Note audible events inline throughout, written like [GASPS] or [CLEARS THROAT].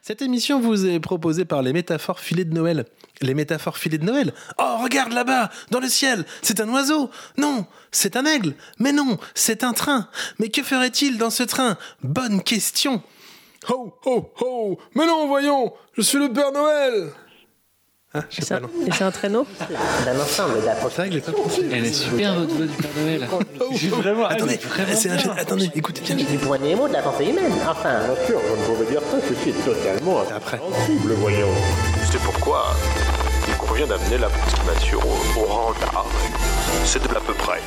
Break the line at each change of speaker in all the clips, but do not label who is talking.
Cette émission vous est proposée par les métaphores filées de Noël. Les métaphores filées de Noël Oh, regarde là-bas, dans le ciel, c'est un oiseau Non, c'est un aigle Mais non, c'est un train Mais que ferait-il dans ce train Bonne question Ho, ho, ho Mais non, voyons Je suis le Père Noël Ah, je sais
C'est
pas,
un,
non.
et c'est un traîneau
d'un ensemble d'approches.
Oh, C'est vrai que j'ai pas pensé.
Elle est super votre voix du Père Noël. J'ai vraiment- elle
Attendez,
est vraiment
c'est un-
bien.
attendez, écoutez bien.
Du point Nemo de la pensée humaine, enfin.
Bien sûr, je ne pouvais dire ça, ceci est totalement
Après.
incompréhensible, voyons.
C'est pourquoi il convient d'amener l'approximation au, au rang d'art. C'est de l'à peu près.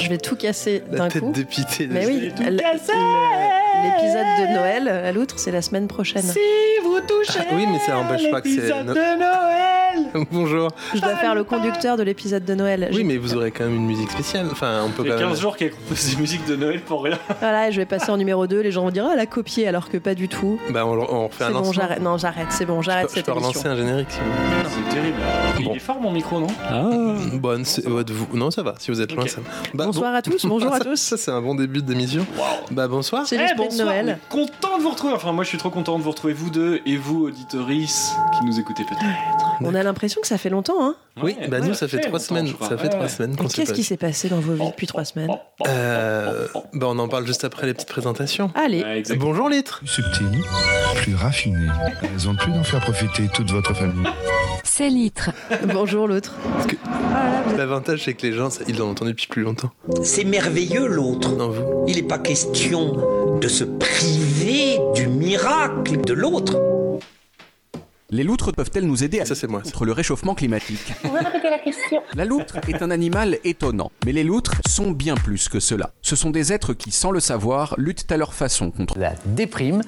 Je vais tout casser
La
d'un
tête
coup.
dépitée. de-
Mais oui, le- le- l'épisode de Noël à l'outre, c'est la semaine prochaine.
Ah Oui, mais ça n'empêche pas que c'est... no- [LAUGHS] Bonjour
Je dois faire le conducteur de l'épisode de Noël.
Oui,
J'ai-
mais vous aurez quand même une musique spéciale. Enfin, on peut
Il y
quand
a 15
même...
jours qu'elle compose des musiques de Noël pour rien.
Voilà, et je vais passer en numéro 2. Les gens vont dire, ah, elle a copié, alors que pas du tout.
Bah, on, on refait
C'est
un
bon,
lancement.
j'arrête. Non, j'arrête. C'est bon,
Je
j'arrête
peux- je
cette
peux relancer
émission.
un générique si vous voulez.
C'est terrible.
Bon.
Il est fort mon micro, non
Bonne, c'est- votre vous. Non, ça va, si vous êtes loin,
Ok.
ça va. Bah,
Bonsoir
[LAUGHS]
à tous, bonjour à
Ça-
tous.
Ça, c'est un bon début de d'émission. Bah, bonsoir.
C'est
Eh,
l'esprit de
bonsoir,
Noël.
on est Content de vous retrouver. Enfin, moi, je suis trop content de vous retrouver, vous deux et vous, auditorices, qui nous écoutez peut-être.
On a l'impression que ça fait longtemps, hein.
oui,
Ouais,
bah,
ouais,
nous, ça fait trois
longtemps,
semaines.
je crois.
Ça fait
Ouais,
trois
ouais.
semaines qu'on
Mais
s'est
Qu'est-ce
pas
qui
vu.
s'est passé dans vos vies depuis trois semaines
Euh, bah, on en parle juste après les petites présentations.
Allez,
Ouais, exactement.
Bonjour, Litre.
plus subtil, plus raffiné. Elles ont plus d'en faire profiter toute votre famille.
C'est litre.
bonjour l'autre. Ah,
L'avantage, c'est que les gens, ça- ils l'ont entendu depuis plus longtemps.
C'est merveilleux l'autre.
Non, vous.
Il n'est pas question de se priver du miracle de l'autre.
Les loutres peuvent-elles nous aider à
Ça, c'est moi, ça.
contre le réchauffement climatique
la question.
La loutre est un animal étonnant, mais les loutres sont bien plus que cela. Ce sont des êtres qui, sans le savoir, luttent à leur façon contre
La déprime.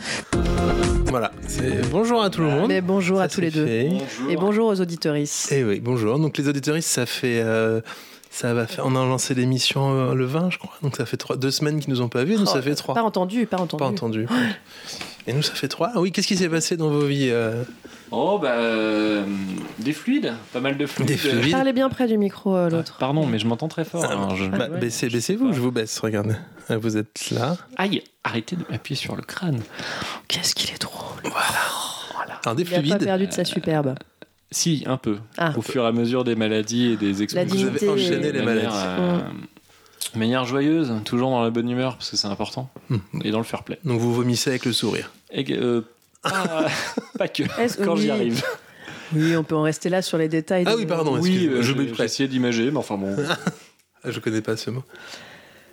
Voilà. c'est- Bonjour à tout le monde.
Mais bonjour à tous les deux.
Bonjour.
Et bonjour aux auditoristes.
Et oui, bonjour. Donc, les auditeurs, ça fait. euh, Ça va faire... On a lancé l'émission euh, le 20, je crois. Donc ça fait trois... deux semaines qu'ils nous ont pas vus. Nous,
Oh,
ça fait trois.
Pas entendu, pas entendu.
Pas entendu. Et nous, ça fait trois. Ah oui, qu'est-ce qui s'est passé dans vos vies euh,
Oh, bah. euh, des fluides. Pas mal de fluides.
Des fluides
Parlez bien près du micro,
Ah,
euh,
Euh,
l'autre.
Pardon, mais je m'entends très fort. hein, je-
Bah, baissez, baissez-vous, je vous baisse, regardez. Ah, Vous êtes là.
Aïe, arrêtez de m'appuyer sur le crâne.
Qu'est-ce qu'il est drôle.
Alors, des
Il n'a pas
fluides.
perdu de sa superbe.
Si, un peu.
Ah.
Au fur et à mesure des maladies et des
dignité.
explosions.
Vous avez enchaîné
et-
les
De
maladies.
manière, euh, de manière joyeuse, toujours dans la bonne humeur, parce que c'est important.
Hmm.
Et dans le fair play.
Donc, vous vomissez avec le sourire.
Et que, euh,
[LAUGHS]
pas, pas que,
Est-ce-
quand
oui.
j'y arrive.
Oui, on peut en rester là sur les détails.
Ah
de-
oui, pardon.
oui,
excusez-moi,
euh,
je
j'ai
me
j'ai essayé d'imager, mais
[LAUGHS]
enfin bon.
Ah, Je connais pas ce mot.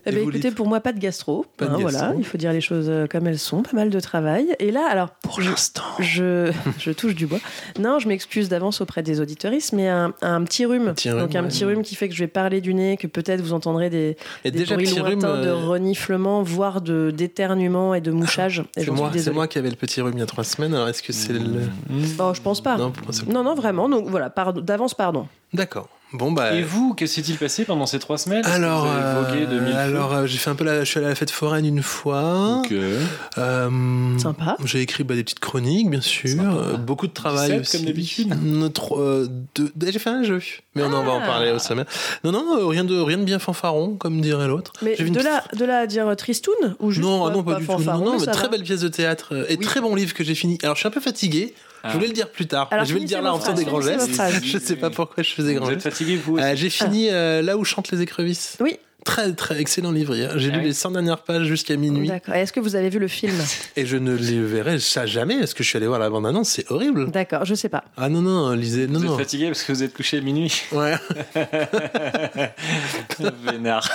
Eh
Et
ben,
vous,
écoutez,
Litre
pour moi, pas de gastro.
Pas de
Hein,
gastro.
Voilà, il faut dire les choses euh, comme elles sont. Pas mal de travail. Et là, alors,
Pour l'instant.
je, je touche du bois. Non, je m'excuse d'avance auprès des auditoristes, mais un, un petit rhume.
Un petit rhume,
Donc un
ouais.
petit rhume qui fait que je vais parler du nez, que peut-être vous entendrez des,
Et
des
déjà,
bruits
petit rhume.
lointains de
euh,
reniflement, voire de d'éternuement et
[LAUGHS]
de mouchage. Et
C'est
j'en
moi,
suis
c'est
désolée.
moi qui avais le petit rhume il y a trois semaines. Alors, est-ce que c'est le.
Oh, je pense pas.
Non,
Non,
c'est-
non, vraiment. Donc voilà, pardon- d'avance, pardon.
D'accord. Bon, bah.
Et vous, que s'est-il passé pendant ces trois semaines Est-ce que
Alors,
vous avez vogué de
euh,
mille
alors euh, j'ai fait un peu la, je suis allé à la fête foraine une fois.
feux Ok.
Euh,
Sympa.
J'ai écrit bah, des petites chroniques, bien sûr. Euh, beaucoup de travail
17,
aussi.
comme d'habitude.
Non, trop, euh, deux- J'ai fait un jeu, mais on en va en
Ah.
parler au sommet. Non, non, euh, rien de, rien de bien fanfaron, comme dirait l'autre.
Mais
J'ai vu
de
une
là, de là à dire euh, Tristoun ou juste euh,
non,
pas,
ah non, pas, du tout.
fanfaron,
Non, non, mais
ça
très
va.
belle pièce de théâtre euh, et très bon livre que j'ai fini. Alors, je suis un peu fatigué.
Ah.
Je voulais le dire plus tard.
Alors,
je vais le dire
finissez
là en
votre
faisant des
phrase,
grands
finissez
gestes. [LAUGHS]
votre phrase. Ah.
Je sais pas pourquoi je faisais grands
Vous êtes
gestes.
fatigué, vous aussi
Euh, j'ai fini euh, là où chantent les écrevisses.
Oui.
Très, très excellent livre hier. J'ai
Ah
lu
oui.
les 100 dernières pages jusqu'à minuit
D'accord. Et Est-ce que vous avez vu
[LAUGHS]
le film
et je ne les verrai ça jamais parce que je suis allé voir la bande-annonce. C'est horrible.
D'accord, je sais pas.
Ah non, non, lisez. Non,
Vous êtes
non.
fatigué parce que vous êtes couché à minuit.
[LAUGHS] Ouais.
Vénard.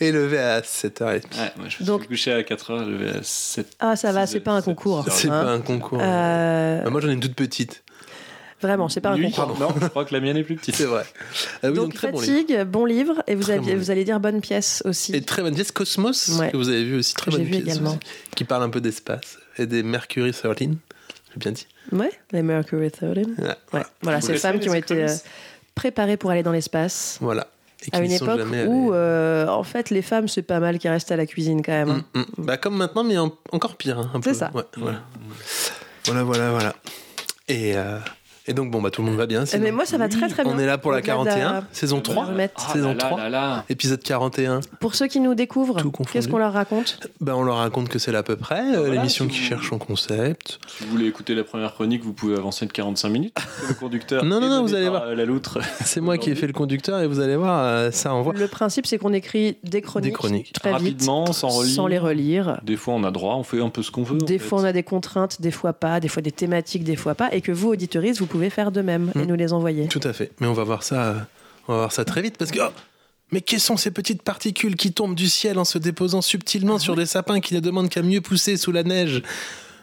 Et levé à 7h30.
Ouais, moi, je me
Donc-
suis couché à 4h, je vais à 7
Ah, ça va,
C'est-
c'est pas un
c'est-
concours.
C'est
hein.
pas un concours.
Euh,
Bah, moi, j'en ai une toute petite.
Vraiment, c'est pas un
nuit.
concours.
Non, je crois que la mienne est plus petite.
C'est vrai. Ah oui, donc,
donc,
très bon livre.
fatigue, bon livre, et vous,
Très
aviez-
bon livre.
vous allez dire bonne pièce aussi.
Et très bonne pièce Cosmos
Ouais.
que vous avez vu aussi très
J'ai
bonne
vu
pièce
également.
aussi, qui parle un peu d'espace et des Mercury 13 j'ai bien dit
Ouais, les Mercury Theorem.
Ouais.
Ouais. Voilà,
Vous
ces
connaissez
femmes
les
qui ont été euh,
économistes
préparées pour aller dans l'espace
voilà et qui
à une
n'y sont
époque
jamais
où,
allés.
euh, en fait, les femmes, c'est pas mal qu'elles restent à la cuisine quand même. hein.
Mm, mm. Bah, comme maintenant mais en- encore pire hein, un
C'est
peu.
ça.
Ouais, voilà. voilà voilà voilà et euh, Et donc, bon, bah, tout le monde va bien. sinon.
Euh, Eh, Mais moi, ça va très très bien. euh,
On est là pour la
Au-delà de
41, saison 3,
remettre.
Ah
Saison
là là
trois.
là là.
épisode 41.
Pour ceux qui nous découvrent,
Tout confondu.
qu'est-ce qu'on leur raconte
Ben, on leur raconte que c'est là à peu près, euh,
Bah Voilà,
l'émission
si
qui
vous-
cherche son
[LAUGHS]
concept.
Si vous voulez écouter la première chronique, vous pouvez avancer de 45 minutes. [LAUGHS] Le conducteur.
Non, non,
est
non,
mené
vous allez
par,
voir.
euh, La loutre. [LAUGHS]
C'est moi qui ai fait le conducteur et vous allez voir, euh, ça envoie.
Le principe, c'est qu'on écrit des chroniques,
chroniques.
très
Rapidement, sans
vite,
relire.
sans les relire.
Des fois, on a droit, on fait un peu ce qu'on veut. en
Des
fait.
fois, on a des contraintes, des fois pas, des fois des thématiques, des fois pas, et que vous, auditoristes, vous pouvez faire de même
Mm.
et nous les envoyer.
Tout à fait. Mais on va voir ça, euh, on va voir ça très vite parce que. oh, mais quelles sont ces petites particules qui tombent du ciel en se déposant
Ah
subtilement sur des sapins qui ne demandent qu'à mieux pousser sous la neige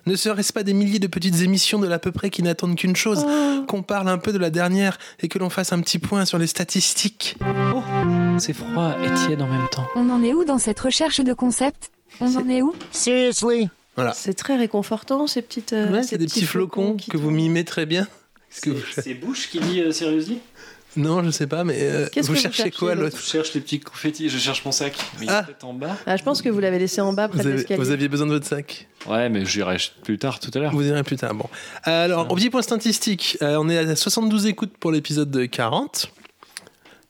Ne serait-ce pas des milliers de petites émissions de l'à peu près qui n'attendent qu'une chose
Oh.
Qu'on parle un peu de la dernière et que l'on fasse un petit point sur les statistiques.
C'est froid et tiède en même temps.
On en est où dans cette recherche de concept On en est où
C'est très réconfortant ces petites. euh,
Ouais,
ces
c'est des petits flocons
qui
que vous
tombent.
mimez très bien. Est-ce que
C'est
vous-
c'est Bush qui dit euh, sérieusement
Non, je sais pas, mais euh,
Qu'est-ce
vous
que vous
cherchez
cherchez,
quoi
Je
l'autre
cherche les petits confettis, je cherche mon sac. Mais il
Ah.
est peut-être en bas.
Ah, je pense que vous l'avez laissé en bas près
vous,
de
avez-
l'escalier.
vous aviez besoin de votre sac
Ouais, mais j'irai plus tard, tout à l'heure.
Vous irez plus tard. Bon.
Ah.
Alors, au petit point statistique, euh, on est à 72 écoutes pour l'épisode de 40.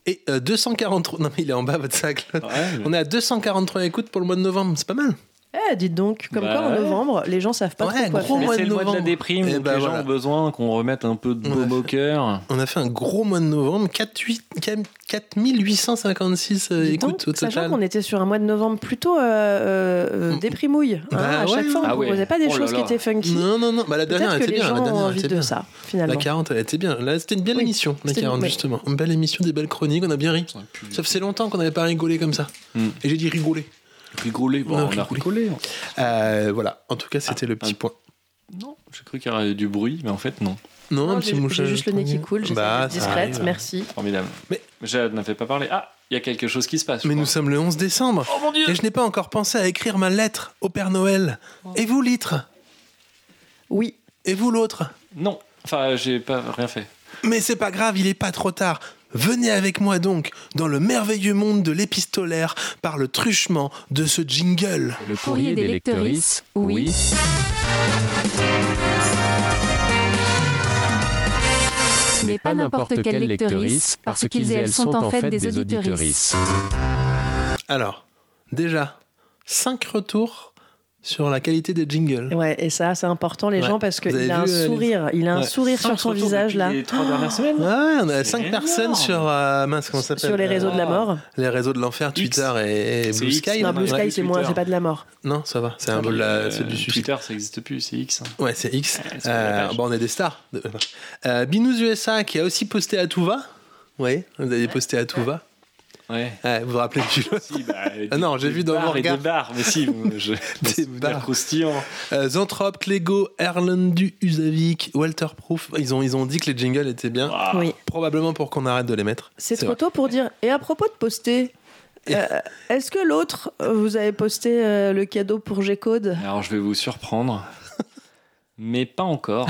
Et euh, 243. Non, mais il est en bas, votre sac. l'autre.
Ouais, mais-
On est à 243 écoutes pour le mois de novembre. C'est pas mal.
Eh, dites donc, comme
Bah
quoi en
ouais.
novembre, les gens savent pas
Ouais,
trop quoi
gros
faire.
mois
Mais
de
c'est le mois de la
novembre.
déprime,
Eh
donc
bah
les gens
voilà.
ont besoin qu'on remette un peu de
On a
baume au cœur.
On a fait un gros mois de novembre. 48 4856 euh,
Dis donc,
écoutes au
sachant
total.
qu'on était sur un mois de novembre plutôt euh, euh, euh,
Mm.
déprimouille. hein.
Bah
à chaque
ouais.
fois, on
Ah ouais.
proposait pas des
Oh là
choses qui
là.
étaient funky.
Non, non, non. Bah, la dernière
Peut-être que
était
les
bien.
gens
La
ont
dernière
envie
était
de
bien.
ça,
La
finalement.
40, elle était bien. Là, c'était une belle
Oui.
émission, la
C'était une-
40,
oui.
justement. Une belle émission, des belles chroniques. On a bien ri. Ça faisait longtemps qu'on n'avait pas rigolé comme ça.
Mm.
Et j'ai dit rigoler.
Rigoler, bon,
On a
on a rigolé.
Euh, voilà. En tout cas, c'était le petit
un-
point.
Non, j'ai cru qu'il y aurait du bruit, mais en fait, non.
Non,
Non,
un petit
J'ai
mouchage.
j'ai juste le nez qui coule, j'ai
Bah,
ça,
ça
discrète,
arrive.
merci.
Formidable.
Mais-
je n'avais pas parlé. Ah, il y a quelque chose qui se passe. je
Mais nous
crois.
sommes le 11 décembre.
Oh mon dieu
Et je n'ai pas encore pensé à écrire ma lettre au Père Noël. Et vous, litre
Oui,
Et vous, l'autre
Non, enfin, j'ai pas rien fait.
Mais c'est pas grave, il est pas trop tard. Venez avec moi donc dans le merveilleux monde de l'épistolaire par le truchement de ce jingle.
Le
courrier des lectrices, oui. Mais pas n'importe quelle lectrice, parce qu'ils et elles sont en fait des auditrices.
Alors, déjà, 5 retours sur la qualité des jingles.
ouais, et ça, c'est important les
Ouais.
gens parce
Vous avez
qu'il a un
vu, euh, les-
sourire, il a un
Ouais.
sourire
Cinq
sur son
retours
visage
depuis
là,
Les trois dernières semaines
Ouais, on a
C'est
5
énorme.
personnes sur. euh, mince, comment ça s'appelle
sur les réseaux de la mort.
Les réseaux de l'enfer,
X.
Twitter et, et
C'est
Blue
X.
Sky.
Non,
là.
Non, Blue
Ouais.
Sky, c'est moins,
Twitter.
c'est pas de la mort.
Non, ça va, c'est un peu la,
Euh,
celle du suicide.
Twitter, ça n'existe plus, c'est X. hein.
Ouais, c'est X.
Ouais, c'est la
Euh,
page.
bon, on est des stars. Euh, Binous USA qui a aussi posté à tout va. Oui, vous avez posté à tout va.
Ouais.
Ouais, vous vous rappelez du
[LAUGHS] Si, bah,
Ah non, j'ai
des
vu dans
bars
mon
et
regard.
Des bars, mais si, je...
[LAUGHS] Des bars.
croustillants.
euh, Zanthrope, Clégo, Erlandu, Usavik, Walter Proof. Ils ont, ils ont dit que les jingles étaient bien.
Waouh.
Oui,
Probablement pour qu'on arrête de les mettre.
c'est trop
vrai.
tôt pour dire. Et à propos de poster.
Et-
euh, Est-ce que l'autre, euh, vous avez posté euh, le cadeau pour G-Code
Alors, je vais vous surprendre, mais pas encore.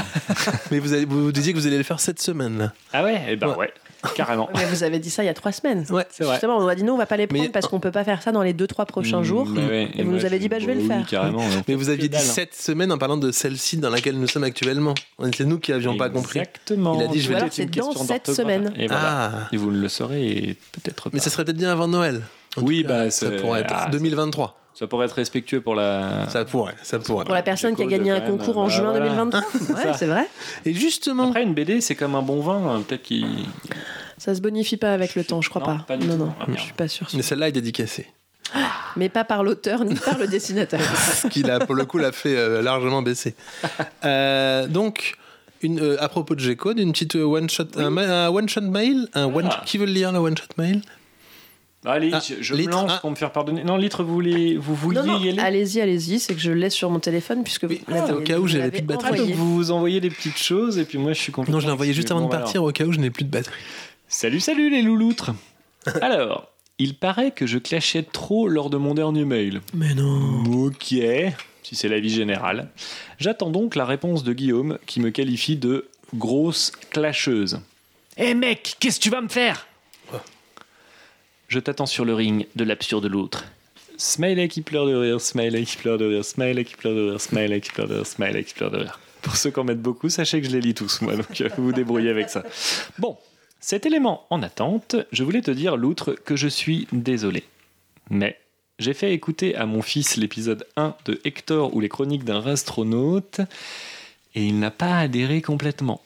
Mais vous, allez, vous disiez que vous allez le faire cette semaine. là.
Ah ouais Eh ben ouais,
[LAUGHS]
carrément.
Mais vous avez dit ça il y a trois semaines.
Ouais, c'est
Justement, on a dit non, on va pas les prendre
Mais-
parce qu'on peut pas faire ça dans les deux, trois prochains jours.
Mm, Mais ouais,
Et vous nous
moi,
avez dit, bah, je vais le
oui,
faire.
carrément.
Mais vous aviez dit
dalle.
cette semaine en parlant de celle-ci dans laquelle nous sommes actuellement. C'est nous qui avions pas compris.
Exactement.
Il a dit, je vais le
Tout est une
faire. dans
question
cette
d'orthographe.
semaine.
Et voilà.
Ah,
Et vous le saurez et peut-être pas.
mais ça serait peut-être bien avant Noël. En
Oui,
tout cas,
bah,
ça
c'est-
pourrait être
ah,
2023.
Ça pourrait être respectueux pour la.
Ça pourrait, ça pourrait.
Pour la personne qui a
G-Code,
gagné un
quand même,
concours en
bah,
juin
voilà. [LAUGHS]
2023.
ça.
Ouais, c'est vrai.
Et justement,
Après, une BD, c'est comme un bon vin. hein, Peut-être qu'il.
Ça se bonifie pas avec le temps, je crois
Non,
pas.
pas du
non,
tout.
non,
Ah,
je
merde.
suis pas sûre.
mais celle-là est dédicacée.
Mais pas par l'auteur ni par le dessinateur.
Ce qui, là, pour le coup, l'a fait euh, largement baisser. Euh, donc, une, euh, à propos de G-Code, une petite euh, one-shot, un, ma- un one-shot mail. Un one
Ah.
Qui veut le lire, le one-shot mail
Allez,
Ah,
je, je
litre,
me lance
ah.
pour me faire pardonner. Non, litre, vous voulez, [LAUGHS] vous vouliez
Non, non,
y aller
allez-y, allez-y, c'est que je le laisse sur mon téléphone puisque
Oui,
vous l'avez-
ah, au cas où
vous
j'avais
l'avez
plus de
Ah,
batterie.
donc
envoyé.
vous vous envoyez des petites choses et puis moi je suis complètement.
Non, je l'ai envoyé juste
Bon,
avant de
voilà.
partir, au cas où je n'ai plus de batterie.
Salut, salut les
[LAUGHS]
louloutres. Alors, il paraît que je clashais trop lors de mon dernier mail.
Mais non
Ok, si c'est l'avis général. J'attends donc la réponse de Guillaume qui me qualifie de grosse clasheuse. Eh mec, qu'est-ce que tu vas me faire Je t'attends sur le ring de l'absurde l'autre. Smiley qui pleure de rire, smiley qui pleure de rire, smiley qui pleure de rire, smiley qui pleure de rire, smiley qui pleure de rire, smiley qui pleure de rire. Pour ceux qui en mettent beaucoup, sachez que je les lis tous, moi, donc euh, vous vous débrouillez avec ça. Bon, cet élément en attente, je voulais te dire, Loutre, que je suis désolé. Mais j'ai fait écouter à mon fils l'épisode 1 de Hector ou les chroniques d'un astronaute, et il n'a pas adhéré complètement.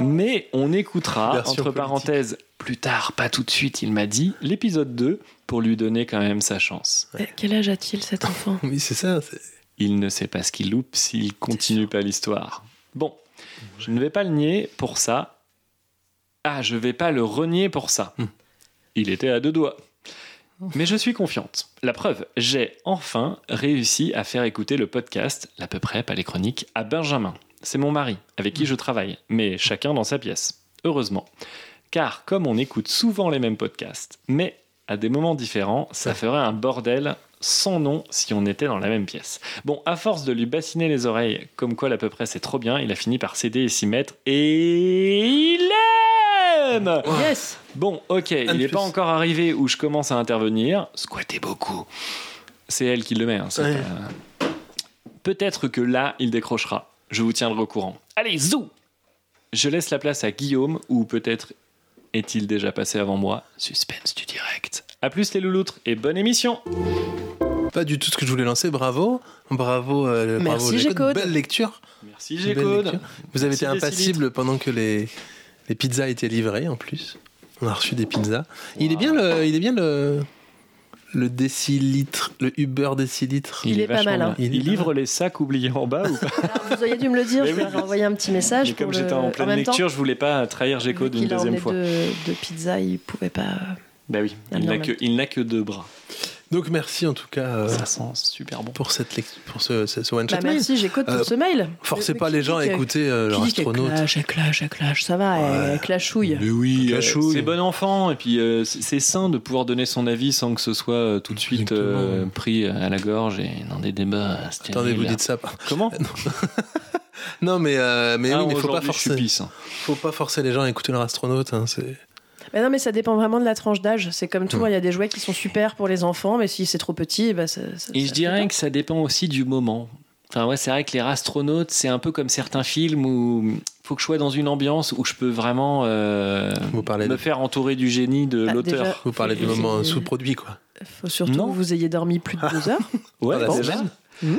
Mais on écoutera,
Version
entre
politique.
parenthèses, plus tard, pas tout de suite, il m'a dit, l'épisode 2 pour lui donner quand même sa chance.
Eh, Quel âge a-t-il cet enfant
Oui, c'est ça. c'est-
Il ne sait pas ce qu'il loupe s'il continue pas l'histoire. Bon, je ne vais pas le nier pour ça. Ah, je vais pas le renier pour ça.
Hmm.
Il était à deux doigts. Mais je suis confiante. La preuve, j'ai enfin réussi à faire écouter le podcast, l'à peu près, pas les chroniques, à Benjamin. C'est mon mari, avec qui je travaille, mais chacun dans sa pièce. Heureusement. Car comme on écoute souvent les mêmes podcasts, mais à des moments différents, ça ferait un bordel sans nom si on était dans la même pièce. Bon, à force de lui bassiner les oreilles, comme quoi l'à peu près c'est trop bien, il a fini par céder et s'y mettre. Et il aime
Yes
Bon, ok, il n'est
plus.
pas encore arrivé où je commence à intervenir. Squattez beaucoup. C'est elle qui le met. hein, c'est
Ouais.
pas- Peut-être que là, il décrochera. Je vous tiendrai au courant. Allez, zou Je laisse la place à Guillaume, ou peut-être est-il déjà passé avant moi Suspense du direct. A plus les louloutres et bonne émission
Pas du tout ce que je voulais lancer. Bravo. Bravo, euh,
Merci,
bravo. Jacob.
Gécode.
Belle lecture.
Merci
Belle
G-Code
lecture. Vous avez
Merci,
été impassible pendant que les, les pizzas étaient livrées, en plus. On a reçu des pizzas. Il est bien le. Il est bien le. Le décilitre, le Uber décilitre.
Il est pas
vachement
mal, hein.
bien.
Il
Il,
est pas
livre les sacs oubliés en bas ou pas
Vous auriez dû me le dire,
Mais
je
oui.
vais leur envoyer un petit message.
Mais Comme
pour
j'étais
le-
en pleine
même temps,
lecture, je voulais pas trahir G-Code
vu
une
qu'il a
deuxième
emmené
fois.
De, de pizza, il pouvait pas.
Bah oui,
Ah,
il
bien,
n'a
même.
que, il n'a que deux bras.
Donc merci en tout cas euh,
Ça sent super bon.
pour cette lec- pour ce, ce, ce one shot.
Bah,
mail.
merci, j'écoute
Euh,
pour ce mail.
Forcez
Mais-
pas
mais
les
qui
gens à
dit que-
écouter euh, leur
Qui dit qu'elle
astronaute. Mm.
clash, elle clash, elle clash Ça va, elle- elle clashouille.
Mais oui,
Euh, C'est bon enfant, et puis euh, c'est c'est sain de pouvoir donner son avis sans que ce soit euh, tout de suite euh, pris à la gorge et dans des débats. euh, stériles.
Attendez, vous dites ça. par-
Comment
Non, mais euh, mais
Ah,
oui, mais faut pas
aujourd'hui, je suis
forcer.
pisse, hein.
Faut pas forcer les gens à écouter leur astronaute. hein, c'est-
Mais non, mais ça dépend vraiment de la tranche d'âge. C'est comme
Mm.
tout, hein, il y a des jouets qui sont super pour les enfants, mais si c'est trop petit, bah, ça, ça- ça
Et je
fait
dirais
pas.
que ça dépend aussi du moment. Enfin, ouais, c'est vrai que les astronautes, c'est un peu comme certains films où faut que je sois dans une ambiance où je peux vraiment euh,
Vous parlez
me
de-
faire entourer du génie de
Bah,
l'auteur.
déjà-
Vous parlez du
Et-
moment sous-produit quoi.
faut surtout
Non.
que vous ayez dormi plus de
[LAUGHS]
deux heures.
Ouais,
Ah, bah,
bon,
déjà.
Mmh.
bah.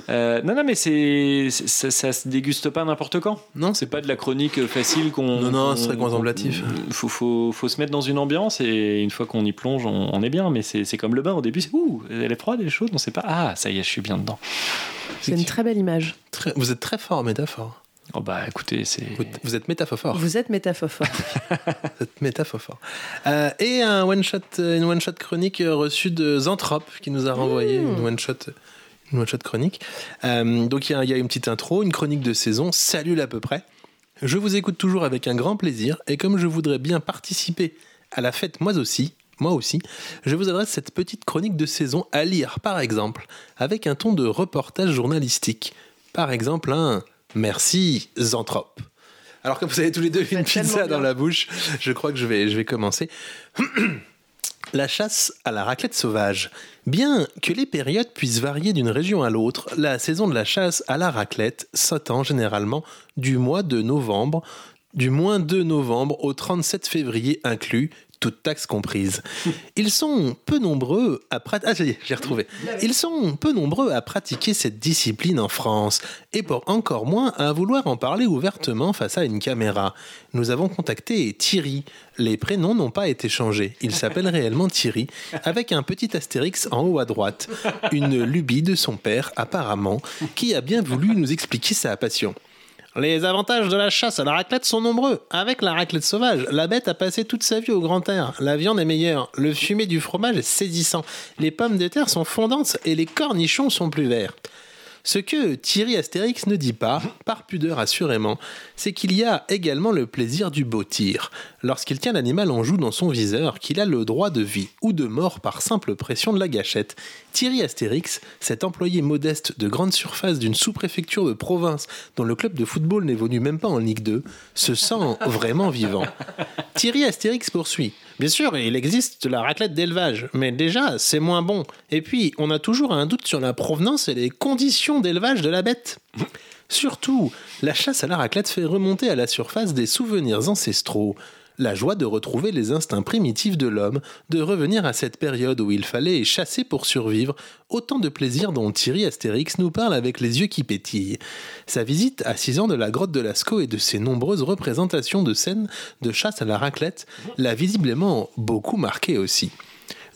Euh, non, non, mais c'est c'est- ça, ça se déguste pas n'importe quand.
Non,
C'est pas de la chronique facile
Non,
qu'on.
non,
qu'on- euh,
ce serait contemplatif.
Faut, faut, faut se mettre dans une ambiance et une fois qu'on y plonge, on, on est bien. Mais c'est c'est comme le bain au début, c'est ouh, elle est froide, elle est chaude, on sait pas. Ah, ça y est, je suis bien dedans.
C'est une très belle image.
Très- Vous êtes très fort en métaphore.
Oh bah écoutez, c'est.
Vous, vous êtes métaphore.
Vous êtes métaphore.
[LAUGHS] Vous êtes métaphore. Euh, et un one shot, une one shot chronique euh, reçue de Zanthrope qui nous a renvoyé une one shot. Une one shot chronique. Euh, donc il y, a- il y a une petite intro, une chronique de saison. Salut là, à peu près. Je vous écoute toujours avec un grand plaisir et comme je voudrais bien participer à la fête moi aussi, moi aussi, je vous adresse cette petite chronique de saison à lire par exemple, avec un ton de reportage journalistique. Par exemple un Merci Zanthrope. Alors comme vous avez tous les deux une
faites tellement
pizza dans
bien.
la bouche, je crois que je vais, je vais commencer. [CLEARS THROAT] La chasse à la raclette sauvage. Bien que les périodes puissent varier d'une région à l'autre, la saison de la chasse à la raclette s'attend généralement du mois de novembre, du moins 2 novembre au 37 février inclus, toutes taxes
[LAUGHS]
comprises. Ils sont peu nombreux à pratiquer. Ah, ça y est, j'ai retrouvé. Ils sont peu nombreux à pratiquer cette discipline en France, et pour encore moins à vouloir en parler ouvertement face à une caméra. Nous avons contacté Thierry. Les prénoms n'ont pas été changés. Il s'appelle réellement Thierry, avec un petit astérix en haut à droite. Une lubie de son père, apparemment, qui a bien voulu nous expliquer sa passion. Les avantages de la chasse à la raclette sont nombreux. Avec la raclette sauvage, la bête a passé toute sa vie au grand air. La viande est meilleure. Le fumet du fromage est saisissant. Les pommes de terre sont fondantes et les cornichons sont plus verts. Ce que Thierry Astérix ne dit pas, par pudeur assurément, c'est qu'il y a également le plaisir du beau tir. Lorsqu'il tient l'animal en joue dans son viseur, qu'il a le droit de vie ou de mort par simple pression de la gâchette. Thierry Astérix, cet employé modeste de grande surface d'une sous-préfecture de province dont le club de football n'évolue même pas en Ligue 2, se sent vraiment vivant. Thierry Astérix poursuit. Bien sûr, il existe de la raclette d'élevage, mais déjà, c'est moins bon. Et puis, on a toujours un doute sur la provenance et les conditions d'élevage de la bête. Surtout, la chasse à la raclette fait remonter à la surface des souvenirs ancestraux, la joie de retrouver les instincts primitifs de l'homme, de revenir à cette période où il fallait chasser pour survivre, autant de plaisir dont Thierry Astérix nous parle avec les yeux qui pétillent. Sa visite à 6 ans de la grotte de Lascaux et de ses nombreuses représentations de scènes de chasse à la raclette l'a visiblement beaucoup marqué aussi.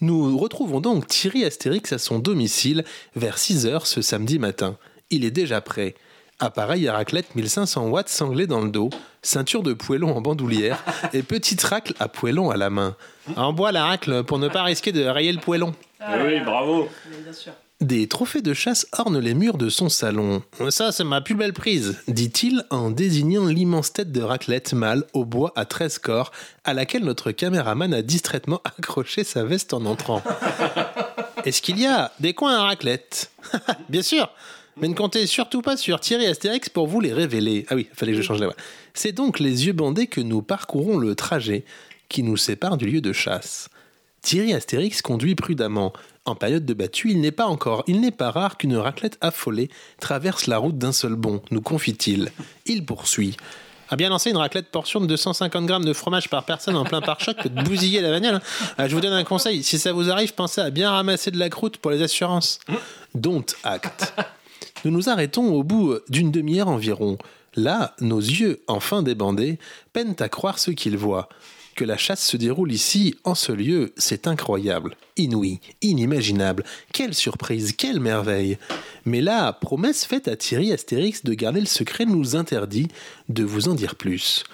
Nous retrouvons donc Thierry Astérix à son domicile vers 6 heures ce samedi matin. Il est déjà prêt. Appareil à raclette 1500 watts sanglé dans le dos, ceinture de poêlon en bandoulière et petite racle à poêlon à la main. En bois la racle pour ne pas risquer de rayer le poêlon.
Ah oui, bravo.
Bien sûr.
Des trophées de chasse ornent les murs de son salon. Ça, c'est ma plus belle prise, dit-il en désignant l'immense tête de raclette mâle au bois à 13 corps, à laquelle notre caméraman a distraitement [LAUGHS] accroché sa veste en entrant. Est-ce qu'il y a des coins à raclette [LAUGHS] Bien sûr mais ne comptez surtout pas sur Thierry Astérix pour vous les révéler. Ah oui, fallait que je change la voix. C'est donc les yeux bandés que nous parcourons le trajet qui nous sépare du lieu de chasse. Thierry Astérix conduit prudemment. En période de battue, il n'est pas encore, il n'est pas rare qu'une raclette affolée traverse la route d'un seul bond, nous confie-t-il. Il poursuit. A bien lancer une raclette portion de 250 grammes de fromage par personne en plein pare-choc peut te bousiller la bagnole. hein. Ah, je vous donne un conseil, si ça vous arrive, pensez à bien ramasser de la croûte pour les assurances. Dont acte. Nous nous arrêtons au bout d'une demi-heure environ. Là, nos yeux, enfin débandés, peinent à croire ce qu'ils voient. Que la chasse se déroule ici, en ce lieu, c'est incroyable, inouï, inimaginable. Quelle surprise, quelle merveille. Mais la promesse faite à Thierry Astérix de garder le secret nous interdit de vous en dire plus.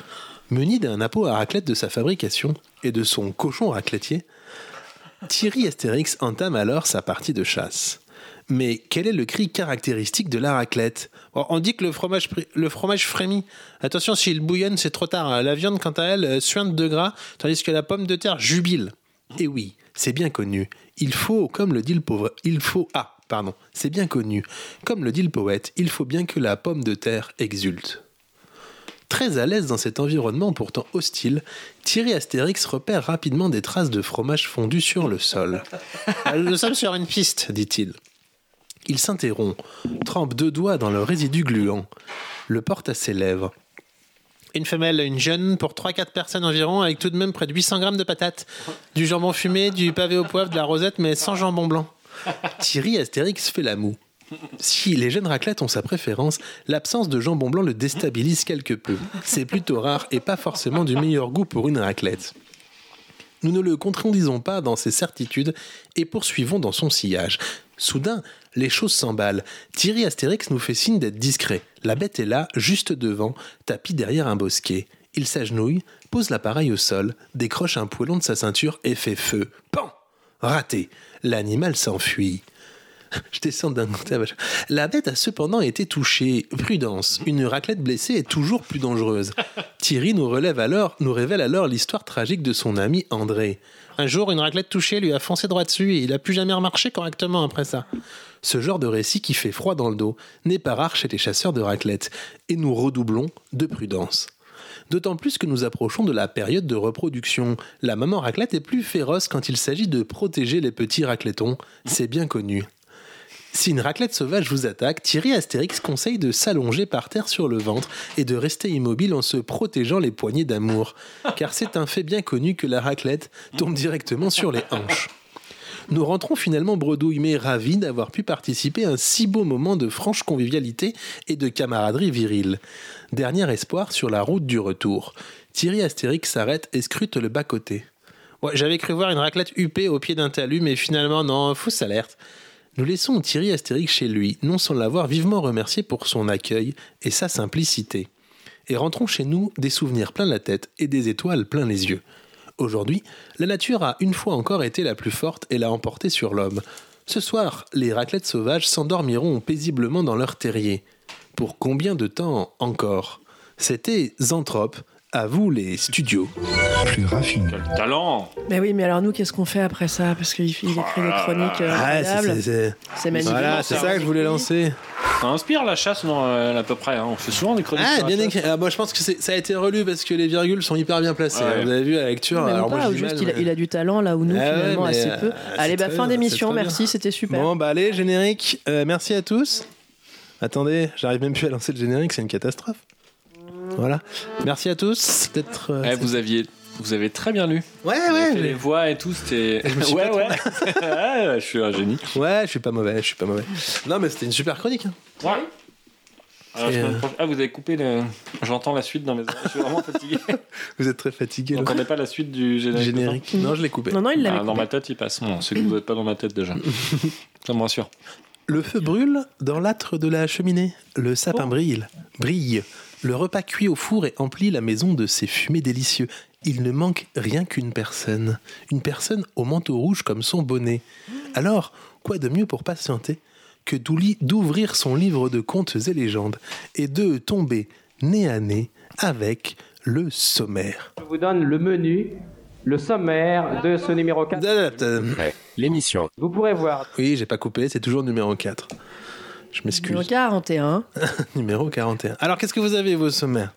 Muni d'un appôt à raclette de sa fabrication et de son cochon racletier, Thierry Astérix entame alors sa partie de chasse. Mais quel est le cri caractéristique de la raclette Bon, On dit que le fromage, pri- le fromage frémit. Attention, s'il bouillonne, c'est trop tard. La viande, quant à elle, euh, suinte de gras, tandis que la pomme de terre jubile. Et oui, c'est bien connu. Il faut, comme le dit le pauvre, il faut... Ah, pardon, c'est bien connu. Comme le dit le poète, il faut bien que la pomme de terre exulte. Très à l'aise dans cet environnement pourtant hostile, Thierry Astérix repère rapidement des traces de fromage fondu sur le sol. Ah, Nous sommes sur une piste, dit-il. Il s'interrompt, trempe deux doigts dans le résidu gluant, le porte à ses lèvres. Une femelle, une jeune, pour 3-4 personnes environ, avec tout de même près de 800 grammes de patates, du jambon fumé, du pavé au poivre, de la rosette, mais sans jambon blanc. Thierry Astérix fait la moue. Si les jeunes raclettes ont sa préférence, l'absence de jambon blanc le déstabilise quelque peu. C'est plutôt rare et pas forcément du meilleur goût pour une raclette. Nous ne le contredisons pas dans ses certitudes et poursuivons dans son sillage. Soudain, les choses s'emballent. Thierry Astérix nous fait signe d'être discret. La bête est là, juste devant, tapis derrière un bosquet. Il s'agenouille, pose l'appareil au sol, décroche un poêlon de sa ceinture et fait feu. Pan Raté L'animal s'enfuit. Je descends d'un côté à l'autre. La bête a cependant été touchée. Prudence, une raclette blessée est toujours plus dangereuse. Thierry nous relève alors, nous révèle alors l'histoire tragique de son ami André. Un jour, une raclette touchée lui a foncé droit dessus et il a plus jamais remarché correctement après ça. Ce genre de récit qui fait froid dans le dos n'est pas rare chez les chasseurs de raclette et nous redoublons de prudence. D'autant plus que nous approchons de la période de reproduction. La maman raclette est plus féroce quand il s'agit de protéger les petits raclettons, c'est bien connu. Si une raclette sauvage vous attaque, Thierry Astérix conseille de s'allonger par terre sur le ventre et de rester immobile en se protégeant les poignées d'amour, car c'est un fait bien connu que la raclette tombe directement sur les hanches. Nous rentrons finalement bredouille, mais ravis d'avoir pu participer à un si beau moment de franche convivialité et de camaraderie virile. Dernier espoir sur la route du retour. Thierry Astérix s'arrête et scrute le bas-côté. Ouais, j'avais cru voir une raclette huppée au pied d'un talus, mais finalement, non, fausse alerte. Nous laissons Thierry Astérix chez lui, non sans l'avoir vivement remercié pour son accueil et sa simplicité. Et rentrons chez nous des souvenirs plein la tête et des étoiles plein les yeux. Aujourd'hui, la nature a une fois encore été la plus forte et l'a emportée sur l'homme. Ce soir, les raclettes sauvages s'endormiront paisiblement dans leur terrier. Pour combien de temps encore C'était Zanthrope, à vous les studios.
plus raffiné,
Quel talent
Mais oui, mais alors nous, qu'est-ce qu'on fait après ça Parce qu'il il écrit des chroniques euh, incroyables. C'est magnifique.
Voilà, Ah, c'est ça que je voulais lancer.
Ça inspire la chasse, non, euh, à peu près. hein. On fait souvent des chroniques.
Ah,
sur la
bien
chasse.
écrit. Ah, moi, je pense que c'est- ça a été relu parce que les virgules sont hyper bien placées.
Ouais.
hein. Vous avez vu à la lecture.
Même
alors
pas,
moi, je
ou
dis
juste
mal,
il, a,
mais-
il a du talent là où nous
Ah ouais,
finalement
mais,
assez
euh,
peu.
c'est
Allez bah
très
fin
bien,
d'émission,
c'est très
merci, c'était super.
Bon, bah allez, générique. Euh, merci à tous. Attendez, j'arrive même plus à lancer le générique, c'est une catastrophe. Voilà. Merci à tous d'être. euh,
Eh, vous aviez. Vous avez très bien lu.
Ah Ouais,
Vous avez
ouais.
fait les
j'ai-
voix et tout, c'était.
[LAUGHS] Je me suis
ouais,
pas
[LAUGHS] ouais. Ah, je suis un génie.
Ouais, je suis pas mauvais, je suis pas mauvais. Non, mais c'était une super chronique. hein.
Ouais. Alors,
Et,
je me
euh,
proche- Ah, vous avez coupé le. [LAUGHS] J'entends la suite dans mes oreilles. Je suis vraiment
[LAUGHS]
fatigué.
Vous êtes très fatigué.
Vous
le
n'entendez pas hein. la suite du générique. de
générique. Non, je l'ai coupé.
Non, non, il
fin
l'avait
Ah, Dans
coupé.
ma tête, il passe. Bon, c'est que vous n'êtes pas dans ma tête
[LAUGHS]
déjà. Ça me rassure.
Le feu brûle dans l'âtre de la cheminée. Le sapin brille. Brille. Le repas cuit au four et emplit la maison de ses fumées délicieux. Il ne manque rien qu'une personne. Une personne au manteau rouge comme son bonnet. Alors, quoi de mieux pour patienter que d'ouli- d'ouvrir son livre de contes et légendes et de tomber nez à nez avec le sommaire.
Je vous donne le menu, le sommaire de ce numéro 4.
L'émission.
Vous pourrez voir
Oui, j'ai pas coupé, c'est toujours numéro 4. Je
Numéro
m'excuse.
41.
[LAUGHS] Numéro 41. Alors, qu'est-ce que vous avez, vos sommaires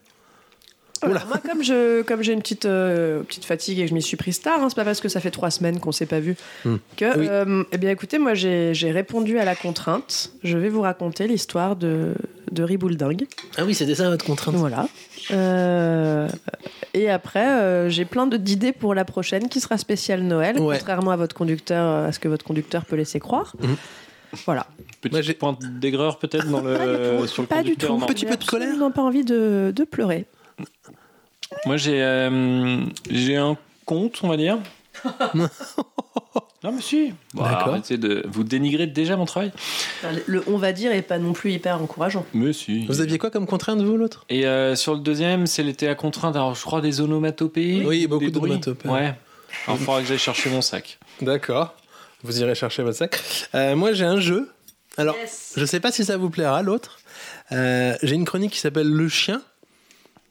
Alors, moi, comme je, comme j'ai une petite, euh, petite fatigue et que je m'y suis prise tard, hein, c'est pas parce que ça fait trois semaines qu'on s'est pas vu
Hmm.
que.
Oui.
euh, eh bien, écoutez, moi, j'ai j'ai répondu à la contrainte. Je vais vous raconter l'histoire de de Ribouledingue.
Ah oui, c'était ça votre contrainte.
Voilà. Euh, et après, euh, j'ai plein de- d'idées pour la prochaine qui sera spéciale Noël,
Ouais.
contrairement à votre conducteur, euh, à ce que votre conducteur peut laisser croire.
Mhm.
Voilà.
Petite
Moi, j'ai-
pointe d'aigreur peut-être dans le. Euh, sur le
pas du
conducteur,
tout.
non.
Petit peu de colère.
J'ai absolument pas envie de, de pleurer.
Moi, j'ai euh, j'ai un compte, on
[LAUGHS]
va dire. non, mais si. Bon,
D'accord.
arrêtez de vous dénigrez déjà mon travail.
Enfin, le- Le on va dire est pas non plus hyper encourageant.
Mais si.
Vous aviez quoi comme contrainte, vous, l'autre
Et euh, sur le deuxième, c'est l'été à contrainte. Alors, je crois des onomatopées.
Oui,
des
beaucoup
bruits.
d'onomatopées.
Ouais. Alors, il faudra que j'aille chercher mon sac.
D'accord. Vous irez chercher votre sac. Euh, moi, j'ai un jeu. Alors, je sais pas si ça vous plaira, l'autre. Euh, j'ai une chronique qui s'appelle Le Chien,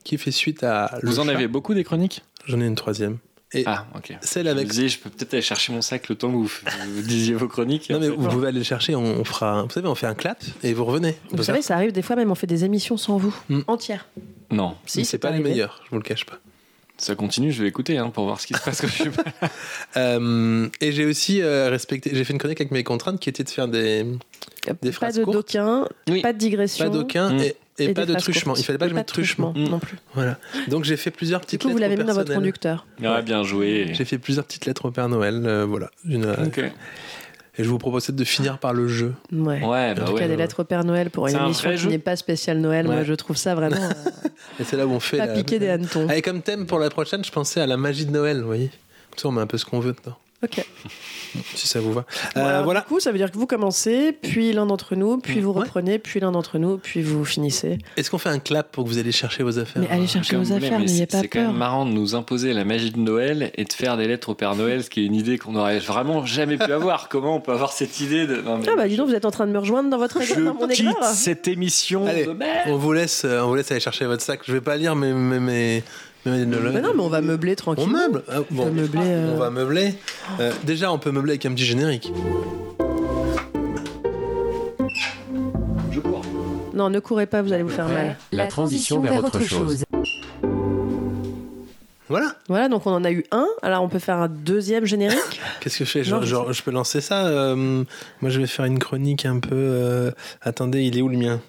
qui fait suite à. Le
Vous en
Chat.
avez beaucoup des chroniques
J'en ai une troisième. Et
Ah, ok.
celle
Je me
avec.
disais, je peux peut-être aller chercher mon sac le temps que vous, vous disiez vos chroniques.
Non, mais vous pouvez aller le chercher, on, on fera. un- Vous savez, on fait un clap et vous revenez.
Vous savez, ça arrive des fois même on fait des émissions sans vous,
Hmm.
entières.
Non,
si, c'est pas les
arrivé.
meilleurs, je vous le cache pas.
ça continue, je vais écouter hein, pour voir ce qui se passe [LAUGHS] quand je suis pas-
Euh, et j'ai aussi euh, respecté. J'ai fait une chronique avec mes contraintes qui était de faire des. Des
pas
phrases
de
courtes.
d'aucun,
Oui.
pas de digression.
Pas d'aucun
Mm.
et, et
et
pas
des
de
phrases
truchement.
courtes.
Il fallait pas que
Et
je mette
de
truchement.
Mm.
non plus.
Voilà. Donc j'ai fait plusieurs
Du
petites
coup, vous
lettres
l'avez
au
mis dans votre
personnel.
conducteur.
Ah, bien joué.
J'ai fait plusieurs petites lettres au Père Noël, euh, voilà. Une, euh,
Ok.
Et je vous propose peut-être de finir par le jeu.
Ouais.
Ah
Ouais,
En
bah
tout cas,
ouais.
des lettres au Père Noël pour une
C'est un
émission
vrai
qui
jeu.
n'est pas spéciale Noël, moi
Ouais.
je trouve ça vraiment euh,
[LAUGHS] Et c'est là où on fait.
pas
la-
piquer des hannetons.
Allez, comme thème pour la prochaine, je pensais à la magie de Noël, vous voyez. Comme ça, on met un peu ce qu'on veut dedans,
Ok.
si ça vous va.
Bon,
Euh,
alors,
voilà. Hmm.
Du coup, ça veut dire que vous commencez, puis l'un d'entre nous, puis vous
Ouais. Ah,
reprenez, puis l'un d'entre nous, puis vous finissez.
Est-ce qu'on fait un clap pour que vous allez chercher vos affaires hein
Mais allez chercher
Comme
vos
vous voulez,
affaires,
mais
n'ayez
c'est
pas
c'est quand
peur.
même marrant de nous imposer la magie de Noël et de faire des lettres au Père Noël, ce qui est une idée qu'on n'aurait vraiment jamais pu avoir. Comment on peut avoir cette idée de. Non, mais-
Ah bah dis donc, vous êtes en train de me rejoindre dans votre
je
dans mon
quitte
aigreur.
cette émission
Allez.
de merde.
On vous laisse, euh, on vous laisse aller chercher votre sac. Je vais pas lire mes mes mes. mes- mes-
Mais non, mais on va meubler
on
tranquillement.
meuble. Ah, bon.
peut meubler, euh.
On va meubler. Euh, déjà, on peut meubler avec un petit générique.
Non, ne courez pas, vous allez vous faire mal.
La transition vers autre chose.
Voilà.
Voilà, donc on en a eu un. Alors on peut faire un deuxième [LAUGHS] générique.
Qu'est-ce que je fais genre,
Non, je
genre, je peux lancer ça euh, Moi, je vais faire une chronique un peu. euh, Attendez, il est où le mien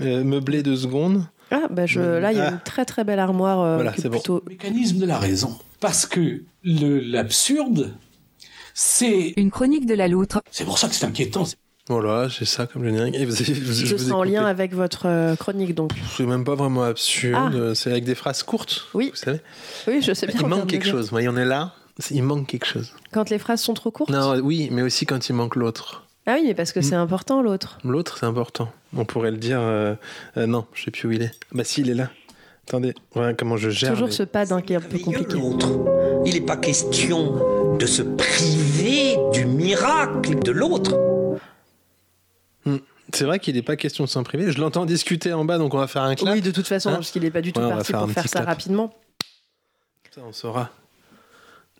Euh, Meublé deux secondes.
Ah bah je, là, il y a une très très belle armoire. euh,
Voilà,
qui est
c'est bon.
plutôt...
mécanisme de la raison. Parce que le- l'absurde, c'est...
Une chronique de la loutre.
C'est pour ça que c'est inquiétant.
Voilà, j'ai ça comme générique. Et vous, avez- vous- je
Je
vous ai
sens en
coupé.
lien avec votre euh, chronique, donc.
C'est même pas vraiment absurde. C'est avec des phrases courtes.
Ah. Oui.
Vous savez.
Oui, je sais bien.
Il
on vient de
manque
le
quelque
dire.
chose. Vous voyez, on est là. C'est- Il manque quelque chose.
Quand les phrases sont trop courtes
Non, Mm. oui, mais aussi quand il manque l'autre.
Ah oui, mais parce que c'est important l'autre.
L'autre, c'est important. On pourrait le dire. euh, euh, non, je sais plus où il est. Bah, si, il est là. Attendez, voilà comment je gère.
Toujours
les-
ce padin qui est un peu compliqué.
L'autre. Il n'est pas question de se priver du miracle de l'autre.
C'est vrai qu'il n'est pas question de s'en priver. Je l'entends discuter en bas, donc on va faire un clap.
Oui, de toute façon,
Hein
parce qu'il n'est pas du tout
Ouais, on va
parti
faire
pour
un
faire
petit
ça
clap.
rapidement.
Ça, on saura.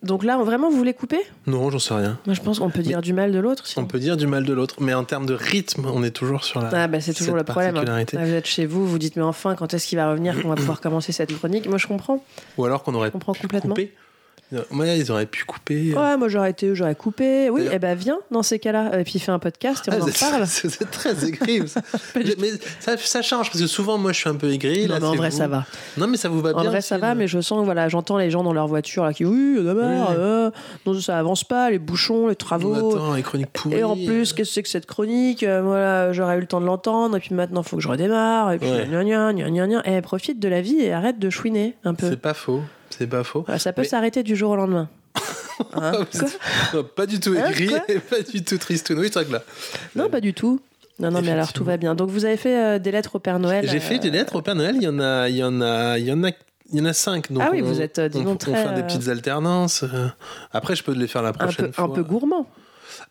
Donc là, on- vraiment, vous voulez couper
Non, j'en sais rien.
Moi, je pense qu'on peut dire du mal de l'autre. sinon.
On peut dire du mal de l'autre, mais en termes de rythme, on est toujours sur la.
Ah bah c'est toujours
cette
le problème. hein.
particularité.
Ah, vous êtes chez vous, vous dites
[CLEARS THROAT]
mais enfin quand est-ce qu'il va revenir qu'on va pouvoir commencer cette chronique Moi je comprends,
Ou alors qu'on aurait
je comprends complètement.
coupé Ouais, ils auraient pu couper. euh.
Ouais, moi j'aurais été, j'aurais coupé. Oui, eh ben viens dans ces cas-là. Et puis fais un podcast et
Ah,
on en
vous êtes-
parle.
Vous êtes très [LAUGHS] aigri.
[LAUGHS]
vous. Mais- mais ça, ça change parce que souvent, moi, je suis un peu aigri.
Non,
là,
mais en
c'est
vrai,
vous.
ça va.
Non, mais ça vous va
En
bien.
vrai, ça va, mais je sens, voilà, j'entends les gens dans leur voiture là qui, oui, d'abord,
Oui.
euh, non, ça avance pas, les bouchons, les travaux.
Attends, les chroniques pourries.
Et en plus, qu'est-ce que c'est que cette chronique Euh, Voilà, j'aurais eu le temps de l'entendre, et puis maintenant, faut que je redémarre, et puis
Ouais.
gna gna gna gna gna. Eh, profite de la vie et arrête de chouiner un peu.
C'est pas faux. C'est pas faux.
Voilà, ça peut
Mais-
s'arrêter du jour
[LAUGHS]
au lendemain. Hein Quoi
Non, pas du tout
Hein,
aigri
quoi
et pas du tout tristounou. Oui, là.
non, pas du tout. Non, non, mais alors tout va bien. Donc, vous avez fait euh, des lettres au Père Noël.
J'ai fait
euh,
des lettres au Père Noël. Il y en a, il y en a, il y en a, il y en a cinq. Donc
Ah oui,
on-
vous êtes, euh, dis
on,
donc,
on
très,
fait des
euh,
petites alternances. euh. Après, je peux les faire la
un
prochaine
peu,
fois.
un peu gourmand.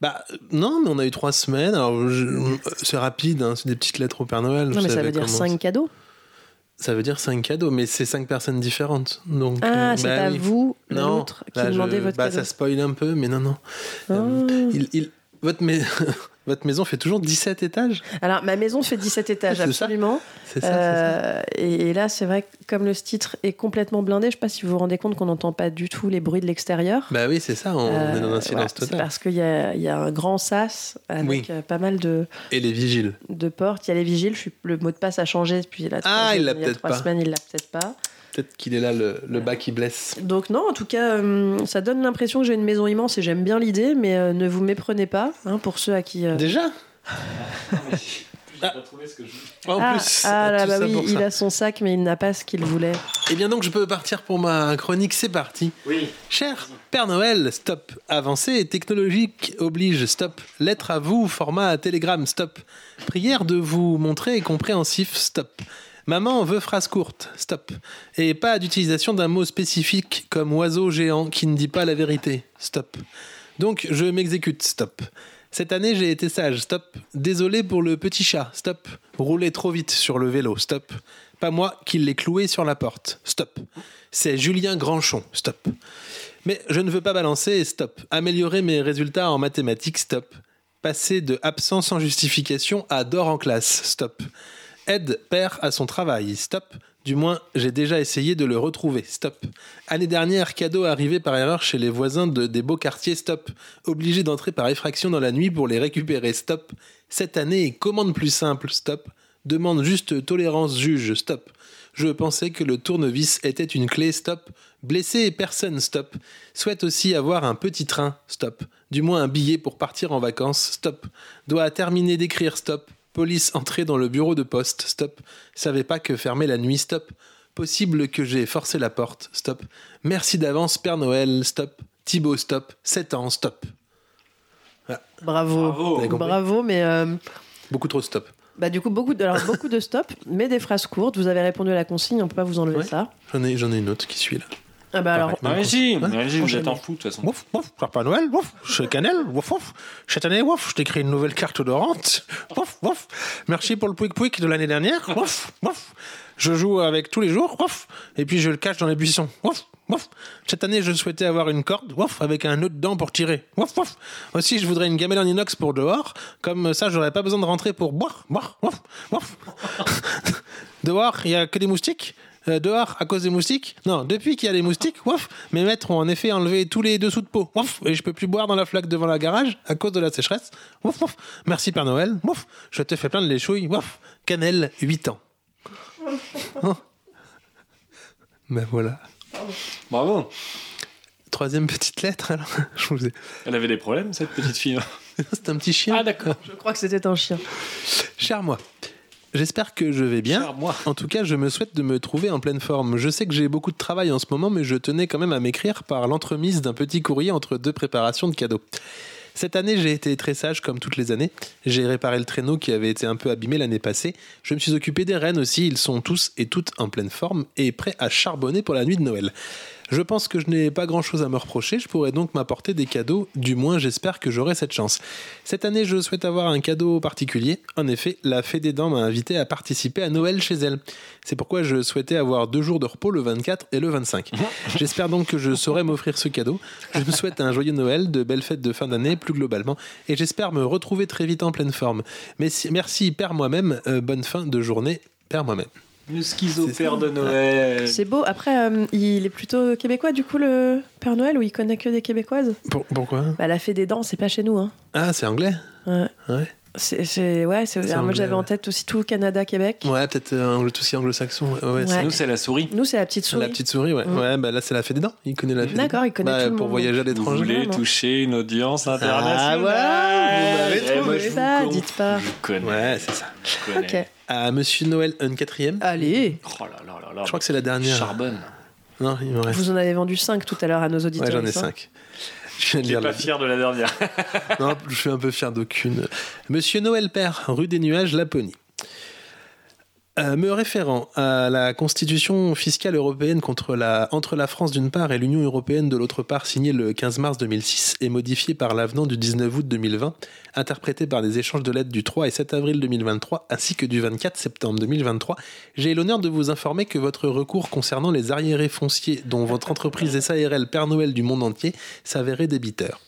Bah non, mais on a eu trois semaines. Alors je- euh, c'est rapide. hein, c'est des petites lettres au Père Noël.
Non,
vous
mais ça
savez
veut dire
comment
5 cadeaux.
Ça veut dire cinq cadeaux, mais c'est cinq personnes différentes. Donc,
Ah,
euh,
c'est
bah
pas
oui.
vous,
Non,
l'autre, qui
là, je-
demandez votre
bah,
cadeau. Mmh. Oh.
Ça spoil un peu, mais non, non. Euh, il- il- votre, mais- [LAUGHS] votre maison fait toujours 17 étages
Alors, ma maison
[LAUGHS]
fait 17 étages,
C'est ça.
absolument.
C'est ça, c'est
Euh, et, et là, c'est vrai que comme le titre est complètement blindé, je ne sais pas si vous vous rendez compte qu'on n'entend pas du tout les bruits de l'extérieur.
Bah oui, c'est ça, on,
Euh,
est dans un silence
voilà, C'est
total.
parce qu'il y a, il y a un grand sas avec
Oui.
euh, pas mal de,
Et les vigiles.
de portes. Il y a les vigiles. Je suis, le mot de passe a changé depuis la
Ah, il l'a peut-être
trois
pas.
semaines. Il l'a peut-être pas.
Peut-être qu'il est là le, le bas qui blesse.
Donc non, en tout cas, euh, ça donne l'impression que j'ai une maison immense et j'aime bien l'idée, mais euh, ne vous méprenez pas hein, pour ceux à qui... euh,
Déjà Ah, En
ah,
plus,
ah là,
tout
bah
ça
oui,
pour
il
ça.
a son sac, mais il n'a pas ce qu'il voulait.
Eh bien donc je peux partir pour ma chronique, c'est parti. Oui. Cher Père Noël, stop. Avancée technologique oblige, stop. Lettre à vous, format à télégramme, stop. Prière de vous montrer compréhensif, stop. Maman veut phrase courte, stop. Et pas d'utilisation d'un mot spécifique comme oiseau géant qui ne dit pas la vérité, stop. Donc je m'exécute, stop. Cette année j'ai été sage, stop. Désolé pour le petit chat, stop. Rouler trop vite sur le vélo, stop. Pas moi qui l'ai cloué sur la porte, stop. C'est Julien Granchon, stop. Mais je ne veux pas balancer, stop. Améliorer mes résultats en mathématiques, stop. Passer de absent sans justification à dort en classe, stop. Aide père à son travail, stop. Du moins, j'ai déjà essayé de le retrouver, stop. Année dernière, cadeau arrivé par erreur chez les voisins de, des beaux quartiers, stop. Obligé d'entrer par effraction dans la nuit pour les récupérer, stop. Cette année, commande plus simple, stop. Demande juste tolérance juge, stop. Je pensais que le tournevis était une clé, stop. Blessé et personne, stop. Souhaite aussi avoir un petit train, stop. Du moins un billet pour partir en vacances, stop. Doit terminer d'écrire, stop. Police entrée dans le bureau de poste, stop. Savait pas que fermer la nuit, stop. Possible que j'ai forcé la porte, stop. Merci d'avance, Père Noël, stop. Thibaut, stop. 7 ans, stop.
Bravo.
Vous avez
Bravo,
compris
mais euh,
Beaucoup trop de stop.
bah, du coup, beaucoup de, alors, beaucoup de stops, mais des phrases courtes. Vous avez répondu à la consigne, on peut pas vous enlever ça.
J'en ai, j'en ai une autre qui suit là.
Ah bah alors,
Allez-y,
Hein
allez-y, vous êtes en fou de toute façon.
Wouf, wouf, Papa Noël, wouf, chez Canel, wouf, wouf. Cette année, wouf, je t'écris une nouvelle carte de rente. Wouf, wouf. Merci pour le pouic pouic de l'année dernière. Wouf, wouf. Je joue avec tous les jours, wouf. Et puis je le cache dans les buissons. Wouf, wouf. Cette année, je souhaitais avoir une corde, wouf, avec un nœud dedans pour tirer. Wouf, wouf. Aussi, je voudrais une gamelle en inox pour dehors. Comme ça, j'aurais pas besoin de rentrer pour boire, boire, wouf, wouf. [LAUGHS] Dehors, il y a que des moustiques. Euh, dehors, à cause des moustiques. Non, depuis qu'il y a les moustiques, ouf, mes maîtres ont en effet enlevé tous les dessous de peau. Ouf, et je peux plus boire dans la flaque devant la garage à cause de la sécheresse. Ouf, ouf. Merci Père Noël. Ouf, je te fais plein de les chouilles. Ouf, Canel, 8 ans. Hein ben voilà.
Bravo.
Troisième petite lettre, alors. [LAUGHS] Je vous ai-
Elle avait des problèmes, cette
[LAUGHS]
petite fille.
C'est un petit chien.
Ah, d'accord.
je crois que c'était un chien.
Cher moi, j'espère que je vais bien. En tout cas, je me souhaite de me trouver en pleine forme. Je sais que j'ai beaucoup de travail en ce moment, mais je tenais quand même à m'écrire par l'entremise d'un petit courrier entre deux préparations de cadeaux. Cette année, j'ai été très sage comme toutes les années. J'ai réparé le traîneau qui avait été un peu abîmé l'année passée. Je me suis occupé des rennes aussi. Ils sont tous et toutes en pleine forme et prêts à charbonner pour la nuit de Noël. Je pense que je n'ai pas grand chose à me reprocher, je pourrais donc m'apporter des cadeaux, du moins j'espère que j'aurai cette chance. Cette année, je souhaite avoir un cadeau particulier. En effet, la Fée des Dents m'a invité à participer à Noël chez elle. C'est pourquoi je souhaitais avoir deux jours de repos le 24 et le [LAUGHS] 25. J'espère donc que je saurai m'offrir ce cadeau. Je me souhaite un joyeux Noël, de belles fêtes de fin d'année plus globalement, et j'espère me retrouver très vite en pleine forme. Mais si- merci, Père moi-même, Euh, bonne fin de journée, Père moi-même.
Le schizopère de Noël.
C'est beau. Après, euh, il est plutôt québécois, du coup, le Père Noël, ou il connaît que des Québécoises
Pour- pourquoi
bah, La fée des dents, c'est pas chez nous. Hein.
Ah, c'est anglais
Ouais.
Ouais. euh,
C'est, c'est- ouais, c'est,
C'est
alors, moi,
anglais,
j'avais en tête aussi tout le Canada, Québec.
Ouais, peut-être euh, anglo- tout ce qui est anglo-saxon. Ouais, ouais,
Ouais.
c'est-
Nous,
c'est la souris.
Nous, c'est la petite souris.
La petite souris, ouais.
Mm.
Ouais, bah là, c'est la fée des dents. Il connaît la fée des
D'accord,
dents.
il connaît
Bah,
tout le
Pour
monde.
voyager à
Vous
l'étranger.
voulez
Vraiment.
toucher une audience
Ah,
internationale
voilà, vous m'avez
Eh, moi,
trouvé.
je vous
Ça,
con-
dites pas.
Je connais.
Ouais, c'est ça.
je connais.
Ok.
À Monsieur Noël, une quatrième.
Allez,
Oh là là là là.
Je crois que c'est la dernière.
Charbonne.
Non, il me reste.
vous en avez vendu 5 tout à l'heure à nos auditeurs.
Ouais, j'en ai
ça.
cinq. Je viens de
Je suis
lire
pas
la...
fier de la dernière.
Non, je suis un peu fier d'aucune. Monsieur Noël Père, rue des Nuages, Laponie. Euh, me référant à la constitution fiscale européenne contre la, entre la France d'une part et l'Union européenne de l'autre part, signée le 15 mars 2006 et modifiée par l'avenant du 19 août 2020, interprétée par des échanges de lettres du 3 et 7 avril 2023 ainsi que du 24 septembre 2023, j'ai l'honneur de vous informer que votre recours concernant les arriérés fonciers dont votre entreprise SARL Père Noël du monde entier s'avérait débiteur.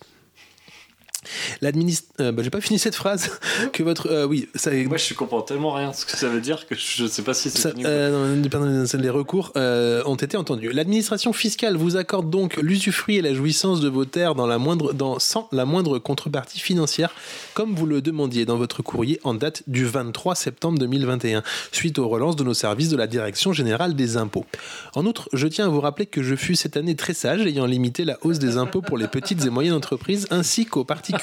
L'administration. j'ai pas fini cette phrase. [LAUGHS] Que votre. euh, oui, ça
Moi, je comprends tellement rien de ce que ça veut dire que je sais pas si c'est
ça,
fini. ou pas.
euh, non, non, pardon, non, c'est les recours euh, ont été entendus. L'administration fiscale vous accorde donc l'usufruit et la jouissance de vos terres dans la moindre, dans, sans la moindre contrepartie financière, comme vous le demandiez dans votre courrier en date du 23 septembre 2021, suite aux relances de nos services de la Direction générale des impôts. En outre, je tiens à vous rappeler que je fus cette année très sage, ayant limité la hausse des impôts pour les petites et moyennes entreprises ainsi qu'aux particuliers,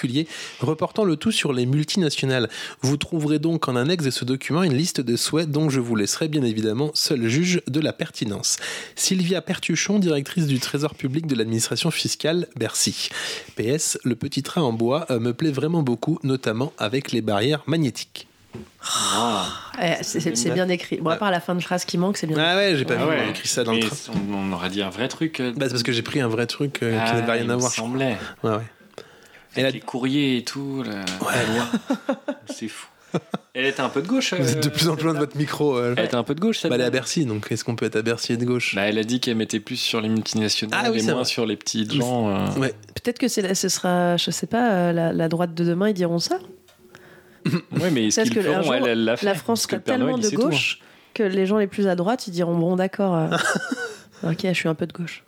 reportant le tout sur les multinationales. Vous trouverez donc en annexe de ce document une liste de souhaits dont je vous laisserai bien évidemment seul juge de la pertinence. Sylvia Pertuchon, directrice du Trésor public de l'administration fiscale, Bercy. PS, le petit train en bois euh, me plaît vraiment beaucoup, notamment avec les barrières magnétiques.
Eh, c'est, c'est- c'est bien écrit. Bon, à part la fin de phrase qui manque, c'est bien.
Ah ouais, j'ai pas
Ah
vu,
ouais.
on a écrit ça dans le
Mais
train.
on, on aurait dit un vrai truc. euh,
Bah, c'est parce que j'ai pris un vrai truc euh, qui
ah,
n'avait rien
il
à
me
voir.
semblait.
Ouais, ouais. Et
Avec
la-
les courriers et tout, la, la loi. [LAUGHS] c'est fou. Elle était un peu de gauche.
Vous
euh,
êtes de plus en plus loin de votre micro. euh.
Elle était un peu de gauche, cette
Bah, elle est à
dame.
Bercy, donc est-ce qu'on peut être à Bercy et de gauche
Bah, elle a dit qu'elle mettait plus sur les multinationales
Ah oui,
et
c'est
moins
vrai.
sur les petits
[LAUGHS]
gens. euh.
Ouais.
Peut-être que c'est, la- ce sera, je sais pas, euh, la, la droite de demain, ils diront ça.
Ouais, mais ce
Parce
qu'ils
que un
feront,
jour,
elle, elle l'a fait.
la France
parce que
sera
le Père
tellement
Noël, il
de
sait tout, hein.
gauche que les gens les plus à droite, ils diront bon, d'accord.
[LAUGHS]
euh, ok, je suis un peu de gauche.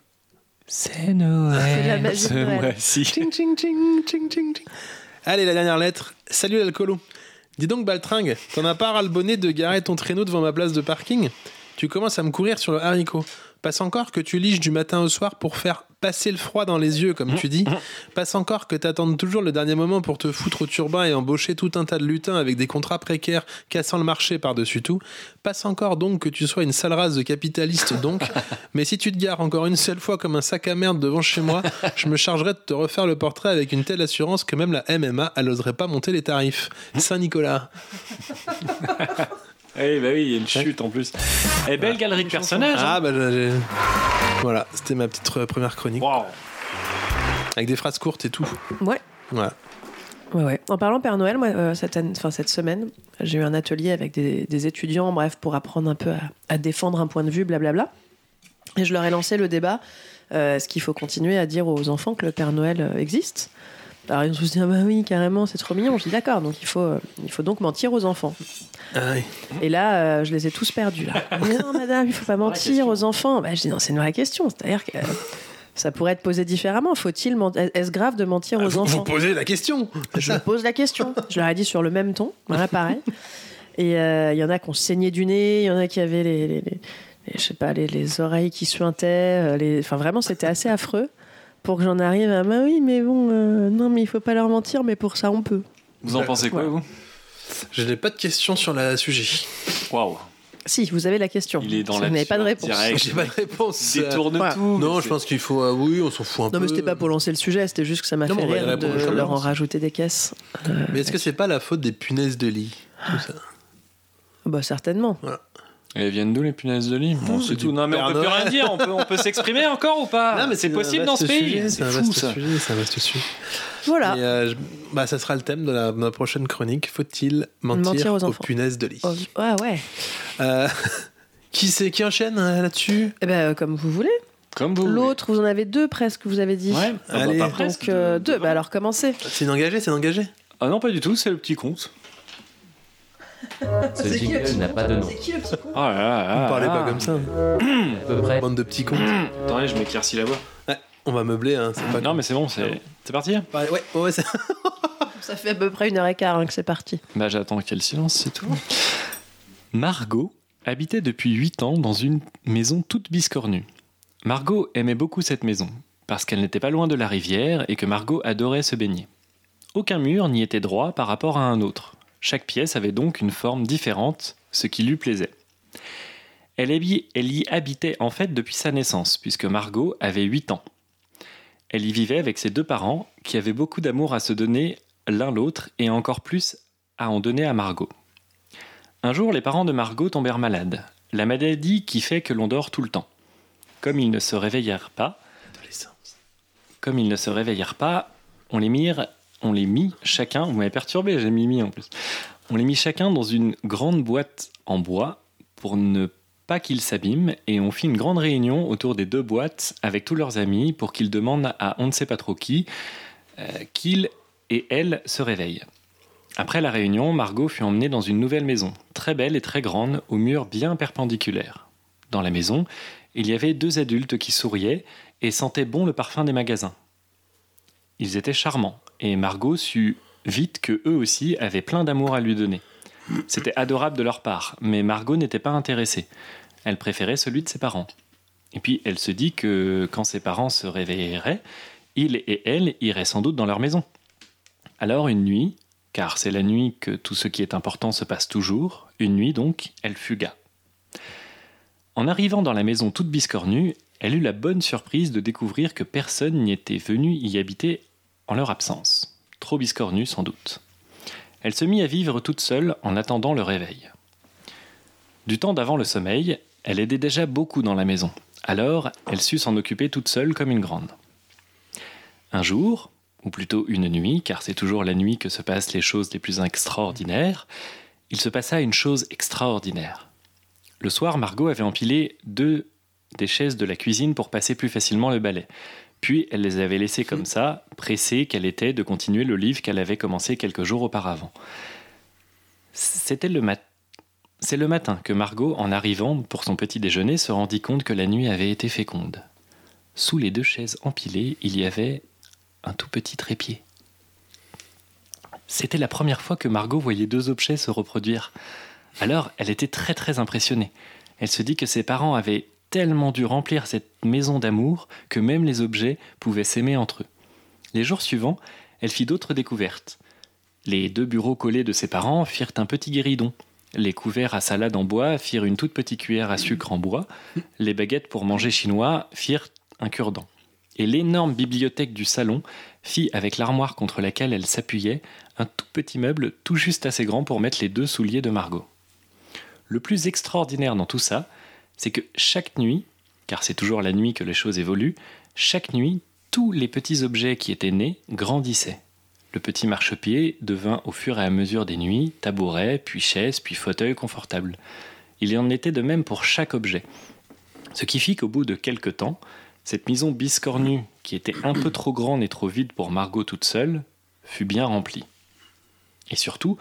C'est
C'est de la
Noël.
magie de Noël. Tching, tching, tching, tching, tching, tching.
Allez, la dernière lettre. Salut l'alcoolo. Dis donc, Baltringue, t'en as pas ras le bonnet de garer ton traîneau devant ma place de parking Tu commences à me courir sur le haricot. Passe encore que tu liches du matin au soir pour faire passer le froid dans les yeux, comme tu dis. Passe encore que t'attendes toujours le dernier moment pour te foutre au turbin et embaucher tout un tas de lutins avec des contrats précaires cassant le marché par-dessus tout. Passe encore donc que tu sois une sale race de capitaliste donc. Mais si tu te gares encore une seule fois comme un sac à merde devant chez
[LAUGHS]
moi, je me chargerai de te refaire le portrait avec une telle assurance que même la MMA, elle oserait pas monter les tarifs. Saint-Nicolas.
Eh bah oui, il y a une chute en plus. Et belle galerie de personnages. hein.
Ah bah j'ai- j'ai- Voilà, c'était ma petite euh, première chronique.
Waouh.
Avec des phrases courtes et tout.
Ouais.
Voilà.
Ouais, ouais. En parlant Père Noël, moi, euh, cette, année- enfin, cette semaine, j'ai eu un atelier avec des, des étudiants, bref, pour apprendre un peu à, à défendre un point de vue, blablabla. Et je leur ai lancé le débat euh, est-ce qu'il faut continuer à dire aux enfants que le Père Noël euh, existe Alors ils ont tous dit ah bah oui, carrément, c'est trop mignon. Je dis d'accord, donc il faut, euh, il faut donc mentir aux enfants.
Ah oui.
Et là, euh, je les ai tous perdus. Là. [LAUGHS] Mais non, madame, il faut pas mentir aux enfants. Bah, je dis non, c'est une vraie question. C'est-à-dire que euh, ça pourrait être posé différemment. Faut-il ment- Est-ce grave de mentir aux
Vous, vous
enfants
posez la question
je me pose la question. Je leur ai dit sur le même ton, voilà pareil. Et euh, il y en a qui ont saigné du nez, il y en a qui avaient les, les- les- les- je sais pas, les, les oreilles qui suintaient. euh, les- Enfin, vraiment, c'était assez affreux pour que j'en arrive à bah oui, mais bon, euh, non, mais il faut pas leur mentir, mais pour ça, on peut.
Vous en pensez quoi, vous
Je n'ai pas de question sur le sujet.
Waouh.
Si, vous avez la question.
Il est
Parce
dans
que
la
Vous n'avez pas de réponse.
question direct.
J'ai pas de réponse. euh,
Détourne
Voilà.
tout.
Non,
mais
je
c'est-
pense qu'il faut. euh, oui, on s'en fout un peu.
Non, mais c'était pas pour lancer le sujet, c'était juste que ça m'a
Non,
fait
mais on va y
rire
répondre quand
de
même.
leur en rajouter des caisses. Euh,
Mais est-ce que c'est pas la faute des punaises de lit tout ça
bah, certainement.
Elles viennent d'où les punaises de lit Bon, c'est
c'est
tout.
Mmh. du
Non, mais on
Père
peut plus
Noël.
rien dire. On peut, on peut s'exprimer encore ou pas
Non, mais
Ah, c'est
un
possible dans
vaste
ce pays.
sujet, Ah, C'est
C'est
un
fou
vaste
ça.
sujet, c'est un vaste sujet.
Voilà.
Et, euh, je- bah, ça sera le thème de la, ma prochaine chronique. Faut-il mentir,
Mentir aux
aux,
enfants.
punaises de lit
Oh, ah ouais.
Euh, [LAUGHS] Qui c'est qui enchaîne euh, là-dessus
Eh ben, euh, comme vous voulez.
Comme vous.
L'autre, vous en avez deux presque, vous avez dit.
Ouais. Ah bah,
Allez.
pas
Donc,
presque.
Donc euh, deux, bah alors commencez.
C'est une engagée, c'est une engagée.
Ah non, pas du tout. C'est le petit conte.
Ce jingle n'a pas de nom.
Ah là là là
Ne parlez
là.
pas comme ça.
À peu près.
Bande de petits cons.
Attendez, je m'éclaircis la voix.
on va meubler, hein, c'est pas
Non, mais c'est bon, c'est c'est parti
Ouais, ouais, ouais, c'est-
Ça fait à peu près une heure et quart hein, que c'est parti.
Bah j'attends quel silence, c'est tout. Margot habitait depuis 8 ans dans une maison toute biscornue. Margot aimait beaucoup cette maison, parce qu'elle n'était pas loin de la rivière et que Margot adorait se baigner. Aucun mur n'y était droit par rapport à un autre. Chaque pièce avait donc une forme différente, ce qui lui plaisait. Elle y- elle y habitait en fait depuis sa naissance, puisque Margot avait 8 ans. Elle y vivait avec ses deux parents, qui avaient beaucoup d'amour à se donner l'un l'autre et encore plus à en donner à Margot. Un jour, les parents de Margot tombèrent malades, la maladie qui fait que l'on dort tout le temps. Comme ils ne se réveillèrent pas, comme ils ne se réveillèrent pas, on les mire, on les mit chacun. Vous m'avez perturbé, j'ai mis mis en plus. On les mit chacun dans une grande boîte en bois pour ne pas qu'ils s'abîment et on fit une grande réunion autour des deux boîtes avec tous leurs amis pour qu'ils demandent à on ne sait pas trop qui euh, qu'ils et elles se réveillent. Après la réunion, Margot fut emmenée dans une nouvelle maison, très belle et très grande, aux murs bien perpendiculaires. Dans la maison, il y avait deux adultes qui souriaient et sentaient bon le parfum des magasins. Ils étaient charmants, et Margot sut vite que eux aussi avaient plein d'amour à lui donner. C'était adorable de leur part, mais Margot n'était pas intéressée. Elle préférait celui de ses parents. Et puis elle se dit que quand ses parents se réveilleraient, ils et elle iraient sans doute dans leur maison. Alors une nuit, car c'est la nuit que tout ce qui est important se passe toujours, une nuit donc, elle fugua. En arrivant dans la maison toute biscornue, elle eut la bonne surprise de découvrir que personne n'y était venu y habiter en leur absence. Trop biscornue sans doute. Elle se mit à vivre toute seule en attendant le réveil. Du temps d'avant le sommeil, elle aidait déjà beaucoup dans la maison. Alors, elle sut s'en occuper toute seule comme une grande. Un jour, ou plutôt une nuit, car c'est toujours la nuit que se passent les choses les plus extraordinaires, il se passa une chose extraordinaire. Le soir, Margot avait empilé deux des chaises de la cuisine pour passer plus facilement le balai. Puis elle les avait laissées comme ça, pressée qu'elle était de continuer le livre qu'elle avait commencé quelques jours auparavant. C'était le mat- C'est le matin que Margot, en arrivant pour son petit déjeuner, se rendit compte que la nuit avait été féconde. Sous les deux chaises empilées, il y avait un tout petit trépied. C'était la première fois que Margot voyait deux objets se reproduire. Alors, elle était très très impressionnée. Elle se dit que ses parents avaient tellement dû remplir cette maison d'amour que même les objets pouvaient s'aimer entre eux. Les jours suivants, elle fit d'autres découvertes. Les deux bureaux collés de ses parents firent un petit guéridon. Les couverts à salade en bois firent une toute petite cuillère à sucre en bois. Les baguettes pour manger chinois firent un cure-dent. Et l'énorme bibliothèque du salon fit, avec l'armoire contre laquelle elle s'appuyait, un tout petit meuble tout juste assez grand pour mettre les deux souliers de Margot. Le plus extraordinaire dans tout ça, c'est que chaque nuit, car c'est toujours la nuit que les choses évoluent, chaque nuit, tous les petits objets qui étaient nés grandissaient. Le petit marchepied devint au fur et à mesure des nuits tabouret, puis chaise, puis fauteuil confortable. Il y en était de même pour chaque objet. Ce qui fit qu'au bout de quelque temps, cette maison biscornue, qui était un peu trop grande et trop vide pour Margot toute seule, fut bien remplie. Et surtout,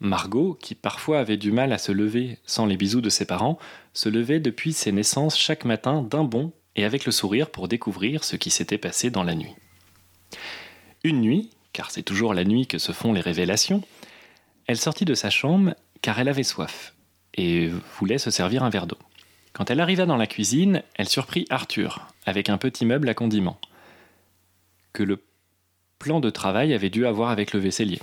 Margot, qui parfois avait du mal à se lever sans les bisous de ses parents, se levait depuis ses naissances chaque matin d'un bond et avec le sourire pour découvrir ce qui s'était passé dans la nuit. Une nuit, car c'est toujours la nuit que se font les révélations, elle sortit de sa chambre car elle avait soif et voulait se servir un verre d'eau. Quand elle arriva dans la cuisine, elle surprit Arthur avec un petit meuble à condiments que le plan de travail avait dû avoir avec le vaisselier.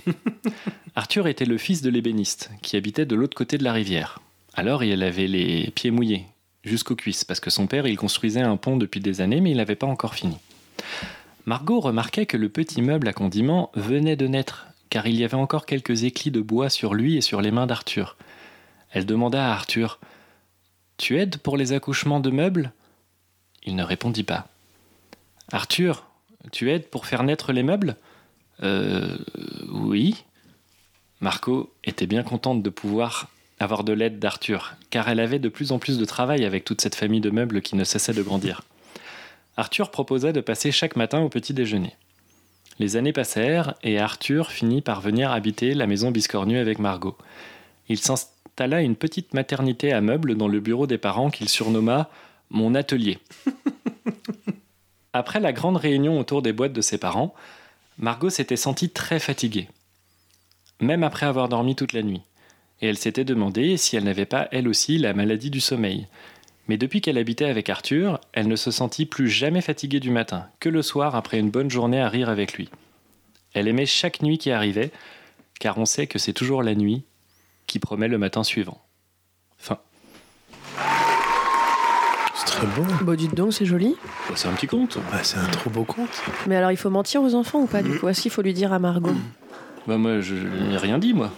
Arthur était le fils de l'ébéniste, qui habitait de l'autre côté de la rivière. Alors il avait les pieds mouillés, jusqu'aux cuisses, parce que son père, il construisait un pont depuis des années, mais il n'avait pas encore fini. Margot remarquait que le petit meuble à condiments venait de naître, car il y avait encore quelques éclits de bois sur lui et sur les mains d'Arthur. Elle demanda à Arthur Tu aides pour les accouchements de meubles Il ne répondit pas. Arthur, tu aides pour faire naître les meubles Euh. Oui. Marco était bien contente de pouvoir avoir de l'aide d'Arthur, car elle avait de plus en plus de travail avec toute cette famille de meubles qui ne cessait de grandir. Arthur proposa de passer chaque matin au petit déjeuner. Les années passèrent et Arthur finit par venir habiter la maison biscornue avec Margot. Il s'installa une petite maternité à meubles dans le bureau des parents qu'il surnomma Mon atelier. Après la grande réunion autour des boîtes de ses parents, Margot s'était sentie très fatiguée, même après avoir dormi toute la nuit, et elle s'était demandé si elle n'avait pas elle aussi la maladie du sommeil. Mais depuis qu'elle habitait avec Arthur, elle ne se sentit plus jamais fatiguée du matin, que le soir après une bonne journée à rire avec lui. Elle aimait chaque nuit qui arrivait, car on sait que c'est toujours la nuit qui promet le matin suivant. Fin.
C'est très beau.
Bon, dites donc, c'est joli.
Bah, c'est un petit conte.
Bah, c'est un trop beau conte.
Mais alors, il faut mentir aux enfants ou pas
Mm.
Du coup, est-ce qu'il faut lui dire à Margot
Bah, moi, je n'ai rien dit, moi.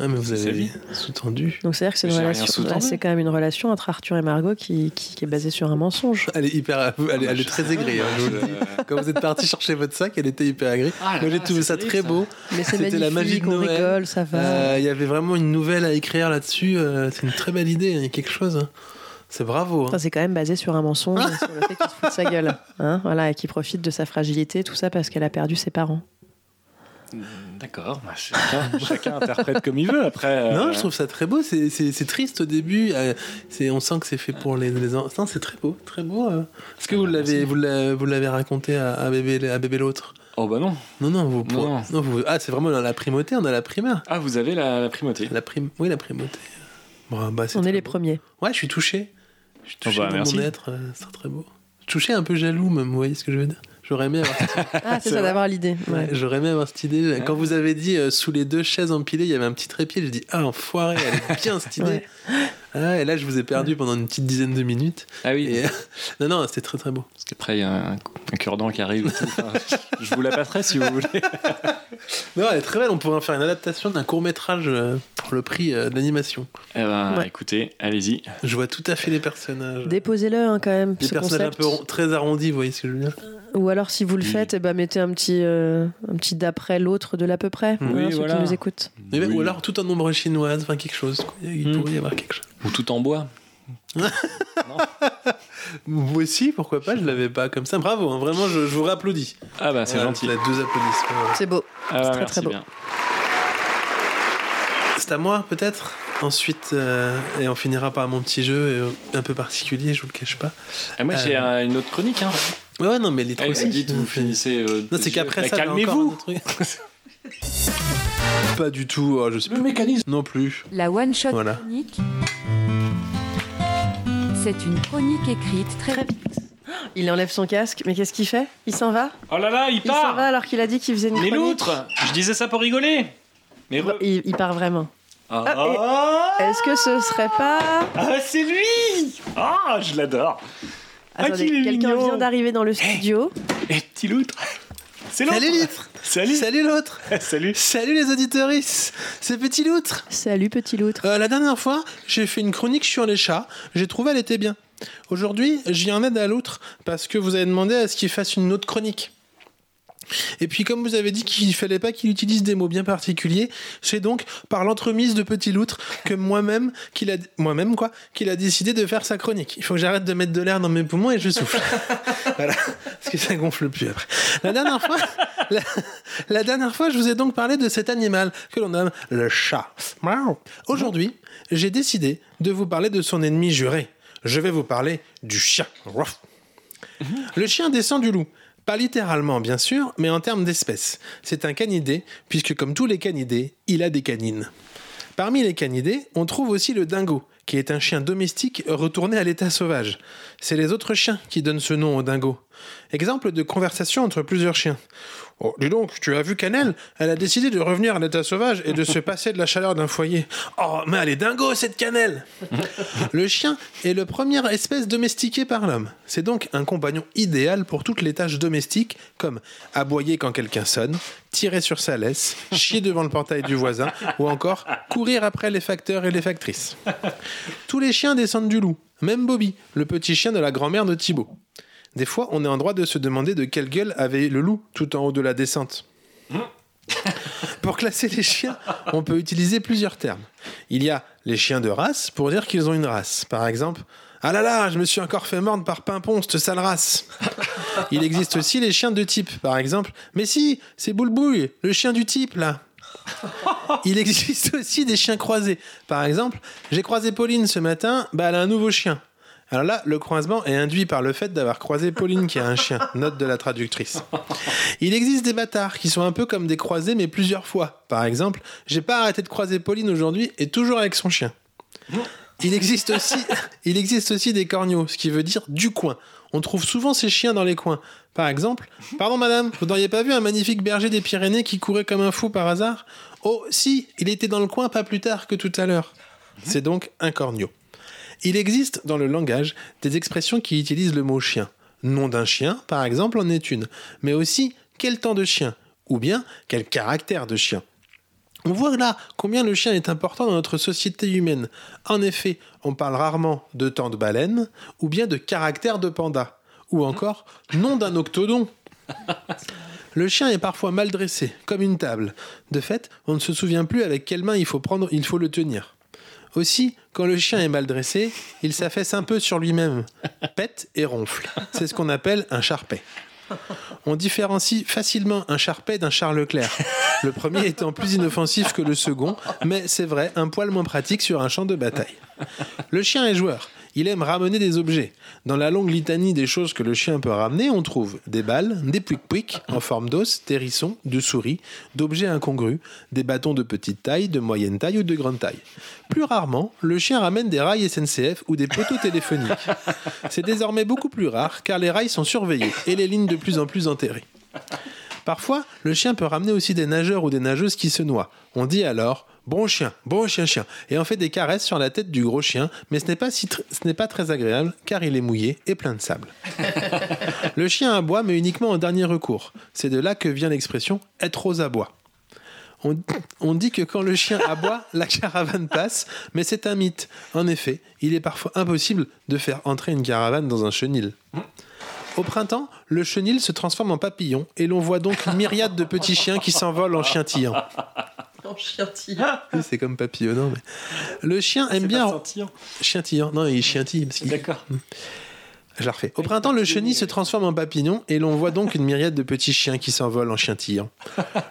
Ah, mais vous
C'est sa
avez
vie.
sous-tendu.
Donc, c'est-à-dire que c'est une
J'ai rien
relation.
sous-tendu.
ah, c'est quand même une relation entre Arthur et Margot qui, qui- qui est basée sur un mensonge.
Elle est hyper, elle, est- elle est très aigrée. hein, je vous le dis. Quand vous êtes parti chercher votre sac, elle était hyper aigrée.
Ah là
Moi, j'ai
là,
trouvé
c'est
ça
terrible,
très
ça.
beau.
Mais c'est
C'était la magie
magnifique,
de
on
Noël.
rigole, ça va.
Euh, Il y avait vraiment une nouvelle à écrire là-dessus. euh, c'est une très belle idée. Il y a quelque chose. hein. C'est bravo. hein.
Enfin, c'est quand même basé sur un mensonge,
Ah.
et sur le fait qu'il se fout de sa gueule. Hein, voilà, et qu'il profite de sa fragilité, tout ça parce qu'elle a perdu ses parents.
D'accord, bah, chacun, [LAUGHS] chacun interprète comme il veut après. euh,
Non, je trouve ça très beau. C'est- C'est c'est triste au début. euh, c'est- on sent que c'est fait pour les, les enfants. C'est très beau, très beau. euh. Est-ce que vous
Ah,
l'avez, vous l'a- vous l'avez raconté à, à bébé, à bébé l'autre
Oh bah non.
Non, non, vous.
Non, non.
non, vous- ah, c'est vraiment dans la primauté. On a la primaire.
Ah, vous avez la, la primauté.
La prime. Oui, la primauté. Bon, bah, c'est
On
très
est les
beau.
premiers.
Ouais, je suis touché. Je suis
Oh bah,
touché dans
merci.
mon être. euh, c'est très beau. Touché, un peu jaloux, même. Vous voyez ce que je veux dire J'aurais aimé avoir. [LAUGHS]
Ah, c'est
C'est
ça
vrai.
d'avoir l'idée. Ouais.
Ouais, J'aurais aimé avoir cette idée. Quand vous avez dit euh, sous les deux chaises empilées, il y avait un petit trépied, j'ai dit ah enfoiré, elle est bien cette idée.
Ouais.
Ah, et là je vous ai perdu pendant une petite dizaine de minutes.
Ah oui.
Et- [LAUGHS] non non, c'était très très beau.
Parce qu'après, il y a un, un cure-dent qui arrive. et tout. [LAUGHS] Enfin, je vous la passerai si vous voulez.
Non, elle est très belle. On pourrait en faire une adaptation d'un court métrage pour le prix euh, de l'animation.
Eh ben,
Ouais.
écoutez, allez-y.
Je vois tout à fait les personnages.
Déposez-le hein, quand même,
Des
ce
personnages
concept.
un peu rond- très arrondis, vous voyez ce que je veux dire
Ou alors, si vous le faites, eh ben, mettez un petit, euh, un petit d'après l'autre de l'à peu près,
Oui,
hein, ceux
voilà.
qui nous écoutent.
Mais même-
Oui.
Ou alors tout en ombre chinoise, enfin quelque chose. quoi. Il
Hmm.
pourrait y avoir quelque chose.
Ou tout en bois.
Moi aussi, pourquoi pas, je l'avais pas comme ça. Bravo, hein, vraiment, je, je vous applaudis.
Ah bah, c'est gentil.
Là, deux applaudissements.
C'est beau.
Ah,
c'est très,
merci
très beau.
bien.
C'est à moi peut-être Ensuite, euh, et on finira par mon petit jeu euh, un peu particulier, je vous le cache pas.
Et moi, j'ai
Euh,
euh, une autre chronique. Hein.
Ouais, ouais, non, mais les trois
Allez,
aussi.
dites, vous finissez. euh,
Non, c'est
je-
qu'après
Eh,
ça,
calmez-vous.
j'ai encore un autre truc. [LAUGHS] Pas du tout, oh, je sais
Le
plus.
mécanisme.
Non plus.
La One Shot
Voilà.
Chronique. C'est une chronique écrite très vite.
Il enlève son casque, mais qu'est-ce qu'il fait Il s'en va
Oh là là, il
Il s'en va
part.
alors qu'il a dit qu'il faisait une
Les
chronique.
loutres. Je disais ça pour rigoler. Mais
Bah,
re-
il, il part vraiment.
Ah,
Est-ce que ce serait pas...
ah, c'est lui. Ah, je l'adore. Ah,
Attendez,
qu'il est
quelqu'un
mignon.
vient d'arriver dans le studio.
Et petit loutre. C'est l'autre.
Salut Litre
Salut.
Salut l'autre
Salut.
Salut les auditoristes C'est Petit Loutre
Salut,
[LAUGHS]
petit loutre.
Euh, La dernière fois, j'ai fait une chronique sur les chats. J'ai trouvé elle était bien. Aujourd'hui, je viens en aide à l'autre parce que vous avez demandé à ce qu'il fasse une autre chronique. Et puis, comme vous avez dit qu'il fallait pas qu'il utilise des mots bien particuliers, c'est donc par l'entremise de Petit Loutre que moi-même, qu'il a, moi-même quoi, qu'il a décidé de faire sa chronique. Il faut que j'arrête de mettre de l'air dans mes poumons et je souffle. voilà. Parce que ça gonfle plus après. La dernière fois, la, la dernière fois, je vous ai donc parlé de cet animal que l'on nomme le chat. Miaou. Aujourd'hui, j'ai décidé de vous parler de son ennemi juré. Je vais vous parler du chien. Ruff. Le chien descend du loup. Pas littéralement, bien sûr, mais en termes d'espèce. C'est un canidé, puisque comme tous les canidés, il a des canines. Parmi les canidés, on trouve aussi le dingo, qui est un chien domestique retourné à l'état sauvage. C'est les autres chiens qui donnent ce nom au dingo. Exemple de conversation entre plusieurs chiens. Oh, dis donc, tu as vu Cannelle Elle a décidé de revenir à l'état sauvage et de se passer de la chaleur d'un foyer. Oh, mais elle est dingo, cette Cannelle le chien est le première espèce domestiquée par l'homme. C'est donc un compagnon idéal pour toutes les tâches domestiques comme aboyer quand quelqu'un sonne, tirer sur sa laisse, chier devant le portail du voisin ou encore courir après les facteurs et les factrices. Tous les chiens descendent du loup, même Bobby, le petit chien de la grand-mère de Thibaut. Des fois, on est en droit de se demander de quelle gueule avait le loup tout en haut de la descente. Pour classer les chiens, on peut utiliser plusieurs termes. Il y a les chiens de race pour dire qu'ils ont une race. Par exemple, Ah là là, je me suis encore fait mordre par Pimpon, cette sale race. [LAUGHS] Il existe aussi les chiens de type. Par exemple, Mais si, c'est Boulebouille, le chien du type là. Il existe aussi des chiens croisés. Par exemple, j'ai croisé Pauline ce matin, bah elle a un nouveau chien. Alors là, le croisement est induit par le fait d'avoir croisé Pauline qui a un chien, note de la traductrice. Il existe des bâtards qui sont un peu comme des croisés mais plusieurs fois. Par exemple, j'ai pas arrêté de croiser Pauline aujourd'hui et toujours avec son chien. Il existe aussi, [LAUGHS] il existe aussi des corneaux, ce qui veut dire du coin. On trouve souvent ces chiens dans les coins. Par exemple, pardon madame, vous n'auriez pas vu un magnifique berger des Pyrénées qui courait comme un fou par hasard Oh si, il était dans le coin pas plus tard que tout à l'heure. C'est donc un corneau. Il existe dans le langage des expressions qui utilisent le mot chien. Nom d'un chien, par exemple, en est une, mais aussi quel temps de chien, ou bien quel caractère de chien. On voit là combien le chien est important dans notre société humaine. En effet, on parle rarement de temps de baleine, ou bien de caractère de panda, ou encore nom d'un octodon. Le chien est parfois mal dressé, comme une table. De fait, on ne se souvient plus avec quelle main il faut, prendre, il faut le tenir. Aussi, quand le chien est mal dressé, il s'affaisse un peu sur lui-même, pète et ronfle. C'est ce qu'on appelle un charpet. On différencie facilement un charpet d'un char Leclerc, le premier étant plus inoffensif que le second, mais c'est vrai, un poil moins pratique sur un champ de bataille. Le chien est joueur, il aime ramener des objets. Dans la longue litanie des choses que le chien peut ramener, on trouve des balles, des pouic-pouic en forme d'os, d'hérisson, de souris, d'objets incongrus, des bâtons de petite taille, de moyenne taille ou de grande taille. Plus rarement, le chien ramène des rails SNCF ou des poteaux téléphoniques. C'est désormais beaucoup plus rare car les rails sont surveillés et les lignes de plus en plus enterrées. Parfois, le chien peut ramener aussi des nageurs ou des nageuses qui se noient. On dit alors Bon chien, bon chien, chien, et on fait des caresses sur la tête du gros chien, mais ce n'est pas, si tr- ce n'est pas très agréable car il est mouillé et plein de sable. le chien aboie, mais uniquement en dernier recours. C'est de là que vient l'expression être aux abois. On, on dit que quand le chien aboie, la caravane passe, mais c'est un mythe. En effet, il est parfois impossible de faire entrer une caravane dans un chenil. Au printemps, le chenil se transforme en papillon et l'on voit donc myriades de petits chiens qui s'envolent en chientillant.
En chientille.
Oui, c'est comme papillonnant. mais- Le chien aime bien.
hein.
Chientillant. Non, il chientille. D'accord. Je la refais. Au printemps, le chenil se transforme en papillon et l'on voit donc une myriade de petits chiens qui s'envolent en chientillant.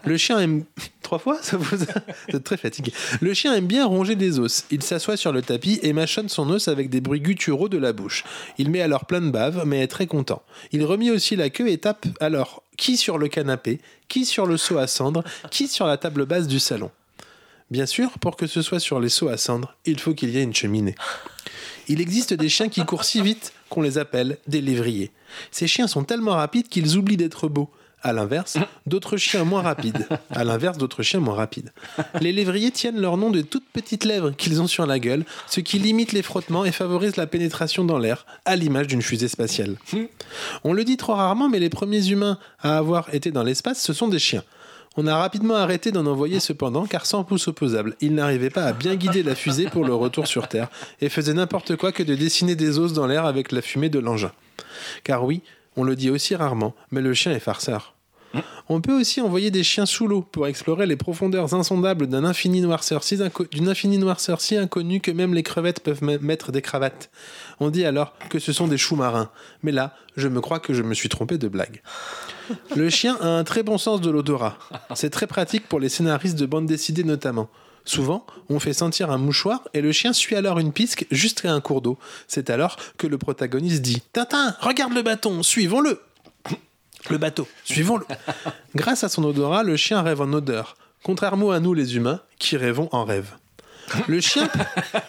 Le chien aime. [LAUGHS] Trois fois ça vous... Vous êtes très fatigué. Le chien aime bien ronger des os. Il s'assoit sur le tapis et mâchonne son os avec des bruits gutturaux de la bouche. Il met alors plein de bave, mais est très content. Il remit aussi la queue et tape alors qui sur le canapé, qui sur le seau à cendre, qui sur la table basse du salon. Bien sûr, pour que ce soit sur les seaux à cendre, il faut qu'il y ait une cheminée. Il existe des chiens qui courent si vite qu'on les appelle des lévriers. Ces chiens sont tellement rapides qu'ils oublient d'être beaux. À l'inverse, d'autres chiens moins rapides. À l'inverse, d'autres chiens moins rapides. Les lévriers tiennent leur nom de toutes petites lèvres qu'ils ont sur la gueule, ce qui limite les frottements et favorise la pénétration dans l'air, à l'image d'une fusée spatiale. On le dit trop rarement, mais les premiers humains à avoir été dans l'espace, ce sont des chiens. On a rapidement arrêté d'en envoyer cependant, car sans pouce opposable, il n'arrivait pas à bien guider la fusée pour le retour sur Terre, et faisait n'importe quoi que de dessiner des os dans l'air avec la fumée de l'engin. Car oui, on le dit aussi rarement, mais le chien est farceur. On peut aussi envoyer des chiens sous l'eau pour explorer les profondeurs insondables d'un infini noirceur si inco- d'une infinie noirceur si inconnue que même les crevettes peuvent me- mettre des cravates. On dit alors que ce sont des choux marins. Mais là, je me crois que je me suis trompé de blague. Le chien a un très bon sens de l'odorat. C'est très pratique pour les scénaristes de bande dessinée notamment. Souvent, on fait sentir un mouchoir et le chien suit alors une pisque jusqu'à un cours d'eau. C'est alors que le protagoniste dit Tintin, regarde le bâton, suivons-le le bateau. [LAUGHS] Suivons-le. Grâce à son odorat, le chien rêve en odeur, contrairement à nous les humains qui rêvons en rêve. Le [LAUGHS] chien,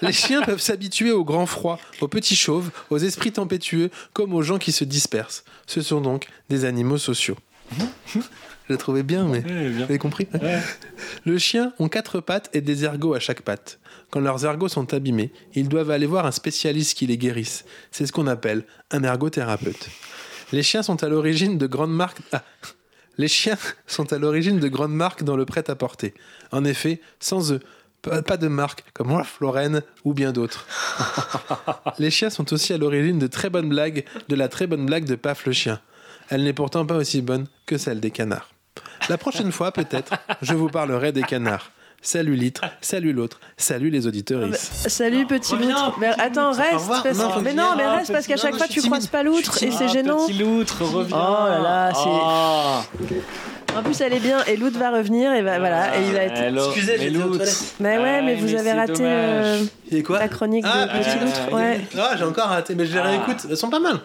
les chiens peuvent s'habituer au grand froid, aux petits chauves, aux esprits tempétueux, comme aux gens qui se dispersent. Ce sont donc des animaux sociaux. Je l'ai trouvé bien, mais
Eh,
vous avez compris Le chien ont quatre pattes et des ergots à chaque patte. Quand leurs ergots sont abîmés, ils doivent aller voir un spécialiste qui les guérisse. C'est ce qu'on appelle un ergothérapeute. Les chiens sont à l'origine de grandes marques. Ah. Les chiens [LAUGHS] sont à l'origine de grandes marques dans le prêt-à-porter. En effet, sans eux, pa- pas de marque comme Ralph Lauren ou bien d'autres. Les chiens sont aussi à l'origine de très bonnes blagues, de la très bonne blague de Paf le chien. Elle n'est pourtant pas aussi bonne que celle des canards. La prochaine fois, peut-être, je vous parlerai des canards. Salut l'ître, salut l'autre, salut les auditeurs.
Salut petit loutre. Mais attends,
Au
reste.
revoir.
parce-
Non, faut
mais
que
non,
j'y
mais
aille.
reste parce qu'à
Non,
chaque
non,
fois
je
tu
suis Ah,
croises pas l'outre et c'est
Ah,
gênant.
Petit loutre, reviens.
Oh là là, c'est-
Ah.
En plus, elle est bien et Lout va revenir et va- voilà. et il va
Ah,
être...
alors, Excusez, mais j'étais aux Lout. toilettes.
Mais ouais,
Ah,
mais vous
mais
avez
c'est
raté
dommage.
euh,
Il est quoi
la chronique de
Ah,
Petit
putain,
Loutre.
il est-
Ouais.
Ah, j'ai encore raté, mais je les réécoute. Elles sont pas mal.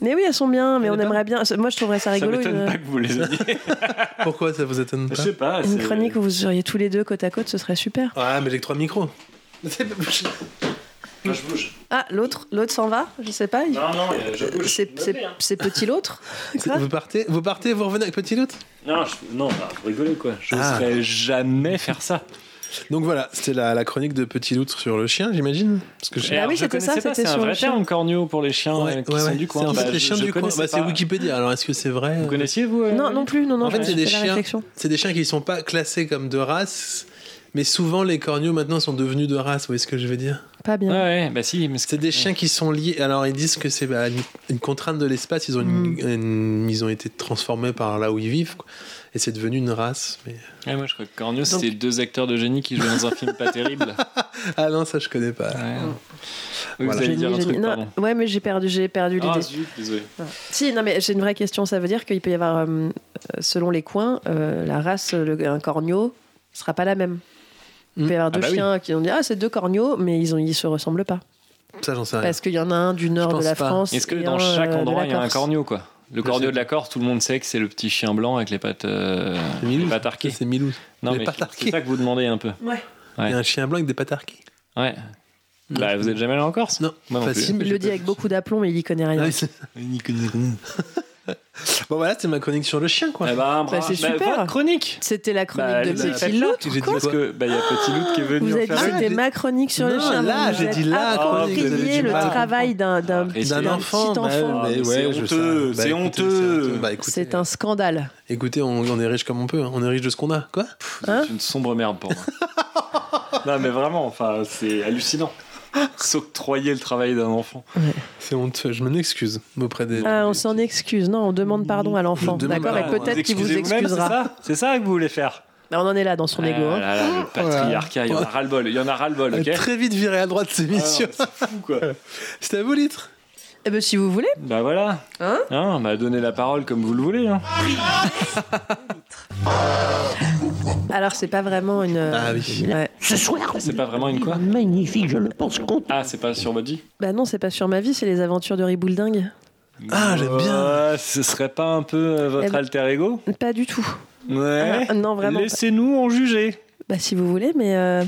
Mais oui, elles sont bien, mais on aimerait bien. Moi, je trouverais ça rigolo. une-
que vous les ayez. Pourquoi ça vous étonne pas Je sais
pas.
Une chronique où vous seriez tous les deux côte à côte, ce serait super.
Ouais, Ah, mais j'ai que trois micros. C'est pas-
Moi, je bouge.
Ah, l'autre, l'autre s'en va, je sais pas. il-
Non, non, il- je hein. bouge.
C'est, c'est- c'est petit l'autre. [LAUGHS] Quoi
Vous partez, vous partez, vous revenez avec Petit Loot
Non, je... non, bah, vous rigolez quoi. Je
Ah.
serais jamais faire ça.
Donc voilà, c'était la, la chronique de Petit Loot sur le chien, j'imagine Parce que
Et alors, je connaissais pas, C'est un vrai terme corneau pour les chiens euh, qui
Ouais,
sont
ouais,
du coin.
C'est en
Bah,
fait les
je-
chiens
je
du coin.
connaissais
Bah, c'est
pas.
Wikipédia, alors est-ce que c'est vrai Vous
connaissiez vous euh,
Non, non plus, non, non.
En fait,
je
c'est
fais
des
la
chiens.
réflexion.
C'est des chiens qui sont pas classés comme de race, mais souvent les corneaux maintenant sont devenus de race. Vous voyez ce que je veux dire
Pas bien.
Ouais, bah si, mais
c'est des chiens qui sont liés. Alors ils disent que c'est bah, une, une contrainte de l'espace. Ils ont,
Mm.
une- une- ils ont été transformés par là où ils vivent, quoi. et c'est devenu une race. Mais...
Ouais, moi, je crois que corneau, c'était deux acteurs de génie qui jouaient dans un film pas terrible.
Ah non, ça je connais pas.
Oui, Vous allez
Génie,
dire un
génie.
truc,
Non,
pardon.
ouais, mais j'ai perdu, j'ai perdu l'idée.
Ah, zut, désolé.
Si, non, mais j'ai une vraie question. Ça veut dire qu'il peut y avoir, euh, selon les coins, euh, la race, le- un corneau sera pas la même. Il peut y avoir
Ah
deux
bah oui.
chiens qui ont dit Ah, c'est deux corneaux, mais ils ont ils se ressemblent pas.
Ça j'en sais rien.
Parce qu'il y en a un du nord de la France.
Est-ce que
et
dans
un,
chaque
euh, de
endroit
la
il y a un
Corse.
corneau quoi Le corneau de la Corse, tout le monde sait que c'est le petit chien blanc avec les pattes, euh, les pattes arquées.
C'est Milou.
Non
Les
mais
pattes
c'est ça que vous demandez un peu.
Ouais.
Il y a un chien blanc avec des pattes arquées.
Ah
Ouais. Bah vous êtes jamais allé en Corse
Non. Bah,
Moi non
Facile, mais
plus.
Il le dit avec beaucoup d'aplomb, mais il y connaît
Ah
rien.
[LAUGHS] bon voilà, c'est ma chronique sur le chien quoi.
Eh ben, bravo.
Bah, c'est
Bah,
super.
votre chronique.
C'était la chronique
Bah,
de
la-
Petit
la-
Loutre,
J'ai dit
quoi.
parce que bah il y a Petit Loup qui Ah, est venu
Vous
en
avez dit
faire une.
c'était ma chronique sur le
Non,
chien.
là,
Vous
j'ai
êtes
dit là,
approprié
chronique, vous avez dit
le
là.
travail d'un
Ah,
d'un-
Et
d'un
d'un enfant.
petit
bah,
enfant.
mais ouais,
c'est
je-
honteux,
ça-
c'est
bah, écoutez,
honteux.
Bah, écoute-
C'est un scandale.
écoutez, on, on est riche comme on peut. hein. On est riche de ce qu'on a. Quoi
Hein
C'est une sombre merde pour moi.
[LAUGHS]
non mais vraiment, enfin c'est hallucinant. S'octroyer le travail d'un enfant.
C'est honteux. Je m'en excuse auprès des.
Ah, on s'en excuse. Non, on demande pardon à l'enfant.
demande
D'accord, et
pardon.
peut-être qu'il
Excusez-vous
vous
même, c'est
excusera.
ça C'est ça que vous voulez faire
Bah, on en est là dans son
Ah
ego. hein.
là là, Oh. Ah, le patriarcat, il y en a ras-le-bol, il y en a ras-le-bol, ok
Euh,
Ah,
Très vite viré à droite ces missions.
quoi.
C'était à vous, Litre
Eh ben, si vous voulez.
Bah voilà.
Hein
Hein, bah donnez la parole comme vous le voulez. Hein.
Alors, c'est pas vraiment une.
Ah oui.
Ouais.
Ce soir. C'est pas vraiment une quoi
Magnifique, je le pense.
Ah, c'est pas sur votre vie
Bah non, c'est pas sur ma vie, c'est les aventures de Ribolding.
Ah, j'aime bien. Ce serait pas un peu euh, votre
Eh ben-
alter ego
Pas du tout.
Ouais.
Ah, non, vraiment.
Laissez-nous en juger.
Bah si vous voulez, mais euh,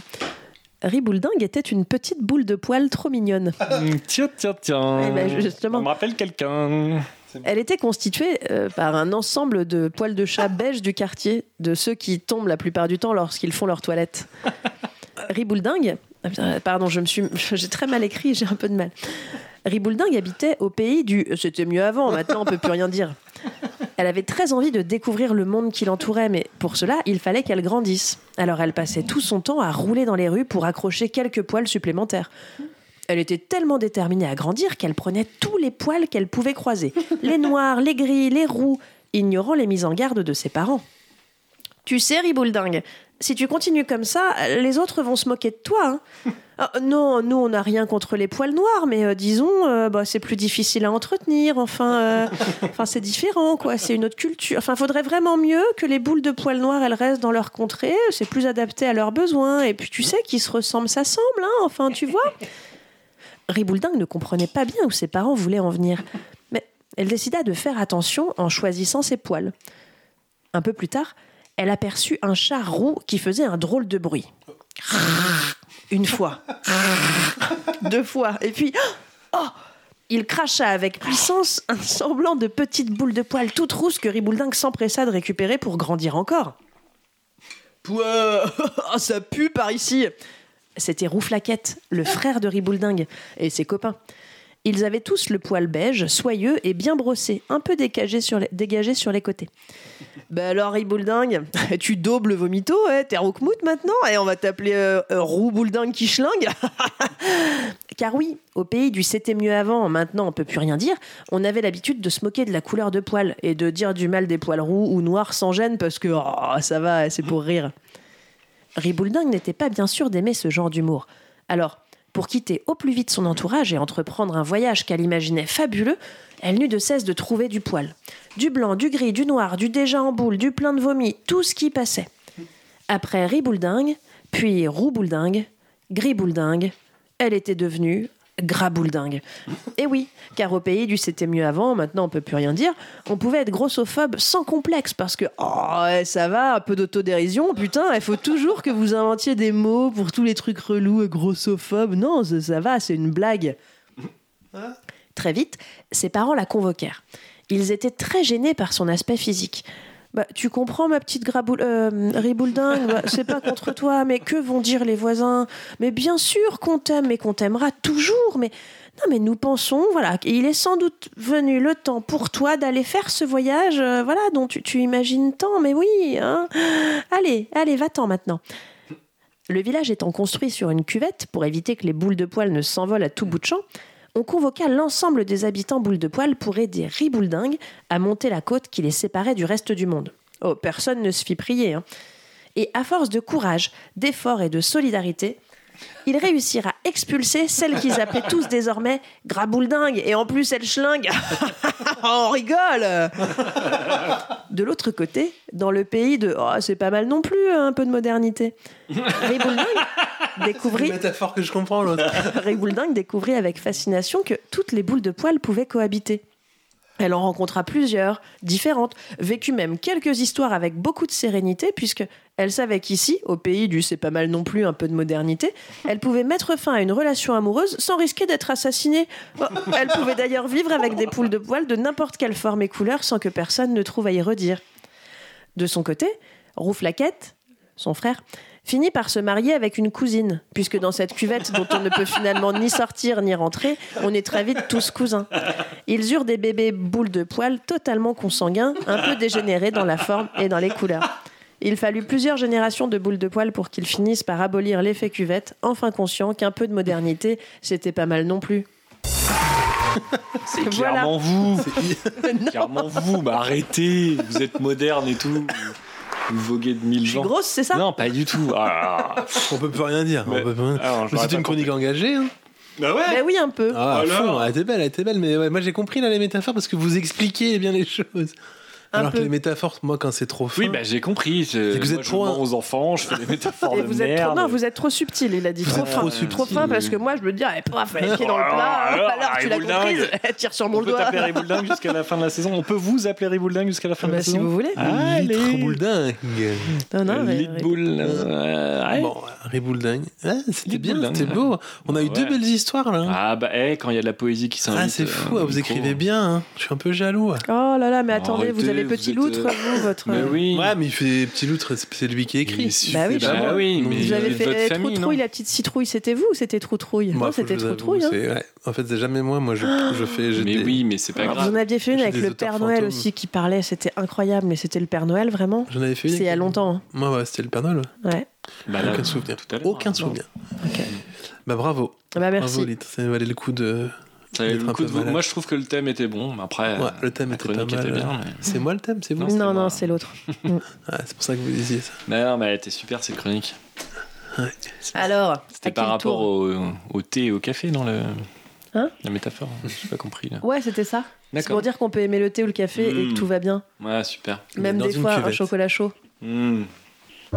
Riboulding était une petite boule de poils trop mignonne.
Mm, tiens, tiens, tiens.
Eh ben, justement.
Ça me rappelle quelqu'un.
Elle était constituée euh, par un ensemble de poils de chat beige du quartier, de ceux qui tombent la plupart du temps lorsqu'ils font leur toilette. Riboulding, ah, putain, pardon, je me suis, [LAUGHS] j'ai très mal écrit, j'ai un peu de mal. Riboulding habitait au pays du c'était mieux avant, maintenant on peut plus rien dire. Elle avait très envie de découvrir le monde qui l'entourait, mais pour cela, il fallait qu'elle grandisse. Alors elle passait tout son temps à rouler dans les rues pour accrocher quelques poils supplémentaires. Elle était tellement déterminée à grandir qu'elle prenait tous les poils qu'elle pouvait croiser. Les noirs, les gris, les roux, ignorant les mises en garde de ses parents. Tu sais, Riboulding, si tu continues comme ça, les autres vont se moquer de toi. hein. Ah, non, nous, on n'a rien contre les poils noirs, mais euh, disons, euh, bah, c'est plus difficile à entretenir. Enfin, euh, enfin c'est différent, quoi. C'est une autre culture. Enfin, faudrait vraiment mieux que les boules de poils noirs, elles restent dans leur contrée. C'est plus adapté à leurs besoins. Et puis, tu sais, qui se ressemblent, ça semble, hein. Enfin, tu vois. Riboulding ne comprenait pas bien où ses parents voulaient en venir, mais elle décida de faire attention en choisissant ses poils. Un peu plus tard, elle aperçut un chat roux qui faisait un drôle de bruit. Une fois, deux fois, et puis, oh Il cracha avec puissance un semblant de petite boule de poils toute rousse que Riboulding s'empressa de récupérer pour grandir encore. Pouah [LAUGHS] Ah, Ça pue par ici C'était Rouflaquette, le frère de Riboulding, et ses copains. Ils avaient tous le poil beige, soyeux et bien brossé, un peu dégagé sur les, dégagé sur les côtés. Bah alors, Riboulding, [LAUGHS] tu doubles vomito, hein, t'es Roukmout maintenant, et on va t'appeler euh, euh, Rouboulding qui schlingue [LAUGHS] Car oui, au pays du c'était mieux avant, maintenant on peut plus rien dire, on avait l'habitude de se moquer de la couleur de poils et de dire du mal des poils roux ou noirs sans gêne parce que oh, ça va, c'est pour rire. Riboulding n'était pas bien sûr d'aimer ce genre d'humour. Alors, Pour quitter au plus vite son entourage et entreprendre un voyage qu'elle imaginait fabuleux, elle n'eut de cesse de trouver du poil. Du blanc, du gris, du noir, du déjà en boule, du plein de vomi, tout ce qui passait. Après ribouldingue, puis roubouldingue, gribouldingue, elle était devenue grabouldingue. Et oui, car au pays du c'était mieux avant, maintenant on peut plus rien dire, on pouvait être grossophobe sans complexe parce que oh ouais, ça va, un peu d'autodérision, putain, il faut toujours que vous inventiez des mots pour tous les trucs relous et grossophobes. Non, ça, ça va, c'est une blague. Très vite, ses parents la convoquèrent. Ils étaient très gênés par son aspect physique. Bah, tu comprends ma petite graboul euh, ribouldingue, bah, c'est pas contre toi, mais que vont dire les voisins Mais bien sûr qu'on t'aime et qu'on t'aimera toujours, mais non, mais nous pensons, voilà, il est sans doute venu le temps pour toi d'aller faire ce voyage, euh, voilà, dont tu, tu imagines tant, mais oui, hein Allez, allez, va-t'en maintenant. Le village étant construit sur une cuvette pour éviter que les boules de poils ne s'envolent à tout bout de champ, on convoqua l'ensemble des habitants boules de poil pour aider Ribouldingue à monter la côte qui les séparait du reste du monde. Oh, personne ne se fit prier. hein. Et à force de courage, d'efforts et de solidarité, il réussira à expulser celle qu'ils appelaient tous désormais Grabouldingue et en plus elle schlingue. [LAUGHS] On rigole De l'autre côté, dans le pays de Oh, c'est pas mal non plus, hein, un peu de modernité. Ribouldingue découvrit
métaphore que je comprends, l'autre.
[LAUGHS] Ribouldingue découvrit avec fascination que toutes les boules de poils pouvaient cohabiter. Elle en rencontra plusieurs, différentes, vécut même quelques histoires avec beaucoup de sérénité, puisque elle savait qu'ici, au pays du c'est pas mal non plus, un peu de modernité, elle pouvait mettre fin à une relation amoureuse sans risquer d'être assassinée. Oh, Elle pouvait d'ailleurs vivre avec des poules de poils de n'importe quelle forme et couleur sans que personne ne trouve à y redire. De son côté, Rouflaquette, son frère, finit par se marier avec une cousine, puisque dans cette cuvette dont on ne peut finalement ni sortir ni rentrer, on est très vite tous cousins. Ils eurent des bébés boules de poils totalement consanguins, un peu dégénérés dans la forme et dans les couleurs. Il fallut plusieurs générations de boules de poils pour qu'ils finissent par abolir l'effet cuvette, enfin conscient qu'un peu de modernité, c'était pas mal non plus.
C'est
[LAUGHS]
clairement vous. C'est clairement vous. Bah arrêtez. Vous êtes moderne et tout. Vous voguez de mille gens.
grosse, hein. c'est ça
Non, pas du tout. Ah.
On peut plus rien dire. on peut plus rien-
alors, j'aurais
C'est
pas
une chronique engagée. hein.
Bah
Mais Ben oui, un peu.
Ah, à
Alors.
fond, elle était belle, elle était belle, mais ouais, moi j'ai compris là, les métaphores parce que vous expliquez bien les choses.
Un
Alors
peu.
que les métaphores, moi quand c'est trop fin,
Oui, bah j'ai compris. Je,
C'est que vous
moi,
êtes
je
trop un-
mens aux enfants, je fais
[LAUGHS]
des métaphores
Et
de
vous
merde.
êtes trop, non, vous êtes trop subtil, il a dit.
Vous
Trop
êtes
fin.
trop subtil.
Trop fin, parce que moi, je me dis, ah, paf, elle est pied dans le plat.
Oh, Alors,
hop, alors, tu l'as
Ribouldingue.
comprise. Elle tire sur
On
mon
peut
doigt.
t'appeler Ribouldingue jusqu'à la fin de la saison. On peut vous appeler Ribouldingue jusqu'à la fin de
Bah,
la
si
saison.
vous voulez.
Allez.
Ribouldingue.
Non, non, mais-
Lidboul. euh, ouais.
Ah, Bon, Ribouldingue. Ah, c'était bien,
Ribouldingue.
c'était beau. On a eu
Ouais.
deux belles histoires là. hein.
Ah bah, eh, quand il y a de la poésie qui s'invite.
Ah, c'est fou,
euh,
ah,
au
vous
micro.
écrivez bien, hein. je suis un peu jaloux. ah.
Oh là là, mais attendez,
Arrêtez,
vous avez
vous
petit
êtes,
loutre,
euh,
vous, votre.
Mais oui.
Ouais, mais il fait Petit Loutre, c'est c'est lui qui écrit.
Mais
Bah oui,
C'est
bah
pas
oui.
moi.
oui,
Non,
mais
Vous avez
de votre
fait eh,
famille,
Troutrouille,
non
la petite citrouille, c'était vous ou c'était Troutrouille
Moi,
Non,
faut que
c'était
je vous avoue,
Troutrouille. hein.
c'est- ouais. En fait, déjà, même moi, moi je, je fais.
[GASPS]
j'ai
Mais
des-
oui, mais c'est pas
Ah, Vous
grave.
en aviez fait une
J'ai
avec
des
le
auteurs
Père Noël
fantômes.
aussi qui parlait, c'était incroyable, mais c'était le Père Noël vraiment
J'en avais fait
C'est
une.
il y a longtemps.
Moi, ouais, c'était le Père Noël. ouais.
hein. Ouais.
Bah, là,
Aucun souvenir.
tout à l'heure, Ah,
Aucun
non.
souvenir. Bah bravo.
Bah
Bravo,
merci.
Lilith. Ça valait le coup de.
Ça avait
d'être
le
un
coup
peu
de vous-
malade.
Moi, je trouve que le thème était bon. mais Après,
Ouais,
euh,
le thème
la
était pas
chronique
mal.
était bien.
euh,
mais-
C'est moi le thème, c'est vous
Non, non, c'est l'autre.
Ah, C'est pour ça que vous disiez ça.
Mais non, mais elle était super cette chronique.
Alors, à
[LAUGHS] C'était par
quel
rapport
tour
au, au thé et au café dans le.
Hein
la métaphore, j'ai pas compris là.
Ouais, c'était ça. C'est
D'accord.
pour dire qu'on peut aimer le thé ou le café et que
Mm.
tout va bien.
Ouais, super.
Même
dans
des
une
fois, un
cuvette.
chocolat chaud,
Hmm.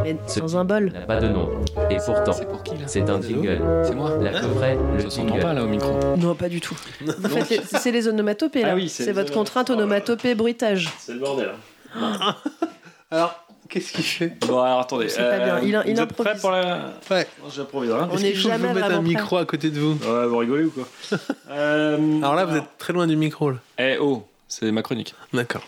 mais dans un bol.
n'a pas de nom. Et pourtant,
C'est pour qui là
c'est un jingle.
C'est moi.
La coffret, le
Ça s'entend pas
jingle.
là au micro.
Non, pas du tout. Vous faites les- C'est les onomatopées, là.
Ah oui, c'est
c'est
les
votre
onomatopées.
contrainte onomatopée bruitage.
C'est le bordel. hein.
Alors, qu'est-ce qu'il fait
Bon, alors attendez. euh,
C'est pas bien. Il-
vous
il
êtes
improvise.
prêts pour la.
Ouais.
Non, J'improvise. Hein.
On
Est-ce
est
qu'il faut que je
jamais
vous mette un
vraiment prêt.
micro à côté de vous
Ouais, vous rigolez ou [LAUGHS] quoi Euh,
Alors là, vous êtes très loin du micro. là.
Eh oh, c'est ma chronique.
D'accord.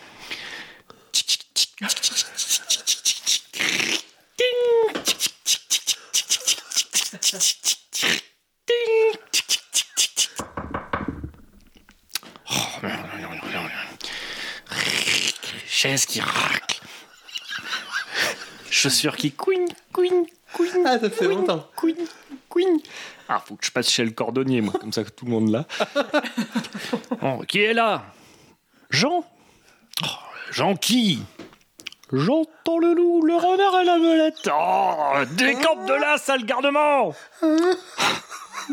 Chaise qui racle. Chaussures qui couignent, couignent, couignent.
Ah, ça fait longtemps.
Couigne, couigne. Ah, faut que je passe chez le cordonnier, moi, comme ça que tout le monde [LAUGHS] l'a. Bon, qui est là Jean Oh, Jean qui J'entends le loup, le renard et la belette. Oh, décampe de là, sale gardement [LAUGHS]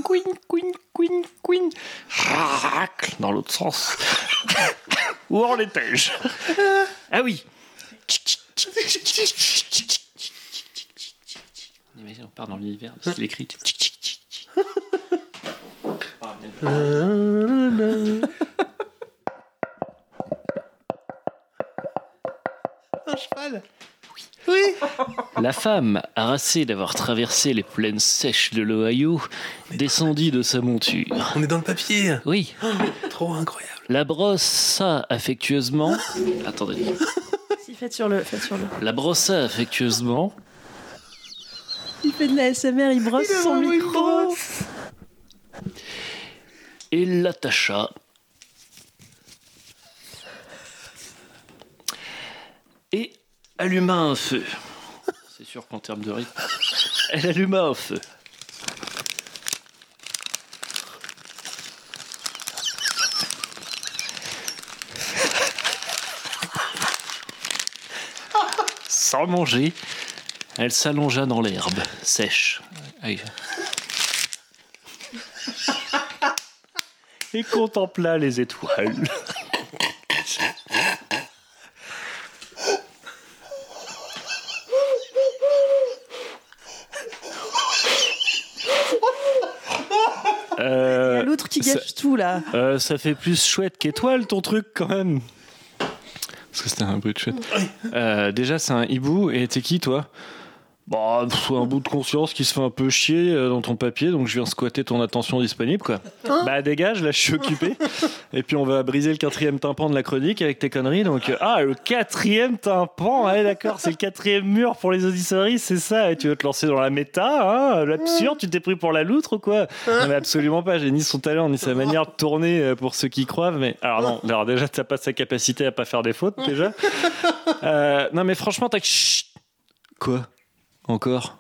Queen, queen, queen, queen. Rac, Dans l'autre sens. Où en étais-je Ah oui. Imagine, on part dans l'univers, c'est l'écrit.
Un cheval Oui
La femme, harassée d'avoir traversé les plaines sèches de l'Ohio, descendit de sa monture.
On est dans le papier
Oui.
Trop incroyable
La brossa affectueusement. Attendez.
Si, faites sur le. Faites sur le.
La brossa affectueusement.
Il fait de la SMR, il brosse son micro.
et l'attacha. Et alluma un feu. C'est sûr qu'en termes de rythme, elle alluma un feu. Sans manger, elle s'allongea dans l'herbe sèche. Aïe. et contempla les étoiles. Euh,
L'autre qui
ça-
gâche tout là.
euh, ça fait plus chouette qu'étoile ton truc quand même.
Parce que c'était un bruit de chouette. Euh, déjà, c'est un hibou. Et t'es qui, toi Bah, pff, un bout de conscience qui se fait un peu chier euh, dans ton papier, donc je viens squatter ton attention disponible, quoi.
Hein
bah, dégage, là, je suis occupé. et puis, on va briser le quatrième tympan de la chronique avec tes conneries. Donc, euh, ah, le quatrième tympan, ouais, d'accord, c'est le quatrième mur pour les auditories, c'est ça. Et tu veux te lancer dans la méta, hein, l'absurde, tu t'es pris pour la loutre ou quoi Non, mais absolument pas, j'ai ni son talent, ni sa manière de tourner euh, pour ceux qui croient, mais alors non, alors déjà, t'as pas sa capacité à pas faire des fautes, déjà. Euh, non, mais franchement, t'as. Chut Quoi Encore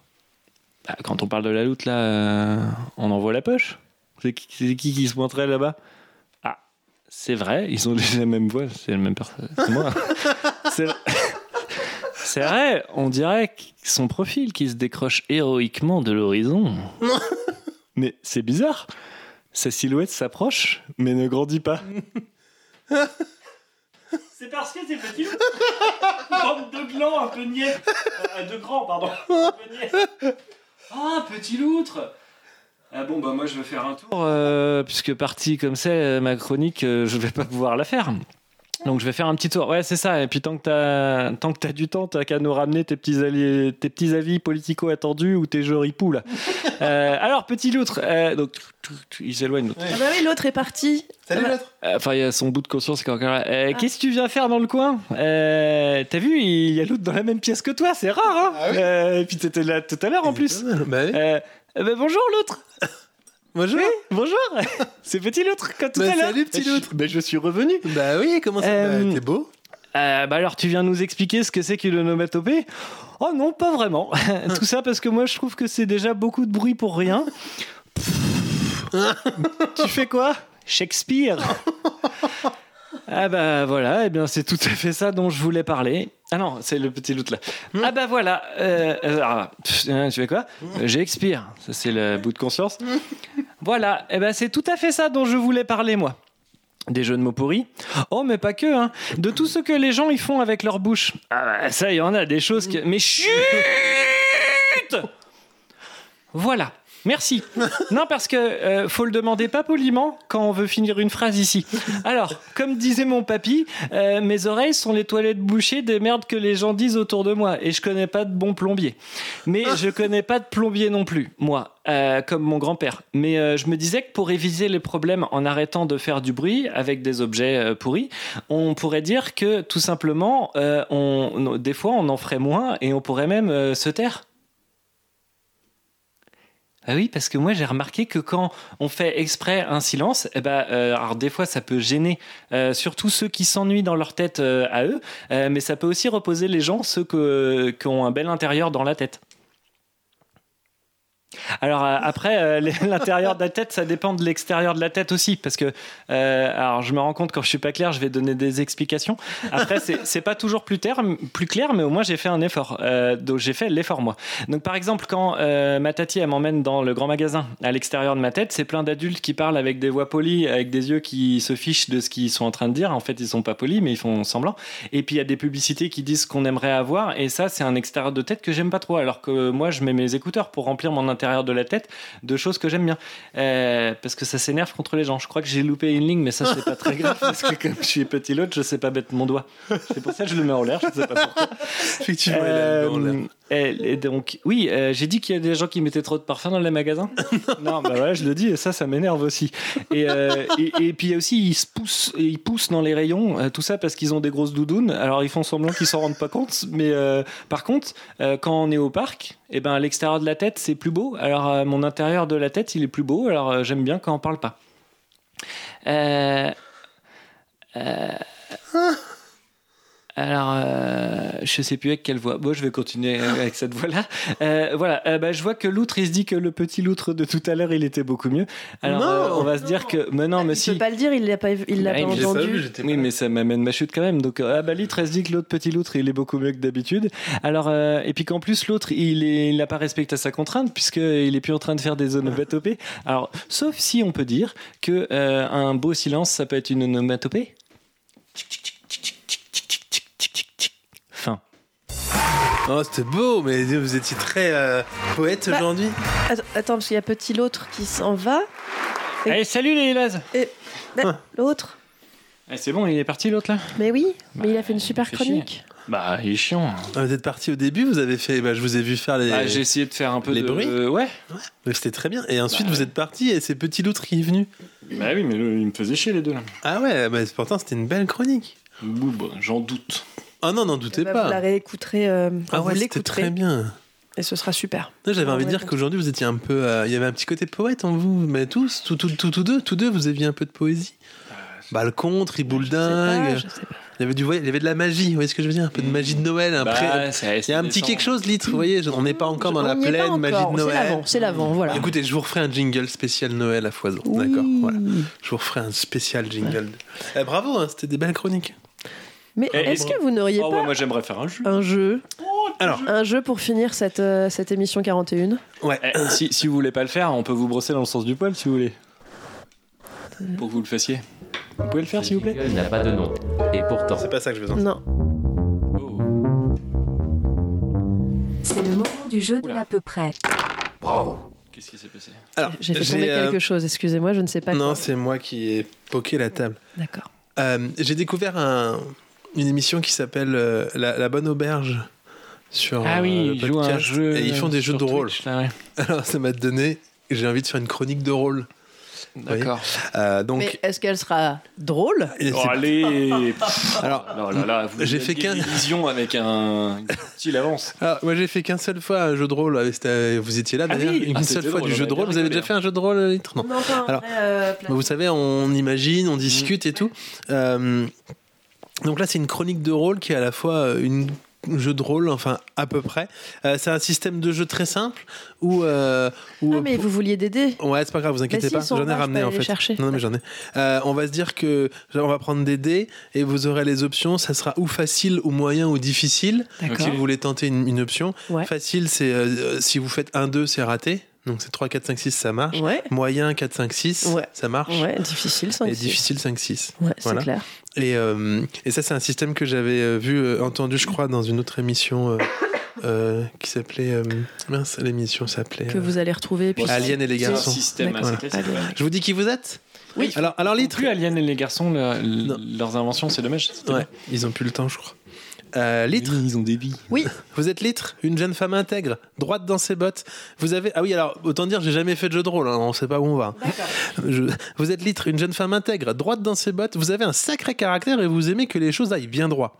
Bah, Quand on parle de la loutre, là, euh, on envoie la poche C'est qui c'est qui, qui se pointerait là-bas Ah, c'est vrai, ils ont [LAUGHS] déjà la même voix, c'est la même personne. C'est moi. C'est- C'est vrai, on dirait que son profil qui se décroche héroïquement de l'horizon. mais c'est bizarre. Sa silhouette s'approche, mais ne grandit [LAUGHS] pas.
C'est parce que c'est petit. Bande de glands un peu niais.
Euh,
de grands, pardon.
Ah, petit loutre Ah bon, bah moi je veux faire un tour. Euh, puisque partie comme ça, euh, ma chronique, euh, je vais pas pouvoir la faire. Donc je vais faire un petit tour. Ouais, c'est ça. Et puis tant que t'as tant que t'as du temps, t'as qu'à nous ramener tes petits alliés, tes petits avis politico attendus ou tes jeux ripoux là. Euh, alors petit loutre, euh, donc tu- tu- tu- il s'éloigne. l'autre.
Ah bah oui, l'autre est parti. Ah bah-
Euh, Enfin, il y a son bout de conscience qui est encore là. Euh, Qu'est-ce que tu viens faire dans le coin Euh, T'as vu, il y a l'autre dans la même pièce que toi, c'est rare, hein
Ah
Euh, Et puis t'étais là tout à l'heure en plus. Euh, euh, bah, bonjour l'autre
Bonjour
Bonjour [LAUGHS] C'est petit l'autre, comme tout
Bah,
à l'heure
salut, petit
Je-
loutre.
Bah je suis revenu
Bah oui, comment ça bah, T'es beau
euh, bah alors, tu viens nous expliquer ce que c'est qu'une onomatopée Oh non, pas vraiment. [LAUGHS] Tout ça parce que moi, je trouve que c'est déjà beaucoup de bruit pour rien. tu fais quoi Shakespeare Ah bah voilà, eh bien c'est tout à fait ça dont je voulais parler. Ah non, c'est le petit loot là. Ah bah voilà, euh, euh, ah, pff, hein, tu fais quoi J'expire, ça c'est le bout de conscience. Voilà, eh ben c'est tout à fait ça dont je voulais parler moi. Des jeux de mots pourris. Oh, mais pas que, hein. De tout ce que les gens y font avec leur bouche. Ah, bah, ça, il y en a des choses que. Mais chut Voilà. Merci. Non, parce que euh, faut le demander pas poliment quand on veut finir une phrase ici. Alors, comme disait mon papy, euh, mes oreilles sont les toilettes bouchées des merdes que les gens disent autour de moi. Et je connais pas de bon plombier. Mais je connais pas de plombier non plus, moi, euh, comme mon grand-père. Mais euh, je me disais que pour éviter les problèmes en arrêtant de faire du bruit avec des objets euh, pourris, on pourrait dire que tout simplement, euh, on, on- des fois, on en ferait moins et on pourrait même euh, se taire. Ah oui, parce que moi j'ai remarqué que quand on fait exprès un silence, eh ben, euh, alors des fois ça peut gêner euh, surtout ceux qui s'ennuient dans leur tête euh, à eux, euh, mais ça peut aussi reposer les gens, ceux que- qui ont un bel intérieur dans la tête. Alors euh, après, euh, les- [LAUGHS] l'intérieur de la tête, ça dépend de l'extérieur de la tête aussi, parce que euh, alors je me rends compte quand je suis pas clair, je vais donner des explications. Après, c'est c'est pas toujours plus, ter- plus clair, mais au moins j'ai fait un effort. Euh, donc j'ai fait l'effort moi. Donc par exemple, quand euh, ma tati elle m'emmène dans le grand magasin, à l'extérieur de ma tête, c'est plein d'adultes qui parlent avec des voix polies, avec des yeux qui se fichent de ce qu'ils sont en train de dire. En fait, ils sont pas polis, mais ils font semblant. Et puis il y a des publicités qui disent ce qu'on aimerait avoir, et ça c'est un extérieur de tête que j'aime pas trop. Alors que moi, je mets mes écouteurs pour remplir mon intérieur de la tête de choses que j'aime bien, Euh, parce que ça s'énerve contre les gens. Je crois que j'ai loupé une ligne, mais ça c'est pas très grave parce que comme je suis petit l'autre, je sais pas mettre mon doigt. C'est pour ça que je le mets en l'air. Je sais pas pourquoi.
Effectivement, elle a le doigt en
euh,
l'air.
elle- et donc, oui, euh, j'ai dit qu'il y a des gens qui mettaient trop de parfum dans
[LAUGHS]
les magasins. non, bah ouais, je le dis, et ça, ça m'énerve aussi. Et, euh, et, et puis aussi, ils se poussent, et ils poussent dans les rayons, euh, tout ça parce qu'ils ont des grosses doudounes. Alors, ils font semblant qu'ils s'en rendent pas compte, mais euh, par contre, euh, quand on est au parc, et ben, l'extérieur de la tête, c'est plus beau. Alors, euh, mon intérieur de la tête, il est plus beau. Alors, euh, j'aime bien quand on parle pas. Euh, euh, alors, euh, je sais plus avec quelle voix. Bon, je vais continuer euh, avec cette voix-là. Euh, voilà, euh, bah, je vois que l'outre, il se dit que le petit loutre de tout à l'heure, il était beaucoup mieux. Alors,
Non.
euh, on va se dire que. Mais non, mais
Je
si.
peux pas le dire, il l'a pas, il l'a
Ah,
pas
mais-
entendu.
oui, mais ça m'amène ma chute quand même. Donc, euh, ah bah l'autre, elle se dit que l'autre petit loutre, il est beaucoup mieux que d'habitude. Alors, euh, et puis qu'en plus, l'autre, il est- il n'a pas respecté sa contrainte, puisqu'il est plus en train de faire
[LAUGHS]
des onomatopées. Alors, sauf si on peut dire que euh, un beau silence, ça peut être une onomatopée. Fin.
Oh, c'était beau, mais vous étiez très euh, poète
Bah,
aujourd'hui.
Attends, attends, parce qu'il y a petit l'autre qui s'en va.
Allez, salut les Lazes
Et, bah, L'autre
Eh, c'est bon, il est parti l'autre là
Mais oui, mais il a fait une super chronique.
Bah, il est chiant.
Ah, vous êtes parti au début, vous avez fait. Bah, je vous ai vu faire les.
Ah, J'ai essayé de faire un peu
les
de-
bruits.
euh, ouais.
Mais C'était très bien. Et ensuite, vous êtes parti et c'est Petit Loutre qui est venu.
Bah oui, mais il me faisait chier les deux là.
Ah ouais, bah, c'est- pourtant, c'était une belle chronique.
j'en doute.
Ah non, n'en doutez
Bah,
pas.
vous la réécouterez. euh,
Ah
vous
ouais, c'était
l'écouterez.
très bien.
Et ce sera super.
Non, J'avais
Ah
envie de
ouais,
dire
donc-
qu'aujourd'hui vous étiez un peu, euh, il y avait un petit côté poète en vous, mais tous, tout, tout, tout- tous deux, tous deux, vous aviez un peu de poésie.
Ah,
Bah le contre, il boule dingue.
je sais pas.
Il y avait du, voy- il y avait de la magie. Vous voyez ce que je veux dire Un peu de magie de Noël. Un
Bah,
pré-
c'est-
euh, il y a un petit
décembre.
quelque chose, litre. Vous voyez, je- on n'est pas encore dans
Mm. On
la
n'y est pas
pleine
encore,
magie de
C'est
Noël.
l'avant, c'est l'avant, voilà.
Écoutez, je vous referai un jingle spécial Noël à foison. D'accord. Voilà. Je vous referai un spécial jingle. Eh, bravo, hein, c'était des belles chroniques.
Mais
Eh,
est-ce
bon.
que vous n'auriez
Oh
pas
ouais,
moi j'aimerais faire un jeu.
un jeu
Alors.
Un jeu pour finir cette, euh, cette émission 41
Ouais.
Eh, si, si vous voulez pas le faire, on peut vous brosser dans le sens du poil si vous voulez. Pour que vous le fassiez. Vous pouvez le faire s'il vous plaît
Il n'a pas de nom. Et pourtant.
C'est pas ça que je veux
Non.
C'est le moment du jeu de l'à peu près.
Bravo. Qu'est-ce qui s'est passé
Alors,
J'ai fait tomber
euh,
quelque chose, excusez-moi, je ne sais pas.
Non,
quoi.
c'est moi qui ai poqué la table.
D'accord.
Euh, J'ai découvert un- une émission qui s'appelle euh, la, La Bonne Auberge sur
Ah oui,
euh,
ils
le
jouent à un
podcast.
jeu,
et ils font des
euh,
jeux de
sur
rôle.
Twitch, là, ouais.
[LAUGHS] Alors ça m'a donné, j'ai envie de faire une chronique de rôle. Vous voyez
D'accord.
Euh, donc
Mais est-ce qu'elle sera drôle
Et
Oh,
c'est- [LAUGHS]
allez
Alors,
Oh là là, vous
j'ai
avez
fait
des
qu'un-
visions avec un petit
[LAUGHS]
avance.
Alors, moi j'ai fait qu'une seule fois un jeu de rôle. Ah, c'était- Vous étiez là
Ah
d'ailleurs.
oui,
une
ah,
seule
c'était
fois
drôle,
du
on
jeu de
avait
rôle.
bien
Vous avez
rigolé,
déjà fait un jeu de rôle, euh, Litre Non. Alors,
euh,
Bah, vous savez, on imagine,
Mm.
on discute et tout. Euh, donc là, c'est une chronique de rôle qui est à la fois euh, une un jeu de rôle, enfin à peu près. Euh, c'est un système de jeu très simple où... euh, où euh,
Ah, mais vous vouliez d'aider
Ouais, c'est pas grave, vous inquiétez
si,
pas,
ils sont
j'en ai
là, je
ramené
peux
en
aller
fait.
les chercher.
Non, non, mais j'en ai. Euh, on va se dire que genre, on va prendre des dés et vous aurez les options. Ça sera ou facile, ou moyen, ou difficile.
D'accord.
Si vous voulez tenter une, une option, facile, c'est euh, si vous faites 1, 2, c'est raté. Donc c'est 3, 4, 5, 6, ça marche. Moyen, 4, 5, 6, ça marche.
Ouais, difficile, 5,
Et
6.
difficile, 5, 6.
Ouais, c'est clair.
Et, euh, et ça, c'est un système que j'avais euh, vu, euh, entendu, je crois, dans une autre émission euh, [COUGHS] euh, qui s'appelait. euh, mince, l'émission s'appelait.
Que
euh,
vous allez retrouver. puis-
Alien et les
C'est un
garçons.
système assez
Voilà.
classique, ouais.
Je vous dis qui vous êtes
Oui.
Alors, alors Litre.
Plus Alien et les garçons, le- le- leurs inventions, c'est dommage.
Ouais, ils ont plus le temps, je crois. Euh, litre.
ils ont des billes.
Oui. Vous êtes litre, une jeune femme intègre, droite dans ses bottes. Vous avez. Ah oui, alors, autant dire, j'ai jamais fait de jeu de rôle, hein, on sait pas où on va. Je- Vous êtes litre, une jeune femme intègre, droite dans ses bottes. Vous avez un sacré caractère et vous aimez que les choses aillent bien droit.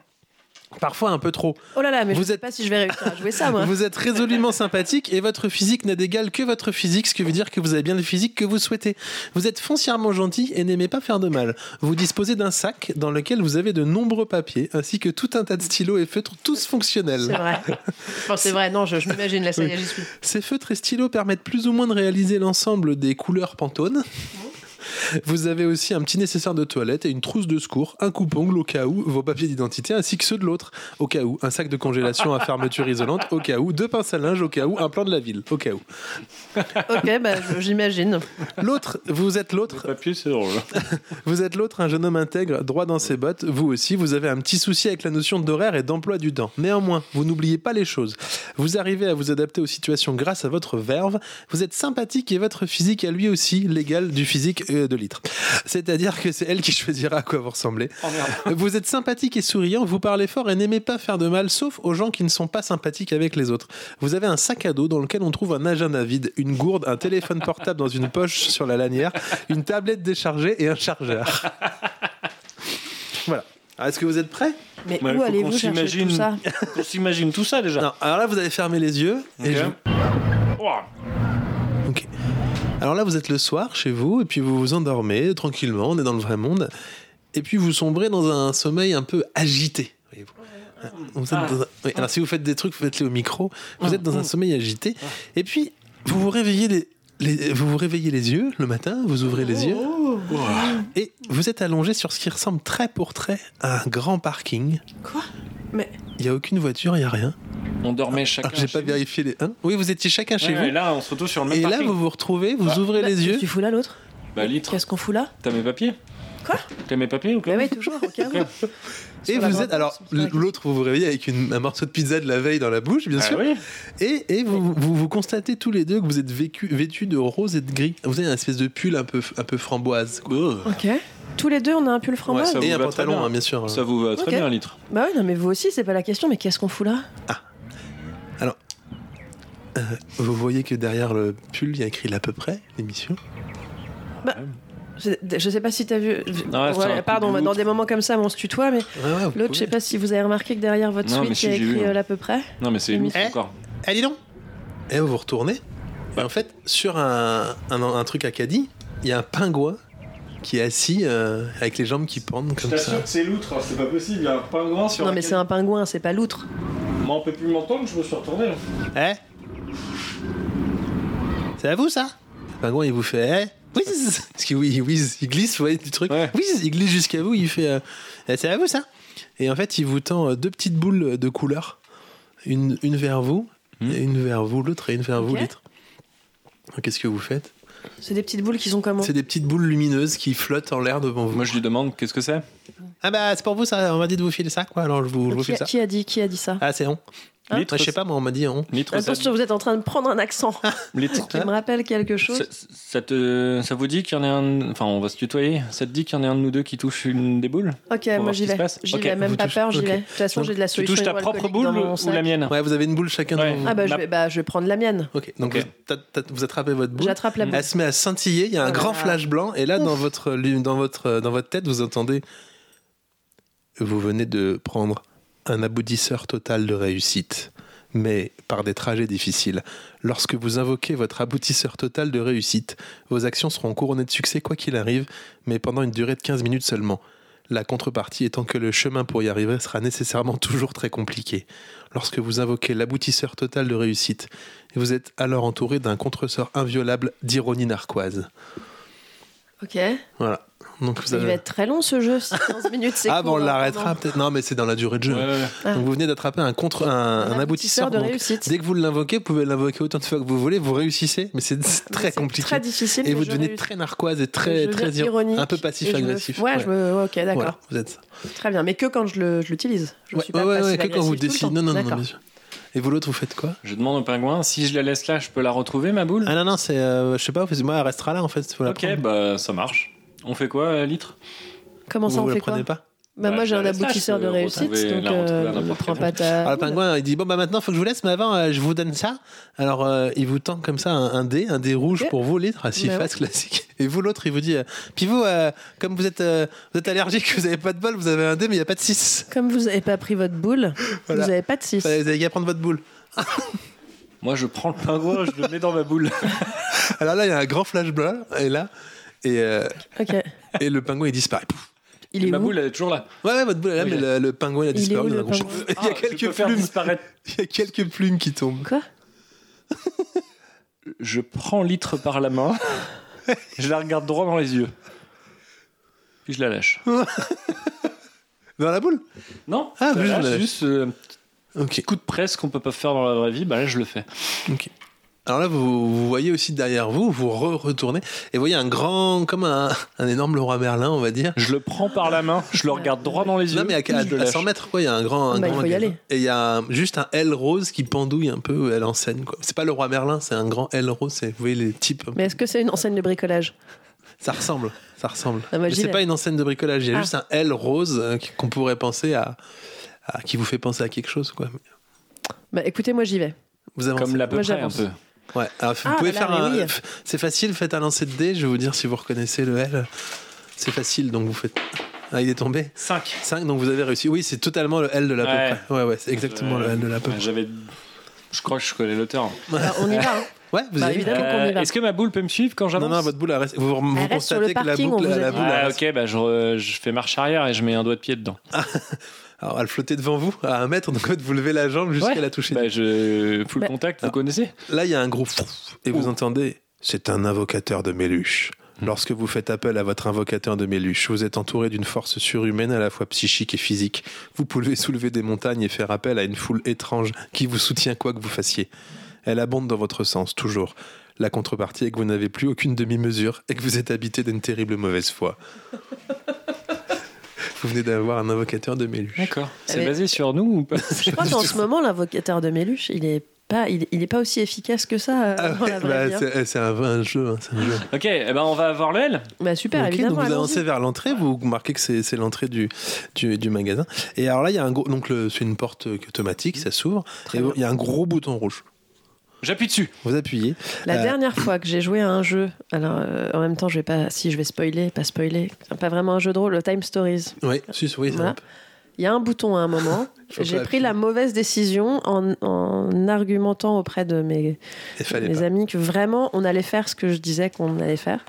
Parfois un peu trop.
Oh là là, mais je sais pas si je vais réussir à jouer ça, moi.
[LAUGHS] Vous êtes résolument sympathique et votre physique n'a d'égal que votre physique, ce qui veut dire que vous avez bien le physique que vous souhaitez. Vous êtes foncièrement gentil et n'aimez pas faire de mal. Vous disposez d'un sac dans lequel vous avez de nombreux papiers ainsi que tout un tas de stylos et feutres, tous fonctionnels.
C'est vrai. Enfin, c'est vrai, non, je, je m'imagine, la ça y
Oui.
est, j'y suis.
Ces feutres et stylos permettent plus ou moins de réaliser l'ensemble des couleurs Pantone. Vous avez aussi un petit nécessaire de toilette et une trousse de secours, un coupe-ongle au cas où, vos papiers d'identité ainsi que ceux de l'autre, au cas où, un sac de congélation à fermeture isolante, au cas où, deux pinces à linge, au cas où, un plan de la ville, au cas où.
Ok, bah, je- j'imagine.
L'autre, vous êtes l'autre. vous êtes l'autre, un jeune homme intègre, droit dans ses bottes. Vous aussi, vous avez un petit souci avec la notion d'horaire et d'emploi du temps. Néanmoins, vous n'oubliez pas les choses. Vous arrivez à vous adapter aux situations grâce à votre verve. Vous êtes sympathique et votre physique à lui aussi l'égal du physique euh, de litre. C'est-à-dire que c'est elle qui [LAUGHS] choisira à quoi vous ressemblez. Vous êtes sympathique et souriant, vous parlez fort et n'aimez pas faire de mal, sauf aux gens qui ne sont pas sympathiques avec les autres. Vous avez un sac à dos dans lequel on trouve un agenda vide, une gourde, un téléphone portable dans une poche sur la lanière, une tablette déchargée et un [LAUGHS] chargeur. voilà. Alors, Ah, Est-ce que vous êtes prêts
Mais Ouais, où faut allez-vous qu'on chercher s'imagine- tout ça
On s'imagine tout ça déjà. alors là, vous allez fermer les yeux. Et je- Alors là, vous êtes le soir chez vous, et puis vous vous endormez tranquillement, on est dans le vrai monde, et puis vous sombrez dans un sommeil un peu agité. voyez-vous. Vous êtes dans un- oui, alors si vous faites des trucs, faites-les au micro. Vous êtes dans un sommeil agité, et puis vous vous réveillez les, les- vous vous réveillez les yeux le matin, vous ouvrez les yeux, et vous êtes allongé sur ce qui ressemble très pour trait à un grand parking.
Quoi Mais
Il n'y a aucune voiture, il n'y a rien.
On dormait
Alors,
chacun.
J'ai pas vérifié les. hein oui, vous étiez chacun chez
Ouais,
vous.
ouais, là, on se retrouve sur le même
Et là,
parking.
vous vous retrouvez, vous ouvrez
Bah,
les
qu'est-ce
yeux.
que Tu fous là l'autre
Bah, litre.
Qu'est-ce qu'on fout là
T'as mes papiers
Quoi Bah
T'as mes papiers ou quoi
Mais oui, toujours, au
[LAUGHS]
cas où.
Et
Sur la
vous
droite,
êtes alors l'autre vous vous réveillez avec une, un morceau de pizza de la veille dans la bouche bien
Ah
sûr
oui.
et, et vous, vous vous constatez tous les deux que vous êtes vécu, vêtus de rose et de gris vous avez une espèce de pull un peu un peu framboise quoi.
Ok. Tous les deux, on a un pull framboise.
et un pantalon hein, bien. sûr
Ça vous va très
Ok.
bien, litre.
Bah oui, non, mais vous aussi, c'est pas la question, mais qu'est-ce qu'on fout là
alors euh, vous voyez que derrière le pull il y a écrit à peu près l'émission
Bah, je je sais pas si t'as vu.
Ah,
Voilà,
c'est un
pardon,
couple
dans
loutre.
des moments comme ça, on se tutoie, mais
Ouais, ouais, vous
l'autre, je sais pas si vous avez remarqué que derrière votre
Non, mais
suite,
si,
il y a
j'ai vu,
écrit
hein.
euh, là à peu près.
Non, mais c'est
Eh,
lourd
eh.
encore.
Eh, dis donc Et vous vous retournez. Et en fait, sur un, un, un truc Acadie, il y a un pingouin qui est assis euh, avec les jambes qui pendent
Je
comme ça.
t'assure que c'est l'outre, c'est pas possible, il y a un pingouin sur
Non, mais
lequel-
c'est un pingouin, c'est pas l'outre.
Moi, on peut plus m'entendre, je me suis retourné.
Eh C'est à vous ça Le pingouin il vous fait eh whiz Parce qu'il oui, whiz, il glisse, vous voyez du truc. Whiz, il glisse jusqu'à vous, il fait euh, Eh, c'est à vous ça Et en fait, il vous tend euh, deux petites boules de couleur. Une, une vers vous, et une vers vous, l'autre et une vers vous,
Ok.
l'autre. Qu'est-ce que vous faites
C'est des petites boules qui sont comment
C'est des petites boules lumineuses qui flottent en l'air devant vous.
Moi, je lui demande qu'est-ce que c'est
Ah bah c'est pour vous ça, on m'a dit de vous filer ça quoi, alors je vous, je vous
qui,
file
a,
ça.
qui a dit qui a dit ça
Ah c'est on.
Hein
Moi, je sais pas, moi on m'a dit on.
Attention, vous êtes en train de prendre un accent
[LAUGHS]
qui me rappelle quelque
Ça,
chose.
ça te, ça vous dit qu'il y en a un. Enfin, on va se tutoyer. Ça te dit qu'il y en a un de nous deux qui touche une des boules
Ok,
Pour
moi
voir ce
j'y
qui se
vais.
passe
J'y
Ok.
vais, même
Vous
pas
touchez-
peur, j'y
ok.
vais. De toute façon,
Donc,
j'ai de la
tu
solution.
touches ta propre
hydroalcoolique
boule
dans mon
ou
sac.
la mienne
Ouais, vous avez une boule chacun.
Ouais.
dans-
Ah bah je
La-
vais, bah, je vais prendre la mienne.
Ok, donc vous, t'at- t'at- vous attrapez votre boule.
J'attrape la boule.
Elle se met à scintiller, il y a un
Oh là
grand
là.
flash blanc, et là dans votre, lu- dans, votre, euh, dans votre tête, vous entendez. Vous venez de prendre un aboutisseur total de réussite, mais par des trajets difficiles. Lorsque vous invoquez votre aboutisseur total de réussite, vos actions seront couronnées de succès quoi qu'il arrive, mais pendant une durée de 15 minutes seulement. La contrepartie étant que le chemin pour y arriver sera nécessairement [LAUGHS] toujours très compliqué. Lorsque vous invoquez l'aboutisseur total de réussite, vous êtes alors entouré d'un contresort inviolable d'ironie narquoise.
Ok. Il
Voilà. Donc vous
va
avez...
être très long ce jeu, si 15 minutes c'est
Ah, bon, on
court, hein,
l'arrêtera
pardon.
peut-être. Non, mais c'est dans la durée de jeu.
Ah.
Donc vous venez d'attraper un contre, un, un aboutisseur.
aboutisseur de
donc
réussite.
Dès que vous l'invoquez, vous pouvez l'invoquer autant de fois que vous voulez, vous réussissez, mais c'est c'est très compliqué.
Très difficile.
Et
mais
vous
je
devenez
réussis.
très narquoise et
Je
très,
deviens
très ir-
ironique
un peu
et je me-
passif-agressif.
Ouais, je me. Ok, d'accord.
Voilà, vous êtes ça.
Très bien, mais que quand je le- je l'utilise. Je,
Ouais,
suis
ouais,
pas
ouais,
passif-agressif
que quand vous
tout le
décidez.
temps.
Non, non, non, non,
D'accord.
bien sûr. Et vous l'autre, vous faites quoi
Je demande au pingouin si je la laisse là, je peux la retrouver ma boule
Ah non, non, c'est. euh, je sais pas, vous- moi, elle restera là en fait. Faut la
Ok, bah ça marche. On fait quoi, euh, litre
Comment ça,
Vous
on
la
fait quoi
prenez pas
Bah, moi, j'ai un aboutisseur de réussite, donc euh, ne prends pas ta.
Ah,
Alors, le pingouin, il dit Bon, bah maintenant, faut que je vous laisse, mais avant, euh, je vous donne ça. Alors, euh, il vous tend comme ça un, un dé, un dé rouge pour vous, les à six
Bah
faces
ouais.
classique. Et vous, l'autre, il vous dit euh, Puis vous, euh, comme vous êtes, euh, vous êtes allergique, vous avez pas de bol, vous avez un dé, mais il n'y a pas de 6.
Comme vous n'avez pas pris votre boule,
Voilà.
vous n'avez pas de 6.
Vous avez qu'à prendre votre boule.
Moi, je prends le pingouin, je le mets dans ma boule.
Alors là, il y a un grand flash blanc, et là, et, euh,
Ok.
et le pingouin, il disparaît. Pouf.
Il est
ma
où
boule, elle est toujours là.
Ouais, ouais, votre boule, là,
Oui,
mais
là.
le, le pingouin, il a
Il est où,
disparu.
le
d'un coup.
pingouin
[LAUGHS] Il y a quelques plumes. Il y a quelques plumes qui tombent.
Quoi
Je prends l'itre par la main, je la regarde droit dans les yeux, puis je la lâche.
Dans la boule
Non,
Ah,
je
juste dans
la
la
lâche,
lâche.
juste euh, un petit
Ok.
coup de presse qu'on peut pas faire dans la vraie vie, bah là je le fais.
Ok. Alors là, vous, vous voyez aussi derrière vous, vous re- retournez et voyez un grand, comme un, un énorme Leroy Merlin, on va dire.
Je le prends par la main, je le regarde droit dans les yeux.
Non, mais à,
puis
à-
je le
à
lâche.
100 mètres, quoi, il y a un grand. un
Bah, il
grand
faut y
magasin.
aller.
Et il y a un- juste un L rose qui pendouille un peu à l'enseigne, quoi. C'est pas le roi Merlin, c'est un grand L rose. c'est- Vous voyez les types.
Mais est-ce que c'est une enseigne de bricolage
Ça ressemble, ça ressemble.
Ah, moi,
mais
j'y
c'est
vais.
pas une enseigne de bricolage, il y a
Ah.
juste un L rose euh, qui- qu'on pourrait penser à, à- qui vous fait penser à quelque chose, quoi.
Bah écoutez, moi j'y vais.
Vous avancez.
Comme l'à peu
Moi,
près un
j'avance.
peu.
Ouais, alors, vous
Ah,
pouvez
bah là,
faire un.
mais oui.
f- [LAUGHS] C'est facile, faites un lancer de dés, je vais vous dire si vous reconnaissez le L. C'est facile, donc vous faites. Ah, il est tombé
5.
5, donc vous avez réussi. Oui, c'est totalement le L de la
Ouais.
peu près. Ouais, ouais, c'est exactement le L de la peu près.
Ouais, Ah, J'avais. Je crois que je connais l'auteur. Euh,
Bah, on y va. hein.
Ouais, vous
Bah,
avez
évidemment qu'on y va.
Est-ce que ma boule peut me suivre quand j'avance
Non, non, votre boule, elle reste- vous, vous
reste sur le
constatez que la
parking, on
boucle,
vous a
la
dit.
boule, elle
Ah,
reste-
ok, bah je, re- je fais marche arrière et je mets un doigt de pied dedans.
Alors, elle flottait devant vous à un mètre, donc en fait, vous levez la jambe jusqu'à
Ouais.
la toucher.
Bah, je. Full contact, vous connaissez
Là, il y a un gros fou, et vous entendez C'est un invocateur de Méluche. Lorsque vous faites appel à votre invocateur de Méluche, vous êtes entouré d'une force surhumaine à la fois psychique et physique. Vous pouvez soulever des montagnes et faire appel à une foule étrange qui vous soutient quoi que vous fassiez. Elle abonde dans votre sens, toujours. La contrepartie est que vous n'avez plus aucune demi-mesure et que vous êtes habité d'une terrible mauvaise [LAUGHS] foi. vous venez d'avoir un invocateur de Méluche.
D'accord. C'est
Mais-
basé sur nous ou pas
Eh ben, Je crois
[LAUGHS]
[LAUGHS]
qu'en ce moment, l'invocateur de Méluche, il est pas, il, il est pas aussi efficace que ça euh, dans la vraie
Bah,
vie, hein.
c'est c'est un, un jeu, hein, c'est un jeu.
Ok, eh ben on va avoir le L.
Bah super,
Ok,
évidemment.
donc vous
allons-y.
avancez vers l'entrée, vous marquez que c'est c'est l'entrée du, du, du magasin. Et alors là, il y a un gros, donc le- c'est une porte euh, automatique, ça s'ouvre. Et il y a un gros bouton rouge.
J'appuie dessus.
Vous appuyez.
La
Euh,
dernière fois que j'ai joué à un jeu, alors euh, en même temps, je vais pas, si je vais spoiler, pas spoiler, pas vraiment un jeu de rôle, le Time Stories.
Oui, si, oui, ça
Voilà.
va.
Il y a un bouton à un moment.
[LAUGHS] Faut
J'ai
pas
pris la mauvaise décision en, en argumentant auprès de mes,
Il fallait
mes
pas.
amis que vraiment on allait faire ce que je disais qu'on allait faire.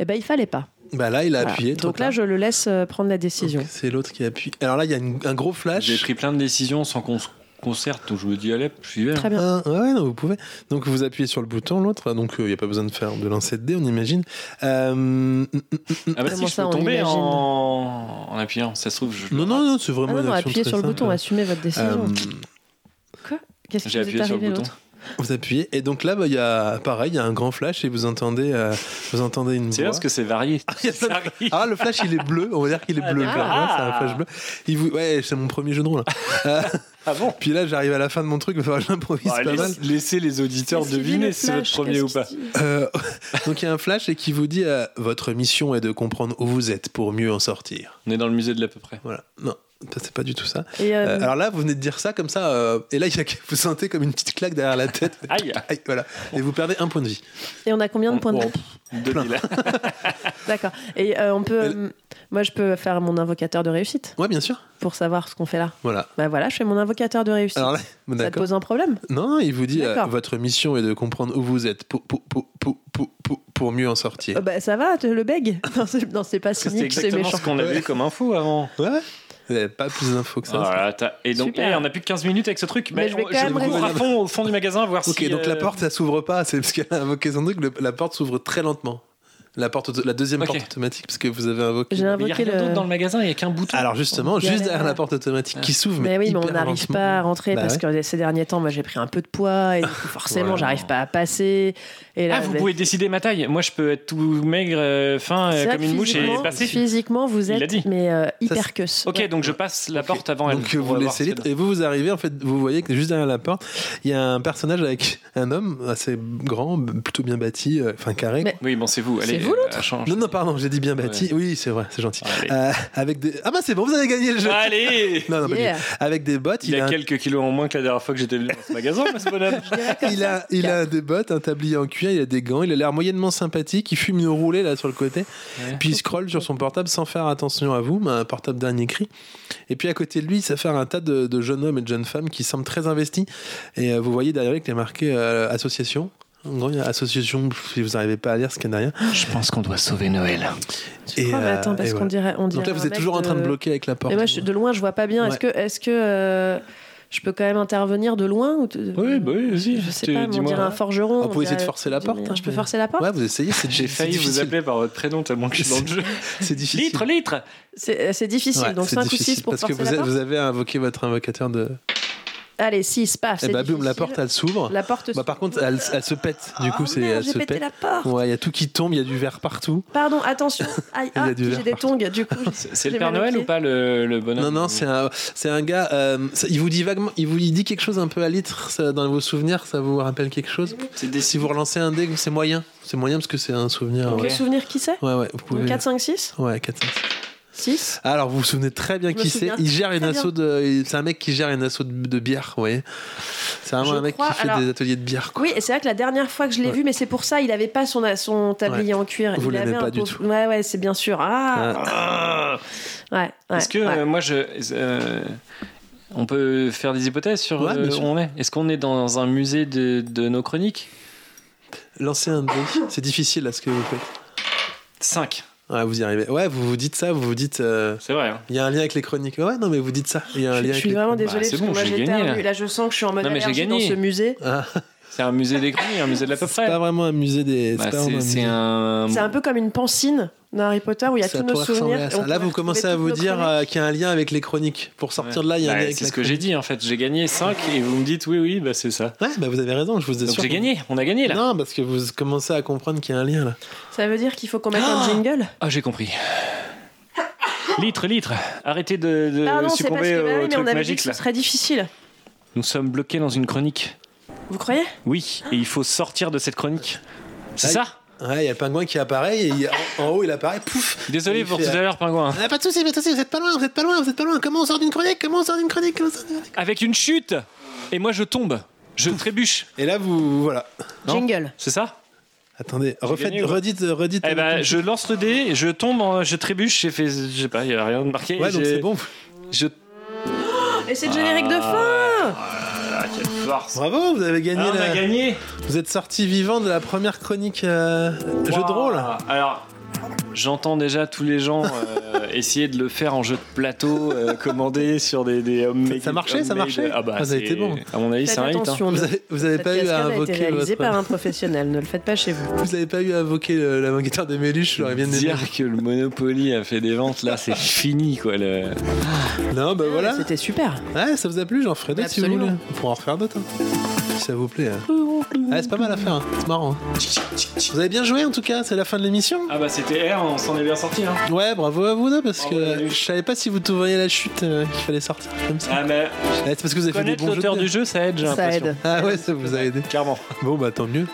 Et ben il fallait pas.
Bah là, il a
Voilà.
appuyé. trop
Donc là,
tard.
je le laisse euh, prendre la décision.
c'est l'autre qui appuie. Alors là, il y a une- un gros flash.
J'ai pris plein de décisions sans qu'on se concerte, donc je me dis, allez, j'y vais. hein.
Très bien.
Ah, ouais, non, vous pouvez. Donc vous appuyez sur le bouton, l'autre. Donc euh, il n'y a pas besoin de faire de lancer de dés, on imagine. Euh, mm, mm, mm,
Ah bah si,
Comment
je
ça,
peux
on
tomber
imagine
en... en appuyant, ça se trouve, je...
non, non, non, c'est
Ah
vraiment
non,
une
non,
action
appuyez
très
sur le bouton,
simple.
assumez votre décision.
Euh,
Quoi Qu'est-ce qui
j'ai
vous est
appuyé sur le
arrivé
bouton.
l'autre
vous appuyez et donc là, bah, il y a pareil, il y a un grand flash et vous entendez, euh, vous entendez une
C'est
voix.
parce que Ah, c'est varié.
[LAUGHS] Il y a plein de-
[LAUGHS]
Ah, le flash, il est bleu. On va dire qu'il est bleu. le flash. Ouais, c'est un flash bleu. Il vous... Ouais, c'est mon premier jeu de rôle. Euh,
Ah bon
Puis là, j'arrive à la fin de mon truc. Il va falloir que j'improvise
Bah,
pas
laisse-
mal.
Laissez les auditeurs
Qu'est-ce qu'il dit,
deviner
le
si c'est votre
flash
premier ou pas.
Qu'est-ce qu'il dit
Euh, [LAUGHS] donc, il y a un flash et qui vous dit euh, Votre mission est de comprendre où vous êtes pour mieux en sortir.
On est dans le musée de l'à peu près.
Voilà. Non, ça, c'est pas du tout ça.
Et, euh,
Euh, alors là, vous venez de dire ça comme ça. euh, et là, il y a... vous sentez comme une petite claque derrière la
[LAUGHS]
tête.
Aïe
Aïe, voilà. Et vous perdez un point de vie.
et on a combien de points de
Bon,
vie
pff, 2000.
D'accord. Et euh, on peut. euh, moi, je peux faire mon invocateur de réussite
Ouais, bien sûr.
pour savoir ce qu'on fait là.
Voilà.
Bah voilà, je fais mon invocateur de réussite.
Alors là,
Ça te
d'accord.
pose un problème
Non, non, il vous dit euh,
D'accord.
votre mission est de comprendre où vous êtes pour, pour, pour, pour, pour- pour- pour mieux en sortir.
Euh, Bah ça va, te- le beg [LAUGHS] Non, c'est- Non, c'est pas
C'est
cynique, c'est
exactement
méchant.
ce qu'on avait eu comme info avant.
Ouais. Vous avez pas plus d'infos que ça.
Voilà, t'as- et donc,
Super.
eh, on a plus que 15 minutes avec ce truc.
Mais
Bah,
je vais
on-
quand même
le couvre à
rester.
fond au fond du magasin, voir
Ok,
si.
donc la
euh,
porte, ça s'ouvre pas. C'est parce qu'elle a invoqué son truc. le- la porte s'ouvre très lentement. La, porte, auto- la deuxième
Ok.
porte automatique, parce que vous avez invoqué.
J'ai
mais Il n'y a
invoqué
rien d'autre
le.
dans le magasin, il n'y a qu'un bouton.
Alors justement,
Galère.
juste derrière la porte automatique qui s'ouvre, mais,
Mais oui, mais on
hyper
n'arrive
lentement.
pas à rentrer
Bah
parce
ouais.
que ces derniers temps, moi j'ai pris un peu de poids et du coup, forcément,
Voilà.
j'arrive pas à passer. Et là,
ah, vous
bah,
pouvez décider ma taille. Moi, je peux être tout maigre, euh, fin, euh,
c'est vrai
comme
que
une mouche et
physiquement-
passer.
Physiquement, vous
Il l'a dit.
êtes mais euh,
c'est-
hyper queuse.
Ok, donc je passe la porte avant elle.
Donc
On
vous
va voir
laissez
ce
libre
qu'elle
et vous vous arrivez en fait vous voyez que juste derrière la porte il y a un personnage avec un homme assez grand plutôt bien bâti euh, enfin carré
Mais-
donne. Oui, bon, c'est vous. Allez,
C'est vous l'autre
ça change.
Non, non, pardon, j'ai dit bien bâti. Oui, c'est vrai, c'est gentil. Euh, avec des... Ah bah c'est bon, vous avez gagné le jeu. [LAUGHS]
Allez
Non, non, pas du
Yeah.
tout. Avec des bottes, il,
Il a
a, un-
quelques kilos en moins que la dernière fois que j'étais venu dans ce magasin, moi, ce bonhomme.
[LAUGHS] il, a, il a des bottes, un tablier en cuir, il a des gants, il a l'air moyennement sympathique, il fume une roulée là sur le côté, puis il scrolle sur son portable sans faire attention à vous, mais un portable dernier cri. Et puis à côté de lui, ça fait un tas de, de jeunes hommes et de jeunes femmes qui semblent très investis. Et euh, vous voyez derrière lui qu'il est marqué euh, association. En gros, il y a association, pff, si vous n'arrivez pas à lire ce qu'il y a derrière.
Je pense qu'on doit sauver Noël.
Et,
Ah, mais attends,
euh,
parce
et
qu'on
voilà.
dirait, on
Donc
dirait
là, vous
un
êtes
mec
toujours en train de bloquer avec la porte.
Et moi, je suis de loin, je vois pas bien. Est-ce que, est-ce que euh, je peux quand même intervenir de loin ou te-
Oui, bah oui, vas-y.
Je sais
Tu-
pas, mais on
dis-moi.
dirait un forgeron.
Ah, vous
on
pouvez essayer de
dirait-
forcer la porte, hein,
je peux
mais-
forcer la porte
Ouais, vous essayez, c'est
J'ai
c'est
failli vous
difficile.
appeler par votre prénom tellement que je suis
[LAUGHS]
dans le jeu.
C'est difficile.
Litre, litre
C'est c'est difficile,
Ouais,
donc
c'est
5 ou
difficile,
6 pour
Parce
forcer
que vous,
la
a-
porte.
vous avez invoqué votre invocateur de.
Allez, 6, paf,
Eh
c'est
bah, boum, la
difficile.
porte, elle s'ouvre.
La porte Oh,
Bah, par contre, elle, elle se pète. Du coup, c'est.
merde,
elle
j'ai
se
pété
pète.
la porte.
Ouais, il y a tout qui tombe, il y a du verre partout.
Pardon, attention. Aïe,
Il y a
ah,
du verre
j'ai des tongs, du coup.
C'est
j'ai
le Père
mal au
Noël
pied.
ou pas le, le bonhomme
Non, non, c'est un, c'est un gars. euh, ça- il vous dit vaguement. Il vous il dit quelque chose un peu à litre ça, dans vos souvenirs. Ça vous rappelle quelque chose Si vous relancez un dé, c'est moyen. C'est moyen parce que c'est un souvenir.
Vous
ouais.
vous souvenez qui c'est
Ouais, ouais, vous pouvez.
4, 5, 6
Ouais, 4, 5,
6
Ah, Alors, vous vous souvenez très bien
Je me
qui c'est.
souviens
Il gère une
très bien.
asso de. il- C'est un mec qui gère une asso de, de bière, vous voyez. C'est vraiment
Je
un mec
crois-
qui fait
alors-
des ateliers de bière, quoi.
Oui, et c'est vrai que la dernière fois que je l'ai
Ouais.
vu, mais c'est pour ça, il avait pas son, son tablier
Ouais.
en cuir.
Vous
il
l'aimez
avait
pas
un
du
pauvre- Ouais, ouais, c'est bien sûr. Ah,
Ah.
ouais. ouais
Est-ce que
ouais.
euh, moi je euh, on peut faire des hypothèses sur
Ouais, bien
euh,
sûr.
où on est Est-ce qu'on est dans un musée de, de nos chroniques
Lancez un dé. C'est difficile, là, ce que vous faites.
5.
Ouais, vous y arrivez. Ouais, vous vous dites ça, vous vous dites. euh,
C'est vrai. hein.
Il y a un lien avec les chroniques. Ouais, non, mais vous dites ça. Il y a un
Je
lien
suis
avec
vraiment
les-
désolée
c'est
parce
bon,
que moi
j'ai
j'ai
gagné,
perdu.
là.
Là, je sens que je suis en mode
Non, mais j'ai
allergie dans
gagné.
ce musée.
Ah,
C'est un musée des chroniques, un musée de la peu
c'est
près.
pas vraiment un musée des.
Bah,
pas vraiment
c'est-
un
c'est
musée.
un.
C'est un peu comme une pancine dans Harry Potter où il y a
Ça
tous nos
pourrait ressembler
souvenirs.
à
et
ça.
on
Là,
peut
vous commencez à vous
retrouver toutes nos
dire euh, qu'il y a un lien avec les chroniques. Pour sortir de là, il y a un
Ouais, Bah,
lien avec
c'est
la
ce que j'ai dit en fait. J'ai gagné 5 et vous me dites oui, oui, bah, c'est ça.
Ouais, bah, vous avez raison, je vous ai
Donc
sûr.
j'ai gagné, on a gagné là.
Non, parce que vous commencez à comprendre qu'il y a un lien là.
Ça veut dire qu'il faut qu'on mette un
Ah
jingle
Ah, j'ai compris. Litre, litre, arrêtez de, de
Pardon, c'est parce
succomber
que bah oui,
au
mais on
truc
avait dit que
magique
ce
là.
serait difficile.
Nous sommes bloqués dans une chronique.
Vous croyez
Oui, et il faut sortir de cette chronique. C'est
Ah,
ça
Ouais, il y a le pingouin qui apparaît et il y a- en, en haut il apparaît, pouf
Désolé
Il
pour
fait,
tout à
euh,
l'heure, pingouin.
Ah, pas de soucis, pas de soucis, vous êtes pas loin, vous êtes pas loin, vous êtes pas loin. Comment on sort d'une chronique Comment on sort d'une chronique Comment on sort d'une chronique
Avec une chute Et moi, je tombe. Je trébuche.
Et là, vous. Voilà.
Non
Jingle.
C'est ça
Attendez, refaites,
gagné, ouais.
redites, redites.
Eh ben, je lance le dé, je tombe, en- je trébuche, j'ai fait. Je sais pas, il y a rien de marqué.
Ouais, donc
j'ai-
c'est bon.
Je...
Et c'est le générique de fin
Ah, quelle force
Bravo, vous avez gagné.
Ah, on
la-
a gagné
Vous êtes sorti vivant de la première chronique euh, jeu de rôle.
Waouh. Alors, j'entends déjà tous les gens
[LAUGHS]
euh, essayer de le faire en jeu de plateau, euh, commandé sur des, des homemade-
Ça marchait, ça
homemade-
marchait
Ah bah,
Ah, ça a été
c'est-
bon.
À mon avis,
Faites
c'est un hit. hein.
attention.
Vous avez, vous avez
Cette
pas eu à
cascade a été
invoquer
réalisée
votre.
par un professionnel, ne le faites pas chez vous.
Vous avez pas eu à invoquer le- la guitare de Méluche, j'aurais bien aimé.
Dire que le Monopoly a fait des ventes, là, c'est fini, quoi. le-
Non, bah voilà.
C'était super.
Ouais, ça vous a plu, j'en ferai d'autres si vous voulez.
Ah, Absolument.
On pourra en refaire d'autres. hein. Si ça vous plaît. hein. Ouais, c'est pas mal à faire, hein. c'est marrant. hein. Vous avez bien joué en tout cas, c'est la fin de l'émission.
Ah bah, c'était R, on s'en est bien sorti, hein.
Ouais, bravo à vous deux, parce
Bravo,
que
Méluche.
je savais pas si vous voyez la chute euh, qu'il fallait sortir comme ça.
Ah, mais
Ouais, c'est parce que vous avez fait des
connaître
bons jeux. de
l'auteur
dés.
du jeu, ça aide, j'ai
Ça
l'impression.
aide.
Ah ouais, ça vous a aidé.
Clairement.
Bon, bah tant mieux.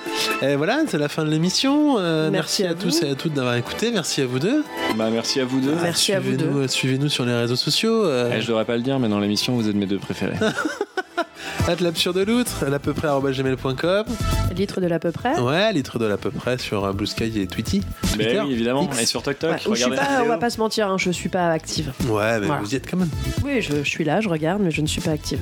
Et voilà, c'est la fin de l'émission. Euh, merci,
Merci
à,
à
tous
vous.
et à toutes d'avoir écouté. Merci à vous deux.
Bah, merci à vous deux.
Merci à vous
suivez-nous,
deux.
euh, Suivez-nous sur les réseaux sociaux. Euh,
Eh, je devrais pas le dire, mais dans l'émission, vous êtes mes
[LAUGHS]
deux préférés.
at l'absurde de l'outre, à peu près arobase gmail.com.
Litre de l'à peu près.
Ouais, litre de l'à peu près sur euh, Blue Sky et Tweety. Twitter.
Mais oui, évidemment.
X.
Et sur TokTok,
Ouais, ou je suis
regardez. la
pas, on
vidéo.
va pas se mentir, hein, je suis pas active.
Ouais, mais
Voilà.
vous y êtes quand même.
Oui, je, je suis là, je regarde, mais je ne suis pas active.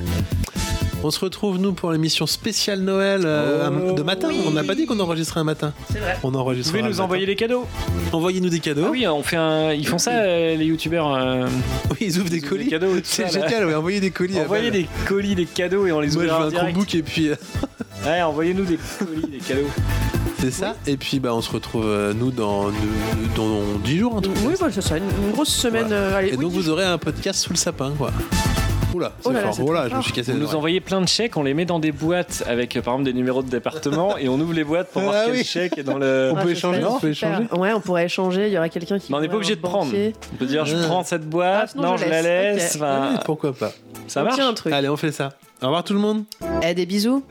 On se retrouve, nous, pour l'émission spéciale Noël euh, un- de matin. On n'a pas dit qu'on enregistrait un matin.
C'est vrai.
On
Vous
enregistrera.
pouvez
le
nous
matin.
envoyer des cadeaux.
Envoyez-nous des cadeaux.
Ah oui, on fait un... ils font ça, euh, les youtubeurs. euh,
oui. ils ouvrent des
ils ouvrent
colis.
Des cadeaux et tout ça,
C'est
là.
génial, ouais, envoyez des colis. à
Envoyez
Val.
des colis, des cadeaux et on les
Moi, je
ouvrira
veux
en
un
direct.
combo et puis. euh,
Ouais, envoyez-nous des colis,
[LAUGHS]
des cadeaux.
C'est ça. Et puis bah on se retrouve euh, nous dans dans, dans 10 jours un truc.
Oui, bon, ce sera une, une grosse semaine. euh, allez,
Et donc
oui,
vous aurez un podcast sous le sapin quoi. Oula, c'est
Oh là là,
fort.
c'est
Oh là,
très
je me suis cassé
Vous
les
nous
oreilles.
envoyez plein de chèques, on les met dans des boîtes avec euh, par exemple des numéros de département et on ouvre les boîtes
[LAUGHS]
pour
Ah
voir quel
oui.
chèque est dans le.
On
Ah,
peut
ce
échanger,
serait
on peut
super.
échanger.
Ouais, on pourrait échanger. Il y aurait quelqu'un qui.
Mais on n'est pas
pourrait
obligé de
avoir un
prendre.
banquier.
On peut dire je
Ouais.
prends cette boîte,
Ah, sinon,
non
je
je la
laisse.
laisse.
Ok.
Ah
enfin,
Ouais, pourquoi pas
Ça
On
marche.
tient un truc.
Allez, on fait ça. Au revoir tout le monde.
Eh, des bisous.